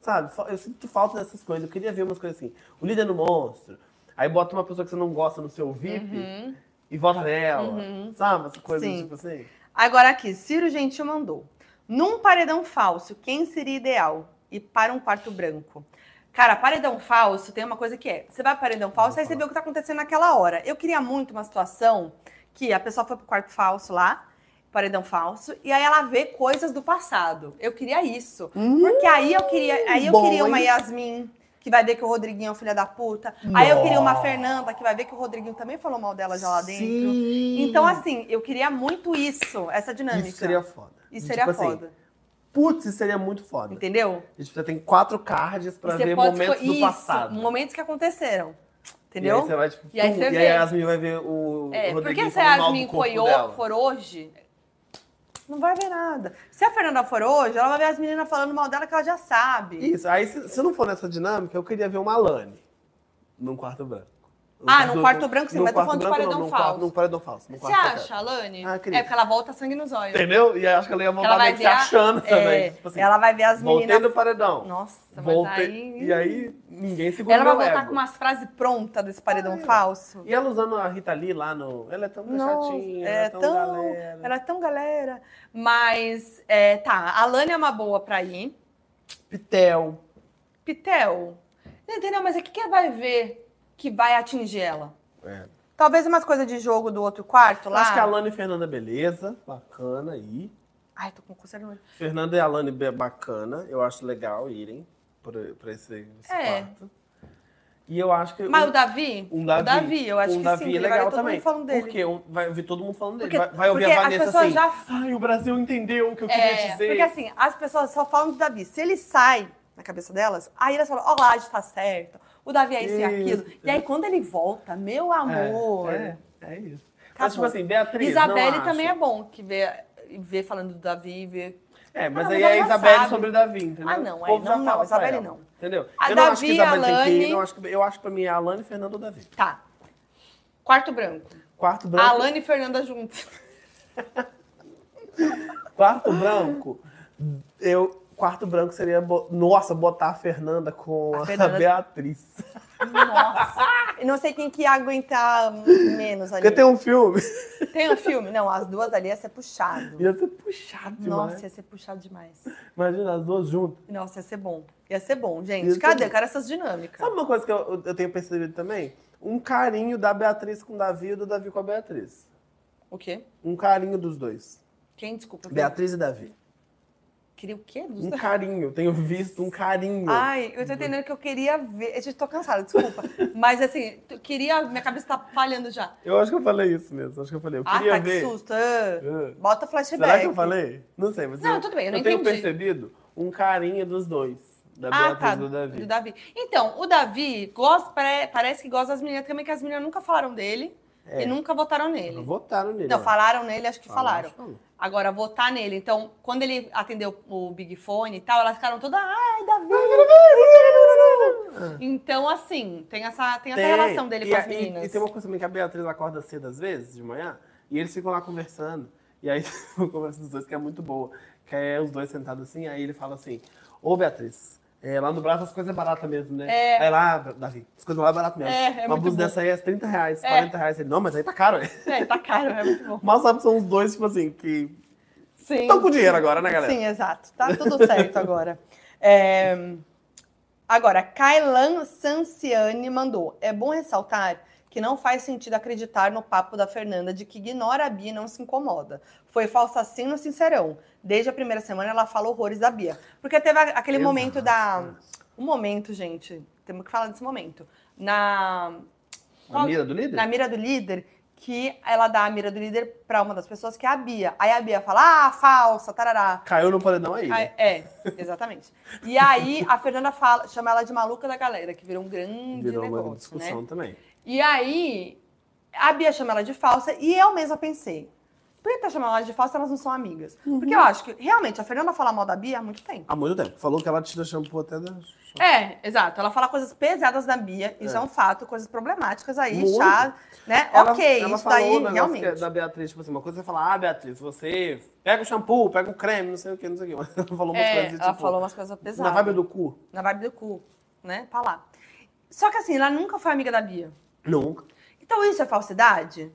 [SPEAKER 2] Sabe? Fa- Eu sinto falta dessas coisas. Eu queria ver umas coisas assim. O líder no monstro. Aí bota uma pessoa que você não gosta no seu VIP e vota nela. Sabe? Essa coisa
[SPEAKER 1] Uhum. Sim.
[SPEAKER 2] tipo assim.
[SPEAKER 1] Agora aqui, Ciro Gentil mandou. Num paredão falso, quem seria ideal? E para um quarto branco? Cara, paredão falso tem uma coisa que é. Você vai para paredão falso, aí você vê o que tá acontecendo naquela hora. Eu queria muito uma situação que a pessoa foi pro quarto falso lá, paredão falso, e aí ela vê coisas do passado. Eu queria isso. Porque aí eu queria, aí eu
[SPEAKER 2] bom,
[SPEAKER 1] queria uma
[SPEAKER 2] hein?
[SPEAKER 1] Yasmin que vai ver que o Rodriguinho é um filho da puta. Aí eu queria uma
[SPEAKER 2] Nossa.
[SPEAKER 1] Fernanda que vai ver que o Rodriguinho também falou mal dela já lá dentro.
[SPEAKER 2] Sim.
[SPEAKER 1] Então, assim, eu queria muito isso, essa dinâmica.
[SPEAKER 2] Isso seria foda.
[SPEAKER 1] Isso
[SPEAKER 2] E,
[SPEAKER 1] seria
[SPEAKER 2] tipo assim,
[SPEAKER 1] foda.
[SPEAKER 2] Putz, isso seria muito foda.
[SPEAKER 1] entendeu?
[SPEAKER 2] A gente tem quatro cards pra
[SPEAKER 1] E você
[SPEAKER 2] ver
[SPEAKER 1] pode
[SPEAKER 2] momentos
[SPEAKER 1] escolher-
[SPEAKER 2] do
[SPEAKER 1] isso,
[SPEAKER 2] passado.
[SPEAKER 1] Momentos que aconteceram.
[SPEAKER 2] E
[SPEAKER 1] Entendeu?
[SPEAKER 2] aí você vai, tipo,
[SPEAKER 1] E aí
[SPEAKER 2] pum,
[SPEAKER 1] você
[SPEAKER 2] e
[SPEAKER 1] vê.
[SPEAKER 2] aí a Yasmin vai ver o.
[SPEAKER 1] é, porque
[SPEAKER 2] o Rodriguinho
[SPEAKER 1] se a
[SPEAKER 2] falando mal do
[SPEAKER 1] Yasmin
[SPEAKER 2] corpo
[SPEAKER 1] foi o-
[SPEAKER 2] dela.
[SPEAKER 1] for hoje, não vai ver nada. Se a Fernanda for hoje, ela vai ver as meninas falando mal dela que ela já sabe.
[SPEAKER 2] Isso, aí se, se não for nessa dinâmica, eu queeria ver uma Lani num quarto branco. Num
[SPEAKER 1] Ah, num quarto branco, sim,
[SPEAKER 2] num
[SPEAKER 1] mas tô
[SPEAKER 2] quarto
[SPEAKER 1] falando de
[SPEAKER 2] branco,
[SPEAKER 1] paredão
[SPEAKER 2] não, num
[SPEAKER 1] falso.
[SPEAKER 2] quarto- Num paredão falso. num
[SPEAKER 1] Você
[SPEAKER 2] quarto branco.
[SPEAKER 1] acha, Alane?
[SPEAKER 2] Ah, queria.
[SPEAKER 1] é porque ela volta sangue nos olhos.
[SPEAKER 2] Entendeu? E aí acho que ela ia voltar
[SPEAKER 1] Ela vai
[SPEAKER 2] meio que
[SPEAKER 1] ver
[SPEAKER 2] se
[SPEAKER 1] a-
[SPEAKER 2] achando
[SPEAKER 1] é,
[SPEAKER 2] também. Tipo assim,
[SPEAKER 1] ela vai ver as
[SPEAKER 2] voltei
[SPEAKER 1] meninas.
[SPEAKER 2] do paredão.
[SPEAKER 1] Nossa, mas
[SPEAKER 2] voltei.
[SPEAKER 1] aí.
[SPEAKER 2] E aí ninguém segura
[SPEAKER 1] ela vai
[SPEAKER 2] meu
[SPEAKER 1] voltar
[SPEAKER 2] ego.
[SPEAKER 1] com umas frases prontas desse paredão falso.
[SPEAKER 2] E ela usando a Rita Lee lá no. Ela é tão
[SPEAKER 1] Nossa,
[SPEAKER 2] chatinha,
[SPEAKER 1] é
[SPEAKER 2] ela é tão,
[SPEAKER 1] tão-
[SPEAKER 2] galera.
[SPEAKER 1] Ela é tão galera. Mas, é, tá, a Lani é uma boa pra ir.
[SPEAKER 2] Pitel.
[SPEAKER 1] Pitel, não entendeu? Mas o que, que vai ver que vai atingir ela?
[SPEAKER 2] É.
[SPEAKER 1] Talvez umas coisas de jogo do outro quarto lá.
[SPEAKER 2] Acho que a Alane e Fernanda, beleza. Bacana aí.
[SPEAKER 1] Ai, tô com coceira no olho.
[SPEAKER 2] Fernanda e a Alane, be- bacana. Eu acho legal irem pra, pra esse, esse
[SPEAKER 1] É.
[SPEAKER 2] quarto. E eu acho que.
[SPEAKER 1] Mas
[SPEAKER 2] um-
[SPEAKER 1] o Davi?
[SPEAKER 2] um Davi.
[SPEAKER 1] O Davi, eu acho
[SPEAKER 2] um
[SPEAKER 1] que
[SPEAKER 2] Davi
[SPEAKER 1] sim.
[SPEAKER 2] é
[SPEAKER 1] porque vai
[SPEAKER 2] legal
[SPEAKER 1] ver todo
[SPEAKER 2] também.
[SPEAKER 1] mundo falando dele.
[SPEAKER 2] Porque um- vai ouvir todo mundo falando dele.
[SPEAKER 1] Porque-
[SPEAKER 2] vai, vai ouvir
[SPEAKER 1] porque
[SPEAKER 2] a
[SPEAKER 1] as
[SPEAKER 2] Vanessa
[SPEAKER 1] pessoas
[SPEAKER 2] assim.
[SPEAKER 1] já-
[SPEAKER 2] Ai, o Brasil entendeu o que eu queria
[SPEAKER 1] É,
[SPEAKER 2] dizer.
[SPEAKER 1] porque assim, as pessoas só falam do Davi. Se ele sai na cabeça delas, aí elas falam, ó, lá está certo. O Davi é isso e aquilo.
[SPEAKER 2] Isso.
[SPEAKER 1] E aí, quando ele volta, meu amor.
[SPEAKER 2] É, é, é isso.
[SPEAKER 1] Acabou.
[SPEAKER 2] Mas, tipo assim, Beatriz.
[SPEAKER 1] Isabelle
[SPEAKER 2] não
[SPEAKER 1] também é
[SPEAKER 2] acho.
[SPEAKER 1] bom que vê, vê falando do Davi, vê.
[SPEAKER 2] É, mas
[SPEAKER 1] Ah,
[SPEAKER 2] aí
[SPEAKER 1] mas ela
[SPEAKER 2] é
[SPEAKER 1] já
[SPEAKER 2] Isabelle
[SPEAKER 1] sabe.
[SPEAKER 2] sobre Davi, entendeu?
[SPEAKER 1] Ah, não,
[SPEAKER 2] O
[SPEAKER 1] aí
[SPEAKER 2] povo
[SPEAKER 1] não,
[SPEAKER 2] já
[SPEAKER 1] não,
[SPEAKER 2] fala pra
[SPEAKER 1] Isabelle
[SPEAKER 2] ela,
[SPEAKER 1] não.
[SPEAKER 2] Entendeu?
[SPEAKER 1] A
[SPEAKER 2] eu não acho que
[SPEAKER 1] Davi,
[SPEAKER 2] Isabelle tem que
[SPEAKER 1] Alane-
[SPEAKER 2] ir, não acho que- eu acho que pra mim é a Alane e Fernando Davi.
[SPEAKER 1] Tá. Quarto branco.
[SPEAKER 2] Quarto branco.
[SPEAKER 1] Alane e Fernanda juntos.
[SPEAKER 2] Quarto branco, eu. Quarto branco seria. bo- Nossa, botar a Fernanda com
[SPEAKER 1] A
[SPEAKER 2] a,
[SPEAKER 1] Fernanda-
[SPEAKER 2] Beatriz.
[SPEAKER 1] Nossa. Eu não sei quem que ia aguentar menos ali.
[SPEAKER 2] Porque tem um filme.
[SPEAKER 1] Tem um filme? Não, as duas ali ia ser puxado.
[SPEAKER 2] Ia ser puxado demais.
[SPEAKER 1] Nossa, ia ser puxado demais.
[SPEAKER 2] Imagina as duas juntas.
[SPEAKER 1] Nossa, ia ser bom. Ia ser bom, gente.
[SPEAKER 2] Ia ser
[SPEAKER 1] Cadê?
[SPEAKER 2] bom.
[SPEAKER 1] Eu quero essas dinâmicas.
[SPEAKER 2] Sabe uma coisa que eu, eu tenho percebido também? Um carinho da Beatriz com o Davi e do Davi com a Beatriz.
[SPEAKER 1] O quê?
[SPEAKER 2] Um carinho dos dois.
[SPEAKER 1] Quem? Desculpa. quem?
[SPEAKER 2] Beatriz e Davi.
[SPEAKER 1] Queria o quê?
[SPEAKER 2] Um carinho. Tenho visto um carinho.
[SPEAKER 1] Ai, eu tô entendendo que eu queria ver. Gente, tô cansada, desculpa. Mas assim, eu queria. Minha cabeça tá falhando já.
[SPEAKER 2] Eu acho que eu falei isso mesmo. Acho que eu falei. Eu
[SPEAKER 1] Ah,
[SPEAKER 2] queria
[SPEAKER 1] tá, que
[SPEAKER 2] ver.
[SPEAKER 1] susto. ah.
[SPEAKER 2] Ah.
[SPEAKER 1] Bota flashback.
[SPEAKER 2] Será que eu falei? Não sei, mas
[SPEAKER 1] Não,
[SPEAKER 2] eu,
[SPEAKER 1] tudo bem, eu não
[SPEAKER 2] tenho
[SPEAKER 1] entendi.
[SPEAKER 2] percebido um carinho dos dois. Da
[SPEAKER 1] Ah,
[SPEAKER 2] Beatriz
[SPEAKER 1] tá.
[SPEAKER 2] e do Davi.
[SPEAKER 1] Do Davi. Então, o Davi gosta, pare- parece que gosta das meninas também, que as meninas nunca falaram dele
[SPEAKER 2] É.
[SPEAKER 1] e nunca votaram nele.
[SPEAKER 2] Votaram nele.
[SPEAKER 1] Não,
[SPEAKER 2] ó.
[SPEAKER 1] falaram nele, acho que falaram.
[SPEAKER 2] acho que falou.
[SPEAKER 1] Agora, votar nele. Então, quando ele atendeu o Big Fone e tal, elas ficaram todas. Ai, Davi! então, assim, tem essa, tem essa
[SPEAKER 2] Tem.
[SPEAKER 1] relação dele
[SPEAKER 2] E
[SPEAKER 1] com
[SPEAKER 2] a-
[SPEAKER 1] as meninas.
[SPEAKER 2] E, e tem uma coisa também que a Beatriz acorda cedo às vezes, de manhã, e eles ficam lá conversando. E aí tem uma conversa dos dois que é muito boa. Que é os dois sentados assim, aí ele fala assim, ô Beatriz, É, lá no Brasil as coisas é barata mesmo, né?
[SPEAKER 1] É.
[SPEAKER 2] Aí lá, Davi, as coisas lá é barato mesmo.
[SPEAKER 1] É, é
[SPEAKER 2] Uma
[SPEAKER 1] muito
[SPEAKER 2] blusa
[SPEAKER 1] bom.
[SPEAKER 2] dessa aí é 30 reais,
[SPEAKER 1] É.
[SPEAKER 2] 40 reais. Ele, não, mas aí tá caro. é.
[SPEAKER 1] É, tá caro, é muito bom.
[SPEAKER 2] Mal sabe, são os dois, tipo assim, que
[SPEAKER 1] Sim.
[SPEAKER 2] estão com dinheiro agora, né, galera?
[SPEAKER 1] Sim, exato. Tá tudo certo agora. É, Agora, Kailan Sanciani mandou. É bom ressaltar que não faz sentido acreditar no papo da Fernanda de que ignora a Bia e não se incomoda. Foi falsa assim no Sincerão. Desde a primeira semana ela fala horrores da Bia. Porque teve a- aquele
[SPEAKER 2] Exato.
[SPEAKER 1] momento da. Um momento, gente. Temos que falar desse momento. Na.
[SPEAKER 2] A mira do líder?
[SPEAKER 1] Na mira do líder, que ela dá a mira do líder pra uma das pessoas, que é a Bia. Aí a Bia fala, ah, falsa, tarará.
[SPEAKER 2] Caiu no paredão aí.
[SPEAKER 1] Aí-
[SPEAKER 2] né?
[SPEAKER 1] é, exatamente. E aí a Fernanda fala, chama ela de maluca da galera, que virou um grande
[SPEAKER 2] Virou
[SPEAKER 1] negócio,
[SPEAKER 2] uma discussão
[SPEAKER 1] né?
[SPEAKER 2] também.
[SPEAKER 1] E aí a Bia chama ela de falsa e eu mesma pensei, por que tá chamando ela de falsa? Elas não são amigas. Porque eu acho que realmente a Fernanda fala mal da Bia há muito tempo.
[SPEAKER 2] Há muito tempo. Falou que ela tira shampoo até da.
[SPEAKER 1] É, exato. Ela fala coisas pesadas da Bia, isso é, um fato, coisas problemáticas aí,
[SPEAKER 2] Muito.
[SPEAKER 1] chá, né?
[SPEAKER 2] Ela-
[SPEAKER 1] ok,
[SPEAKER 2] ela
[SPEAKER 1] isso
[SPEAKER 2] falou um
[SPEAKER 1] daí
[SPEAKER 2] negócio que é
[SPEAKER 1] realmente.
[SPEAKER 2] Da Beatriz, tipo assim, uma coisa é falar, ah, Beatriz, você pega o shampoo, pega o creme, não sei o que, não sei o que. Mas ela falou umas
[SPEAKER 1] É,
[SPEAKER 2] coisas,
[SPEAKER 1] ela
[SPEAKER 2] tipo,
[SPEAKER 1] falou umas coisas
[SPEAKER 2] na
[SPEAKER 1] pesadas.
[SPEAKER 2] vibe do cu.
[SPEAKER 1] na vibe do cu, né? Pra lá. Só que assim, ela nunca foi amiga da Bia.
[SPEAKER 2] Nunca.
[SPEAKER 1] Então isso é falsidade?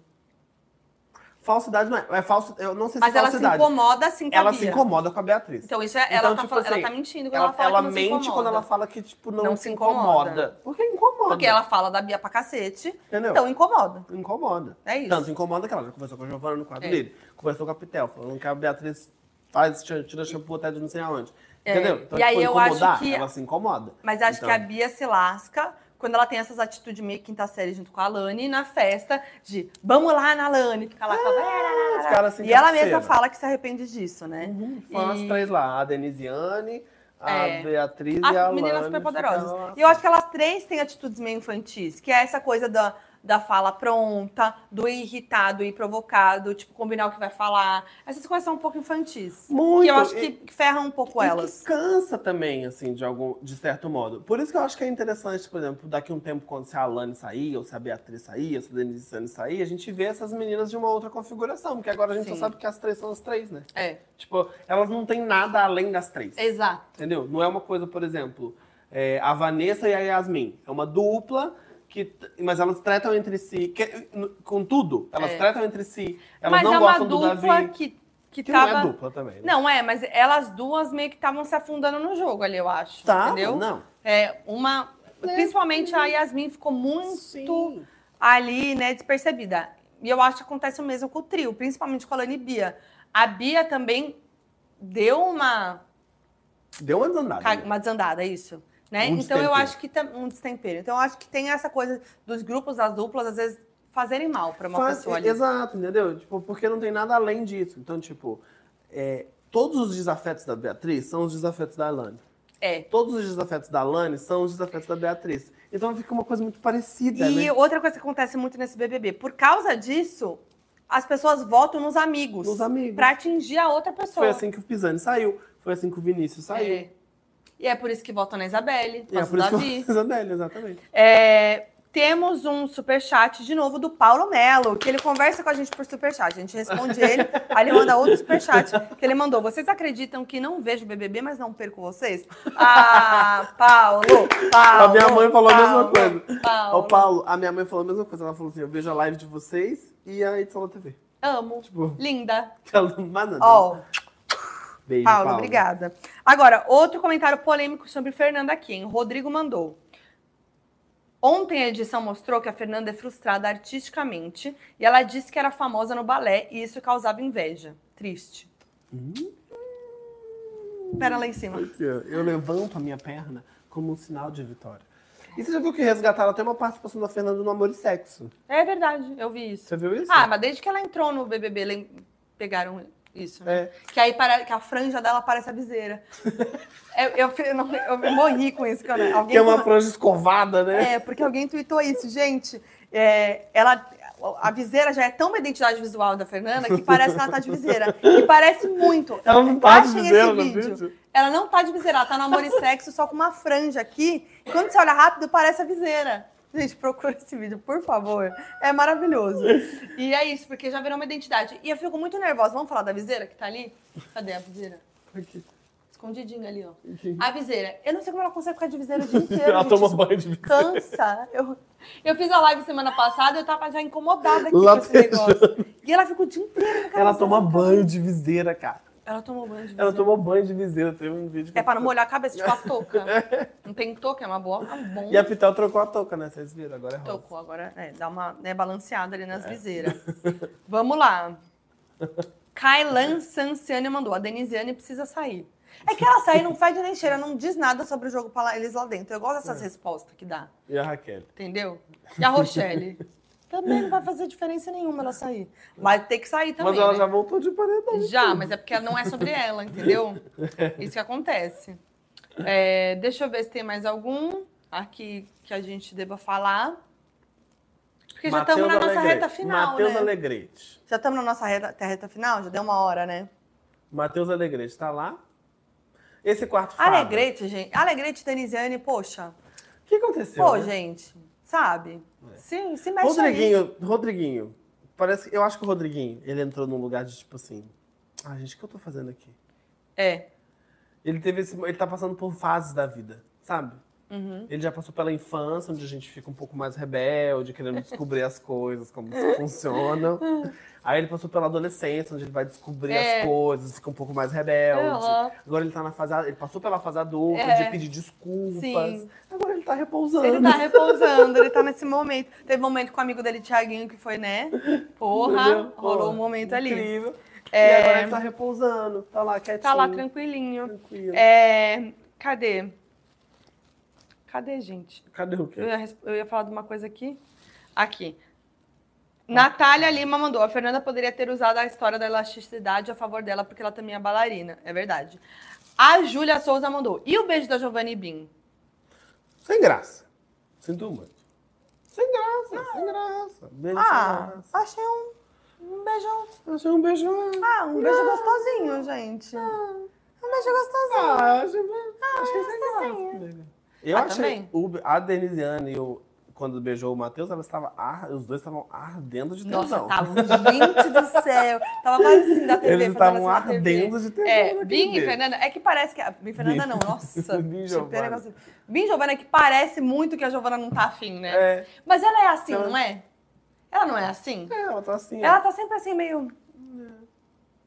[SPEAKER 2] Falsidade não é. é falso, eu não sei se
[SPEAKER 1] Mas
[SPEAKER 2] é
[SPEAKER 1] ela se
[SPEAKER 2] falsidade.
[SPEAKER 1] incomoda assim com
[SPEAKER 2] Ela
[SPEAKER 1] a Bia.
[SPEAKER 2] se incomoda com a Beatriz.
[SPEAKER 1] Então isso é,
[SPEAKER 2] Então,
[SPEAKER 1] ela, tá,
[SPEAKER 2] tipo
[SPEAKER 1] falando- ela
[SPEAKER 2] assim,
[SPEAKER 1] tá mentindo quando
[SPEAKER 2] ela
[SPEAKER 1] ela, fala
[SPEAKER 2] ela
[SPEAKER 1] que não se
[SPEAKER 2] mente
[SPEAKER 1] incomoda.
[SPEAKER 2] quando ela fala que, tipo, não,
[SPEAKER 1] Não
[SPEAKER 2] se
[SPEAKER 1] se
[SPEAKER 2] incomoda.
[SPEAKER 1] incomoda.
[SPEAKER 2] Porque incomoda.
[SPEAKER 1] Porque ela fala da Bia pra cacete,
[SPEAKER 2] Entendeu?
[SPEAKER 1] então incomoda.
[SPEAKER 2] Incomoda.
[SPEAKER 1] É isso.
[SPEAKER 2] Tanto incomoda que ela já conversou com a Giovana no quadro
[SPEAKER 1] É.
[SPEAKER 2] dele, conversou com a Pitel, falando que a Beatriz faz, tira shampoo até de não sei aonde.
[SPEAKER 1] É.
[SPEAKER 2] Entendeu? Então,
[SPEAKER 1] E aí
[SPEAKER 2] tipo,
[SPEAKER 1] eu acho
[SPEAKER 2] incomodar,
[SPEAKER 1] que-
[SPEAKER 2] ela se incomoda.
[SPEAKER 1] Mas acho
[SPEAKER 2] Então-
[SPEAKER 1] que a Bia se lasca quando ela tem essas atitudes meio quinta série junto com a Lani na festa de vamos lá na Lane, fica lá com
[SPEAKER 2] Ah,
[SPEAKER 1] a...
[SPEAKER 2] Os caras assim,
[SPEAKER 1] E ela mesma
[SPEAKER 2] cabeceira.
[SPEAKER 1] fala que se arrepende disso, né?
[SPEAKER 2] Foram as
[SPEAKER 1] E-
[SPEAKER 2] Uhum. três lá, a Denisiane, a
[SPEAKER 1] É.
[SPEAKER 2] Beatriz e a
[SPEAKER 1] As
[SPEAKER 2] Alane. então,
[SPEAKER 1] meninas superpoderosas.
[SPEAKER 2] ficaram lá.
[SPEAKER 1] E eu acho que elas três têm atitudes meio infantis, que é essa coisa da, da fala pronta, do irritado e provocado, tipo, combinar o que vai falar. Essas coisas são um pouco infantis.
[SPEAKER 2] Muito.
[SPEAKER 1] Que eu acho
[SPEAKER 2] E-
[SPEAKER 1] que ferram um pouco
[SPEAKER 2] e
[SPEAKER 1] elas.
[SPEAKER 2] É Que cansa também, assim, de algum, de certo modo. Por isso que eu acho que é interessante, por exemplo, daqui a um tempo, quando se a Alane sair, ou se a Beatriz sair, ou se a Denisiane sair, a gente vê essas meninas de uma outra configuração, porque agora a gente
[SPEAKER 1] Sim.
[SPEAKER 2] só sabe que as três são as três, né?
[SPEAKER 1] É,
[SPEAKER 2] Tipo, elas não têm nada além das três.
[SPEAKER 1] exato.
[SPEAKER 2] Entendeu? Não é uma coisa, por exemplo, é, a Vanessa e a Yasmin. É uma dupla, que, t- mas elas tratam entre si. Que, n- contudo, elas
[SPEAKER 1] É.
[SPEAKER 2] tratam entre si. Elas
[SPEAKER 1] Mas
[SPEAKER 2] não
[SPEAKER 1] é uma
[SPEAKER 2] gostam
[SPEAKER 1] dupla
[SPEAKER 2] do Davi.
[SPEAKER 1] que, que,
[SPEAKER 2] Que
[SPEAKER 1] tava.
[SPEAKER 2] não é dupla também. né?
[SPEAKER 1] Não, é, mas elas duas meio que estavam se afundando no jogo ali, eu acho.
[SPEAKER 2] Tá,
[SPEAKER 1] entendeu?
[SPEAKER 2] não.
[SPEAKER 1] É, uma.
[SPEAKER 2] Né?
[SPEAKER 1] Principalmente
[SPEAKER 2] Uhum.
[SPEAKER 1] a Yasmin ficou muito ali, né, despercebida. E eu acho que acontece o mesmo com o trio, principalmente com a Lani e Bia. A Bia também deu uma,
[SPEAKER 2] Deu uma desandada.
[SPEAKER 1] ca-
[SPEAKER 2] né?
[SPEAKER 1] uma desandada, é isso? Né?
[SPEAKER 2] Um
[SPEAKER 1] então eu
[SPEAKER 2] destempero.
[SPEAKER 1] acho que tam- um destempero. Então eu acho que tem essa coisa dos grupos, das duplas, às vezes fazerem mal para uma
[SPEAKER 2] Faz-
[SPEAKER 1] pessoa ali.
[SPEAKER 2] Exato, entendeu? Tipo, porque não tem nada além disso. Então, tipo, é, todos os desafetos da Beatriz são os desafetos da Alane.
[SPEAKER 1] É.
[SPEAKER 2] Todos os desafetos da Alane são os desafetos da Beatriz. Então fica uma coisa muito parecida, né?
[SPEAKER 1] E outra coisa que acontece muito nesse BBB, por causa disso, as pessoas votam nos amigos,
[SPEAKER 2] Nos amigos.
[SPEAKER 1] para atingir a outra pessoa.
[SPEAKER 2] Foi assim que o Pisani saiu, foi assim que o Vinícius saiu.
[SPEAKER 1] É. E é por isso que votam na Isabelle, por
[SPEAKER 2] E é
[SPEAKER 1] causa
[SPEAKER 2] por
[SPEAKER 1] do
[SPEAKER 2] isso
[SPEAKER 1] Davi.
[SPEAKER 2] que eu dela, exatamente.
[SPEAKER 1] É, temos um superchat de novo do Paulo Melo, que ele conversa com a gente por superchat. A gente responde ele, aí ele manda outro superchat. Que ele mandou: Vocês acreditam que não vejo BBB, mas não perco vocês? Ah, Paulo! Paulo
[SPEAKER 2] a minha mãe falou a mesma
[SPEAKER 1] Paulo,
[SPEAKER 2] coisa.
[SPEAKER 1] Paulo,
[SPEAKER 2] Ô, Paulo, a minha mãe falou a mesma coisa. Ela falou assim: eu vejo a live de vocês e a edição da TV.
[SPEAKER 1] amo.
[SPEAKER 2] Tipo,
[SPEAKER 1] Linda.
[SPEAKER 2] ela não mais nada.
[SPEAKER 1] Ó,
[SPEAKER 2] Beijo,
[SPEAKER 1] Paulo, obrigada. Agora, outro comentário polêmico sobre Fernanda aqui, hein? O Rodrigo mandou. Ontem a edição mostrou que a Fernanda é frustrada artisticamente e ela disse que era famosa no balé e isso causava inveja. Triste.
[SPEAKER 2] Hum.
[SPEAKER 1] Pera lá em cima.
[SPEAKER 2] Aqui, ó. Eu levanto a minha perna como um sinal de vitória. E você já viu que resgataram até uma participação da Fernanda no Amor e Sexo?
[SPEAKER 1] É verdade, eu vi isso.
[SPEAKER 2] Você viu isso?
[SPEAKER 1] Ah, mas desde que ela entrou no BBB, lem- pegaram isso, né?
[SPEAKER 2] É.
[SPEAKER 1] Que aí para, que a franja dela parece a viseira. eu, eu, eu não- eu morri com isso. Que, eu, alguém
[SPEAKER 2] Que é uma
[SPEAKER 1] com-
[SPEAKER 2] franja escovada, né?
[SPEAKER 1] É, porque alguém tweetou isso, gente. é, ela, a viseira já é tão uma identidade visual da Fernanda que parece que ela tá de viseira. E parece muito.
[SPEAKER 2] Ela não tá de
[SPEAKER 1] Achem
[SPEAKER 2] viseira no vídeo?
[SPEAKER 1] Ela não tá de viseira, ela tá no amor e sexo, só com uma franja aqui. E quando você olha rápido, parece a viseira. Gente, procura esse vídeo, por favor. É maravilhoso. E é isso, porque já virou uma identidade. E eu fico muito nervosa. Vamos falar da viseira que tá ali? Cadê a viseira?
[SPEAKER 2] Aqui.
[SPEAKER 1] escondidinho ali, ó. A viseira. Eu não sei como ela consegue ficar de viseira o dia inteiro.
[SPEAKER 2] Ela
[SPEAKER 1] gente.
[SPEAKER 2] toma banho de
[SPEAKER 1] Cansa. Eu, eu fiz a live semana passada, eu tava já incomodada aqui com esse
[SPEAKER 2] Latejando.
[SPEAKER 1] negócio. E ela fica o dia inteiro com aquela
[SPEAKER 2] Ela
[SPEAKER 1] viseira
[SPEAKER 2] toma
[SPEAKER 1] na cara.
[SPEAKER 2] banho de viseira, cara.
[SPEAKER 1] Ela tomou banho de
[SPEAKER 2] Ela
[SPEAKER 1] viseira.
[SPEAKER 2] tomou banho de viseira, teve um vídeo. que-
[SPEAKER 1] É pra não molhar a cabeça, tipo a touca. Não tem touca, é uma boa, uma bomba.
[SPEAKER 2] E a Pitel trocou a touca, né? Vocês viram, agora é rosa.
[SPEAKER 1] Tocou agora, é, dá uma né, balanceada ali nas viseiras. Vamos lá. Kailan Sanciani mandou. A Denisiane precisa sair. É que ela sai, não faz de nem cheira, não diz nada sobre o jogo para eles lá dentro. Eu gosto
[SPEAKER 2] É.
[SPEAKER 1] dessas respostas que dá,
[SPEAKER 2] E a Raquel.
[SPEAKER 1] entendeu? E a Rochelle? também não vai fazer diferença nenhuma ela sair. Mas tem que sair também.
[SPEAKER 2] Mas ela
[SPEAKER 1] né?
[SPEAKER 2] já voltou de paredão.
[SPEAKER 1] Já, mas é porque não é sobre ela, entendeu? Isso que acontece. É, deixa eu ver se tem mais algum aqui que a gente deva falar. Porque já estamos na
[SPEAKER 2] Matheus
[SPEAKER 1] nossa
[SPEAKER 2] Alegrete.
[SPEAKER 1] reta final,
[SPEAKER 2] Matheus
[SPEAKER 1] né?
[SPEAKER 2] Alegrete.
[SPEAKER 1] Já estamos na nossa reta, reta final? Já deu uma hora, né?
[SPEAKER 2] Matheus Alegrete tá lá. Esse quarto fado.
[SPEAKER 1] Alegrete, gente. Alegrete, Denisiane, poxa.
[SPEAKER 2] O que aconteceu?
[SPEAKER 1] Pô,
[SPEAKER 2] né?
[SPEAKER 1] gente, sabe? Se, se mexe aí.
[SPEAKER 2] É. Rodriguinho, Rodriguinho. Parece, que- eu acho que o Rodriguinho, ele entrou num lugar de tipo assim. Ah, gente, o que eu tô fazendo aqui?
[SPEAKER 1] É.
[SPEAKER 2] Ele teve esse, ele tá passando por fases da vida, sabe?
[SPEAKER 1] Uhum.
[SPEAKER 2] Ele já passou pela infância, onde a gente fica um pouco mais rebelde, querendo descobrir as coisas, como se funcionam. Aí ele passou pela adolescência, onde ele vai descobrir
[SPEAKER 1] É.
[SPEAKER 2] as coisas, fica um pouco mais rebelde.
[SPEAKER 1] Aham.
[SPEAKER 2] Agora ele tá na fase, ele passou pela fase adulta,
[SPEAKER 1] É.
[SPEAKER 2] de pedir desculpas.
[SPEAKER 1] Sim.
[SPEAKER 2] Agora ele tá repousando.
[SPEAKER 1] Ele tá repousando, ele tá nesse momento. Teve um momento com o amigo dele, Thiaguinho, que foi, né? Porra,
[SPEAKER 2] Entendeu?
[SPEAKER 1] rolou
[SPEAKER 2] Porra,
[SPEAKER 1] um momento ali.
[SPEAKER 2] Incrível.
[SPEAKER 1] É.
[SPEAKER 2] E agora ele tá repousando, tá lá quietinho.
[SPEAKER 1] Tá lá tranquilinho.
[SPEAKER 2] tranquilo.
[SPEAKER 1] É, cadê? Cadê, gente?
[SPEAKER 2] Cadê o
[SPEAKER 1] Eu
[SPEAKER 2] quê?
[SPEAKER 1] ia, res- eu ia falar de uma coisa aqui. Aqui. Ah. Natália Lima mandou. A Fernanda poderia ter usado a história da elasticidade a favor dela, porque ela também é bailarina. É verdade. A Júlia Souza mandou. E o beijo da Giovanni Bin?
[SPEAKER 2] Sem graça. Sinto muito. Sem graça, sem graça. Beijo sem graça.
[SPEAKER 1] achei um, um beijão.
[SPEAKER 2] Eu achei um beijo.
[SPEAKER 1] Ah, um beijo gostosinho, gente. Um beijo gostosinho.
[SPEAKER 2] Ah, eu achei, achei é sem graça. nega. Eu
[SPEAKER 1] Ah,
[SPEAKER 2] achei
[SPEAKER 1] também.
[SPEAKER 2] o, a Denisiane, eu, quando beijou o Matheus, ela estava ar- os dois estavam ardendo de
[SPEAKER 1] Nossa,
[SPEAKER 2] tesão.
[SPEAKER 1] tava um gente do céu. Tava quase assim da TV. fazendo assim
[SPEAKER 2] Eles estavam
[SPEAKER 1] na TV.
[SPEAKER 2] ardendo de tesão.
[SPEAKER 1] É,
[SPEAKER 2] naquele
[SPEAKER 1] Bim e
[SPEAKER 2] beijo.
[SPEAKER 1] Fernanda. É que parece que. a- Bim e Fernanda
[SPEAKER 2] Bim.
[SPEAKER 1] não, nossa.
[SPEAKER 2] Bim e
[SPEAKER 1] Deixa eu ver um
[SPEAKER 2] Giovana.
[SPEAKER 1] negócio. Bim e Giovana é que parece muito que a Giovana não tá afim, né?
[SPEAKER 2] É, Então-
[SPEAKER 1] Mas ela é assim,
[SPEAKER 2] Ela-
[SPEAKER 1] não é? Ela não é assim?
[SPEAKER 2] é, ela tá assim.
[SPEAKER 1] Ela tá sempre assim, meio.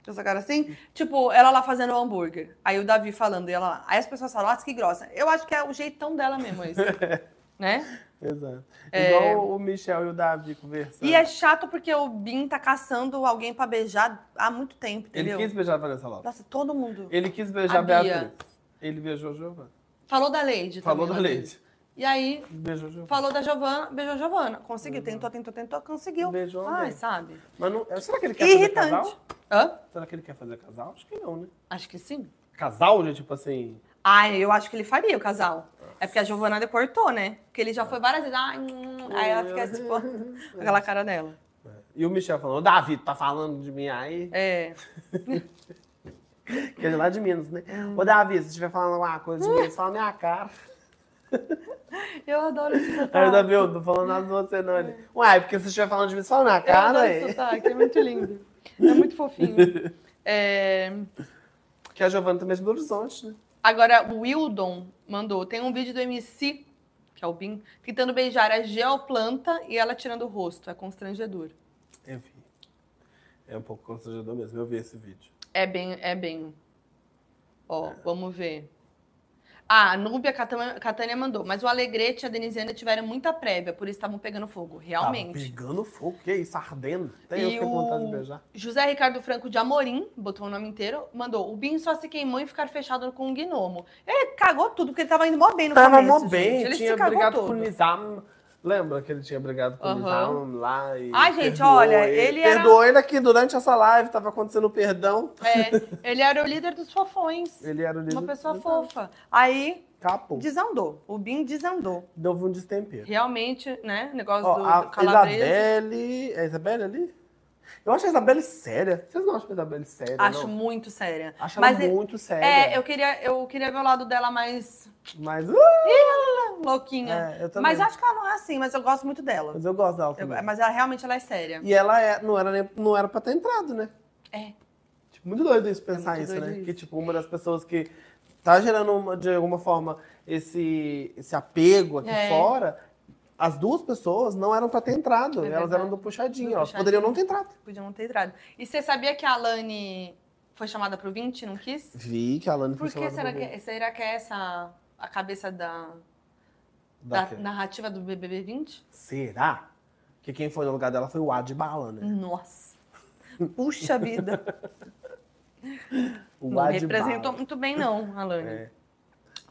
[SPEAKER 1] Essa cara assim. Tipo, ela lá fazendo hambúrguer. Aí o Davi falando e ela lá. Aí as pessoas falam, nossa, que grossa. Eu acho que é o jeitão dela mesmo, isso. né?
[SPEAKER 2] Exato.
[SPEAKER 1] É.
[SPEAKER 2] Igual o Michel e o Davi conversando.
[SPEAKER 1] E é chato porque o Bim tá caçando alguém pra beijar há muito tempo,
[SPEAKER 2] Ele
[SPEAKER 1] entendeu?
[SPEAKER 2] quis beijar a Vanessa Lopes.
[SPEAKER 1] Nossa, todo mundo.
[SPEAKER 2] Ele quis beijar
[SPEAKER 1] A
[SPEAKER 2] a
[SPEAKER 1] Bia.
[SPEAKER 2] Beatriz. Ele beijou a Giovana.
[SPEAKER 1] Falou da Leide.
[SPEAKER 2] Falou da
[SPEAKER 1] também, né?
[SPEAKER 2] Leite.
[SPEAKER 1] E aí,
[SPEAKER 2] Beijou a Giovana.
[SPEAKER 1] Falou da Giovana, beijou a Giovana. Conseguiu, tentou, tentou, tentou, conseguiu.
[SPEAKER 2] Beijou
[SPEAKER 1] Ai,
[SPEAKER 2] alguém.
[SPEAKER 1] sabe?
[SPEAKER 2] Mas não, é, será que ele quer fazer
[SPEAKER 1] Irritante.
[SPEAKER 2] casal?
[SPEAKER 1] Hã?
[SPEAKER 2] Será que ele quer fazer casal? Acho que não, né?
[SPEAKER 1] Acho que sim.
[SPEAKER 2] Casal, de tipo assim.
[SPEAKER 1] Ai, eu acho que ele faria o casal. É porque a Giovana deportou, né? Porque ele já foi várias vezes. Ai, hum, aí ela fica, tipo, com aquela cara dela.
[SPEAKER 2] E o Michel falando, ô Davi, tá falando de mim aí?
[SPEAKER 1] É.
[SPEAKER 2] Que é lá de Minas, né? Ô Davi, se estiver falando alguma coisa de Minas, fala minha cara.
[SPEAKER 1] Eu adoro esse
[SPEAKER 2] Aí o
[SPEAKER 1] sotaque.
[SPEAKER 2] Davi, eu não tô falando nada de você, não. Ele, Ué, porque se estiver falando de Minas, fala minha
[SPEAKER 1] Eu adoro
[SPEAKER 2] cara.
[SPEAKER 1] esse
[SPEAKER 2] aí.
[SPEAKER 1] sotaque, é muito lindo. É muito fofinho. É...
[SPEAKER 2] Que a Giovana também é de Belo Horizonte, né?
[SPEAKER 1] Agora, o Wildon mandou. Tem um vídeo do MC, que é o Bim, tentando beijar a geoplanta e ela tirando o rosto. É constrangedor.
[SPEAKER 2] Eu vi. É um pouco constrangedor mesmo, eu vi esse vídeo.
[SPEAKER 1] É bem, é bem. Ó, vamos ver. Ah, a Núbia Catama- Catânia mandou, mas o Alegrete e a Denisiane tiveram muita prévia, por isso estavam pegando fogo.
[SPEAKER 2] Tava
[SPEAKER 1] Realmente.
[SPEAKER 2] pegando fogo, que isso, ardendo. Até eu
[SPEAKER 1] E
[SPEAKER 2] fiquei com
[SPEAKER 1] o-
[SPEAKER 2] vontade de beijar.
[SPEAKER 1] José Ricardo Franco de Amorim, botou o nome inteiro, mandou. O Bin só se queimou em ficar fechado com o gnomo. Ele cagou tudo, porque ele tava indo mó bem no
[SPEAKER 2] Tava
[SPEAKER 1] começo,
[SPEAKER 2] mó
[SPEAKER 1] gente.
[SPEAKER 2] bem,
[SPEAKER 1] Ele
[SPEAKER 2] tinha
[SPEAKER 1] se cagou
[SPEAKER 2] brigado
[SPEAKER 1] todo.
[SPEAKER 2] com o Nizam. Lembra que ele tinha brigado com o
[SPEAKER 1] Aham.
[SPEAKER 2] Nizam lá e.
[SPEAKER 1] Ai, gente,
[SPEAKER 2] perdoou
[SPEAKER 1] olha, ele era-
[SPEAKER 2] Perdoou ele aqui durante essa live, tava acontecendo o perdão.
[SPEAKER 1] É, ele era o líder dos fofões.
[SPEAKER 2] Ele era o líder.
[SPEAKER 1] Uma pessoa
[SPEAKER 2] do-
[SPEAKER 1] fofa. Aí,
[SPEAKER 2] Capo.
[SPEAKER 1] desandou. O Bin desandou.
[SPEAKER 2] Deu um destempero.
[SPEAKER 1] Realmente, né? Negócio
[SPEAKER 2] Ó,
[SPEAKER 1] do, do
[SPEAKER 2] a
[SPEAKER 1] calabreso.
[SPEAKER 2] Isabelle. É a Isabelle ali? Eu acho a Isabelle séria. Vocês não acham a Isabelle séria?
[SPEAKER 1] Acho
[SPEAKER 2] não?
[SPEAKER 1] muito séria.
[SPEAKER 2] Acho
[SPEAKER 1] Mas
[SPEAKER 2] ela
[SPEAKER 1] é-
[SPEAKER 2] muito séria.
[SPEAKER 1] É, eu queria, eu queria ver o lado dela mais
[SPEAKER 2] Mas. uh,
[SPEAKER 1] louquinha.
[SPEAKER 2] é, eu também.
[SPEAKER 1] mas acho que ela não é assim, mas eu gosto muito dela.
[SPEAKER 2] Mas eu gosto dela
[SPEAKER 1] Eu-
[SPEAKER 2] também.
[SPEAKER 1] mas ela realmente ela é séria.
[SPEAKER 2] E ela é- não, era nem, não era pra ter entrado, né?
[SPEAKER 1] É.
[SPEAKER 2] Tipo, muito doido isso pensar
[SPEAKER 1] muito
[SPEAKER 8] É
[SPEAKER 2] isso,
[SPEAKER 1] doido
[SPEAKER 2] né?
[SPEAKER 1] isso.
[SPEAKER 2] Que, tipo, uma das pessoas que tá gerando uma- de alguma forma esse, esse apego aqui
[SPEAKER 8] É.
[SPEAKER 2] fora, as duas pessoas não eram pra ter entrado. né?
[SPEAKER 8] É
[SPEAKER 2] elas
[SPEAKER 8] verdade.
[SPEAKER 2] eram do puxadinho.
[SPEAKER 8] Do
[SPEAKER 2] elas
[SPEAKER 8] puxadinho.
[SPEAKER 2] poderiam não ter entrado.
[SPEAKER 1] Podia não ter entrado. E você sabia que a Alane foi chamada pro 20 não quis?
[SPEAKER 2] Vi que a Alane
[SPEAKER 8] Por
[SPEAKER 2] foi
[SPEAKER 8] que
[SPEAKER 2] chamada
[SPEAKER 8] será
[SPEAKER 2] pra
[SPEAKER 8] que, será que é essa a cabeça da,
[SPEAKER 2] dar-
[SPEAKER 8] da narrativa do BBB 20?
[SPEAKER 2] Será? Que quem foi no lugar dela foi o Adbala, né?
[SPEAKER 8] Nossa.
[SPEAKER 1] Puxa vida.
[SPEAKER 2] O
[SPEAKER 8] Não
[SPEAKER 2] Adbala.
[SPEAKER 8] representou muito bem, não, Alane.
[SPEAKER 2] É.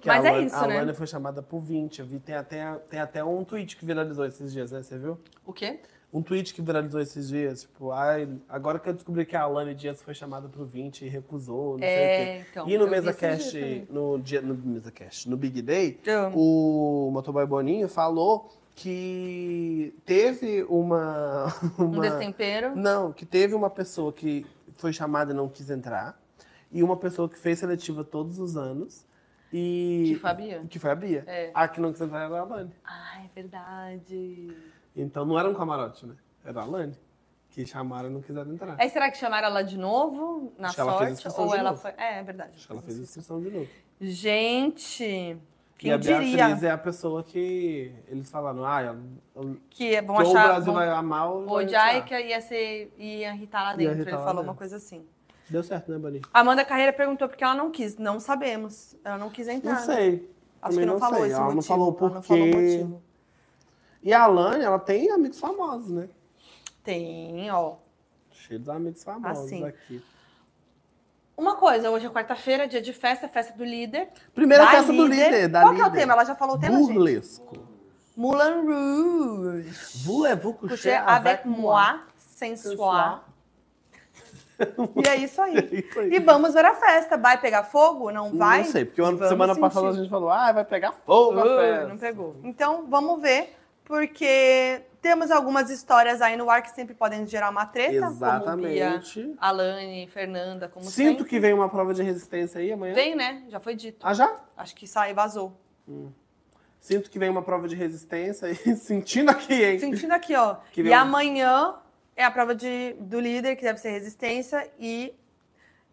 [SPEAKER 2] Que
[SPEAKER 8] Mas
[SPEAKER 2] a
[SPEAKER 8] é
[SPEAKER 2] Alane-
[SPEAKER 8] isso,
[SPEAKER 2] a
[SPEAKER 8] né?
[SPEAKER 2] Alane foi chamada por 20. Eu vi, tem até, tem até um tweet que viralizou esses dias, né? Você viu?
[SPEAKER 8] O quê?
[SPEAKER 2] Um tweet que viralizou esses dias, tipo, ai, agora que eu descobri que a Alane Dias foi chamada pro 20 e recusou, não sei o quê.
[SPEAKER 8] É, então.
[SPEAKER 2] e no
[SPEAKER 8] eu vi
[SPEAKER 2] mesa
[SPEAKER 8] esses dias
[SPEAKER 2] cast,
[SPEAKER 8] também.
[SPEAKER 2] no dia, no mesa cast, no Big Day,
[SPEAKER 1] Então,
[SPEAKER 2] o motoboy Boninho falou que teve uma
[SPEAKER 8] Um
[SPEAKER 2] uma
[SPEAKER 8] destempero.
[SPEAKER 2] não, que teve uma pessoa que foi chamada e não quis entrar, e uma pessoa que fez seletiva todos os anos, e.
[SPEAKER 8] Que Fabia.
[SPEAKER 2] que foi a Bia.
[SPEAKER 8] É.
[SPEAKER 2] A que não quis entrar era a Alane.
[SPEAKER 8] Ah, é verdade.
[SPEAKER 2] Então não era um camarote, né? Era a Alane. Que chamaram e não quiseram entrar.
[SPEAKER 1] É.
[SPEAKER 8] Aí será que chamaram ela de novo? Na
[SPEAKER 2] Acho que ela fez
[SPEAKER 8] sorte?
[SPEAKER 2] inscrição
[SPEAKER 8] Ou
[SPEAKER 2] de
[SPEAKER 8] ela
[SPEAKER 2] novo.
[SPEAKER 8] foi. É, é verdade.
[SPEAKER 2] Acho que ela fez inscrição de novo.
[SPEAKER 8] Gente,
[SPEAKER 2] e
[SPEAKER 1] quem
[SPEAKER 2] a
[SPEAKER 1] diria
[SPEAKER 2] Beatriz é a pessoa que eles falaram, ah, eu- eu-
[SPEAKER 1] que
[SPEAKER 8] é
[SPEAKER 1] vão
[SPEAKER 2] ou o
[SPEAKER 1] achar.
[SPEAKER 2] Brasil vai amar ou
[SPEAKER 8] o
[SPEAKER 2] vai odiar.
[SPEAKER 8] Jaika ia, ser, ia irritar lá
[SPEAKER 2] Ia
[SPEAKER 8] dentro.
[SPEAKER 2] irritar
[SPEAKER 8] ele
[SPEAKER 2] lá
[SPEAKER 8] falou
[SPEAKER 2] dentro.
[SPEAKER 8] uma coisa assim.
[SPEAKER 2] Deu certo, né, Bani?
[SPEAKER 1] Amanda Carreira perguntou porque ela não quis. Não sabemos. Ela não quis entrar.
[SPEAKER 8] né?
[SPEAKER 2] Não sei.
[SPEAKER 1] Acho
[SPEAKER 2] Também
[SPEAKER 1] que não,
[SPEAKER 2] não
[SPEAKER 1] falou
[SPEAKER 2] sei.
[SPEAKER 1] esse
[SPEAKER 2] Ela não
[SPEAKER 1] motivo.
[SPEAKER 2] falou por
[SPEAKER 1] Ela não falou o
[SPEAKER 2] quê.
[SPEAKER 1] motivo.
[SPEAKER 2] E a Alane, ela tem amigos famosos, né?
[SPEAKER 8] Tem, ó.
[SPEAKER 2] Cheio de amigos famosos
[SPEAKER 1] Assim.
[SPEAKER 2] aqui.
[SPEAKER 8] Uma coisa, hoje é quarta-feira, dia de festa, festa do líder.
[SPEAKER 2] Primeira
[SPEAKER 1] Da
[SPEAKER 2] festa do líder, da
[SPEAKER 1] Qual
[SPEAKER 2] líder.
[SPEAKER 1] que é o tema? Ela já falou o tema, gente?
[SPEAKER 2] Burlesco.
[SPEAKER 1] Moulin Rouge.
[SPEAKER 2] Voulez-vous coucher
[SPEAKER 1] Coucher avec moi, sensual.
[SPEAKER 2] sensual?
[SPEAKER 1] E é isso aí.
[SPEAKER 2] Isso aí.
[SPEAKER 1] E vamos ver a festa. Vai pegar fogo? Não vai?
[SPEAKER 2] Não sei, porque o ano-
[SPEAKER 1] Vamos
[SPEAKER 2] semana
[SPEAKER 1] sentir.
[SPEAKER 2] passada a gente falou, ah, vai pegar fogo a
[SPEAKER 1] Uh,
[SPEAKER 2] festa.
[SPEAKER 1] não pegou. Então, vamos ver, porque temos algumas histórias aí no ar que sempre podem gerar uma treta.
[SPEAKER 2] Exatamente.
[SPEAKER 8] Alane, Fernanda, como
[SPEAKER 2] Sinto
[SPEAKER 8] sempre.
[SPEAKER 2] que vem uma prova de resistência aí amanhã.
[SPEAKER 8] Vem, né? Já foi dito.
[SPEAKER 2] Ah, já?
[SPEAKER 1] Acho que sai vazou.
[SPEAKER 2] Sinto que vem uma prova de resistência e sentindo aqui, hein?
[SPEAKER 1] Sentindo aqui, ó.
[SPEAKER 2] Que um-
[SPEAKER 1] E
[SPEAKER 2] legal.
[SPEAKER 1] amanhã é a prova de, do líder, que deve ser resistência, e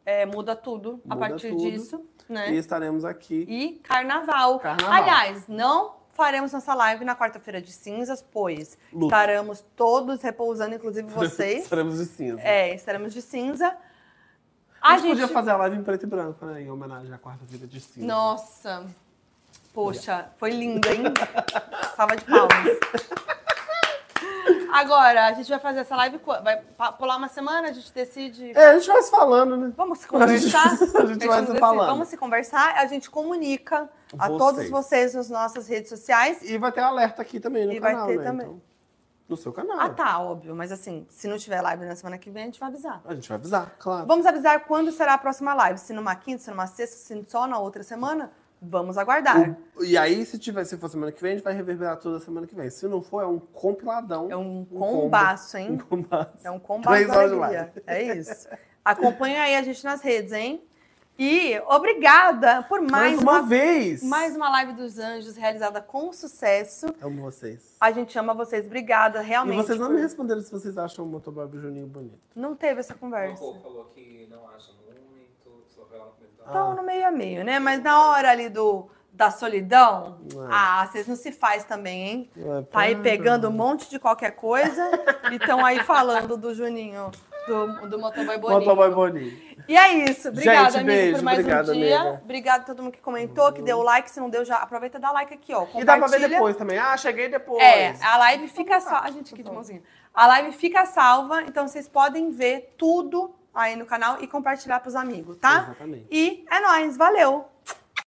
[SPEAKER 1] é, muda tudo a
[SPEAKER 2] Muda
[SPEAKER 1] partir
[SPEAKER 2] tudo.
[SPEAKER 1] disso, né?
[SPEAKER 2] E estaremos aqui.
[SPEAKER 1] E carnaval.
[SPEAKER 2] Carnaval.
[SPEAKER 1] Aliás, não faremos nossa live na quarta-feira de cinzas, pois
[SPEAKER 2] Luto.
[SPEAKER 1] estaremos todos repousando, inclusive vocês.
[SPEAKER 2] estaremos de cinza.
[SPEAKER 1] É, estaremos de cinza.
[SPEAKER 2] A gente podia fazer a live em preto e branco, né? Em homenagem à quarta-feira de cinza.
[SPEAKER 8] Nossa.
[SPEAKER 1] Poxa, foi linda, hein? Salva de palmas.
[SPEAKER 8] Agora, a gente vai fazer essa live. qu- Vai pa- pular uma semana, a gente decide.
[SPEAKER 2] É, a gente vai se falando, né?
[SPEAKER 1] Vamos se
[SPEAKER 2] A
[SPEAKER 1] conversar?
[SPEAKER 2] gente, a gente vai
[SPEAKER 1] Vamos
[SPEAKER 2] se
[SPEAKER 1] assim,
[SPEAKER 2] falando.
[SPEAKER 1] Vamos se conversar, a gente comunica a
[SPEAKER 2] Vocês.
[SPEAKER 1] todos vocês nas nossas redes sociais.
[SPEAKER 2] E vai ter alerta aqui também no
[SPEAKER 1] E vai
[SPEAKER 2] canal,
[SPEAKER 1] ter
[SPEAKER 2] né?
[SPEAKER 1] também.
[SPEAKER 2] Então, no seu canal.
[SPEAKER 1] Ah, tá, óbvio. Mas assim, se não tiver live na semana que vem, a gente vai avisar.
[SPEAKER 2] A gente vai avisar, claro.
[SPEAKER 1] Vamos avisar quando será a próxima live. Se numa quinta, se numa sexta, se só na outra semana, vamos aguardar.
[SPEAKER 2] O- e aí, se, tiver, se for semana que vem, a gente vai reverberar toda semana que vem. Se não for, é um compiladão.
[SPEAKER 1] É um
[SPEAKER 2] combo.
[SPEAKER 1] combaço,
[SPEAKER 2] Um
[SPEAKER 1] hein?
[SPEAKER 2] combate.
[SPEAKER 1] É um combate
[SPEAKER 2] Três
[SPEAKER 1] da
[SPEAKER 2] horas de
[SPEAKER 1] alegria. É isso. Acompanha aí a gente nas redes, hein? E obrigada por mais,
[SPEAKER 2] Mais uma vez!
[SPEAKER 1] mais um- uma live dos anjos realizada com sucesso.
[SPEAKER 2] Amo vocês.
[SPEAKER 1] A gente ama vocês. Obrigada,
[SPEAKER 2] E
[SPEAKER 1] realmente.
[SPEAKER 2] vocês não
[SPEAKER 1] por-
[SPEAKER 2] me responderam se vocês acham o motoboy do Juninho bonito.
[SPEAKER 1] Não teve essa
[SPEAKER 3] O
[SPEAKER 1] conversa.
[SPEAKER 3] povo falou que não acha muito, só foi lá no comentário.
[SPEAKER 1] Então, no meio a meio, né? Mas na hora ali do, da solidão,
[SPEAKER 2] Ué.
[SPEAKER 1] ah, vocês não se faz também, hein?
[SPEAKER 2] Ué,
[SPEAKER 1] Tá aí
[SPEAKER 2] para.
[SPEAKER 1] pegando um monte de qualquer coisa e estão aí falando do Juninho, do, do motoboy bonito.
[SPEAKER 2] Motoboy bonito.
[SPEAKER 1] E é isso. Obrigada,
[SPEAKER 2] Gente,
[SPEAKER 1] amigo,
[SPEAKER 2] beijo.
[SPEAKER 1] por mais
[SPEAKER 2] Obrigado,
[SPEAKER 1] um dia.
[SPEAKER 2] amiga.
[SPEAKER 1] Obrigada a todo mundo que comentou, que deu like. Se não deu, já aproveita e dá like aqui, ó.
[SPEAKER 2] E dá pra ver
[SPEAKER 1] Compartilha.
[SPEAKER 2] depois também. Ah, cheguei depois.
[SPEAKER 1] É, a live fica salva. A gente aqui de mãozinha. A live fica salva, então vocês podem ver tudo aí no canal e compartilhar pros amigos, tá?
[SPEAKER 2] Exatamente.
[SPEAKER 1] E é nóis, valeu!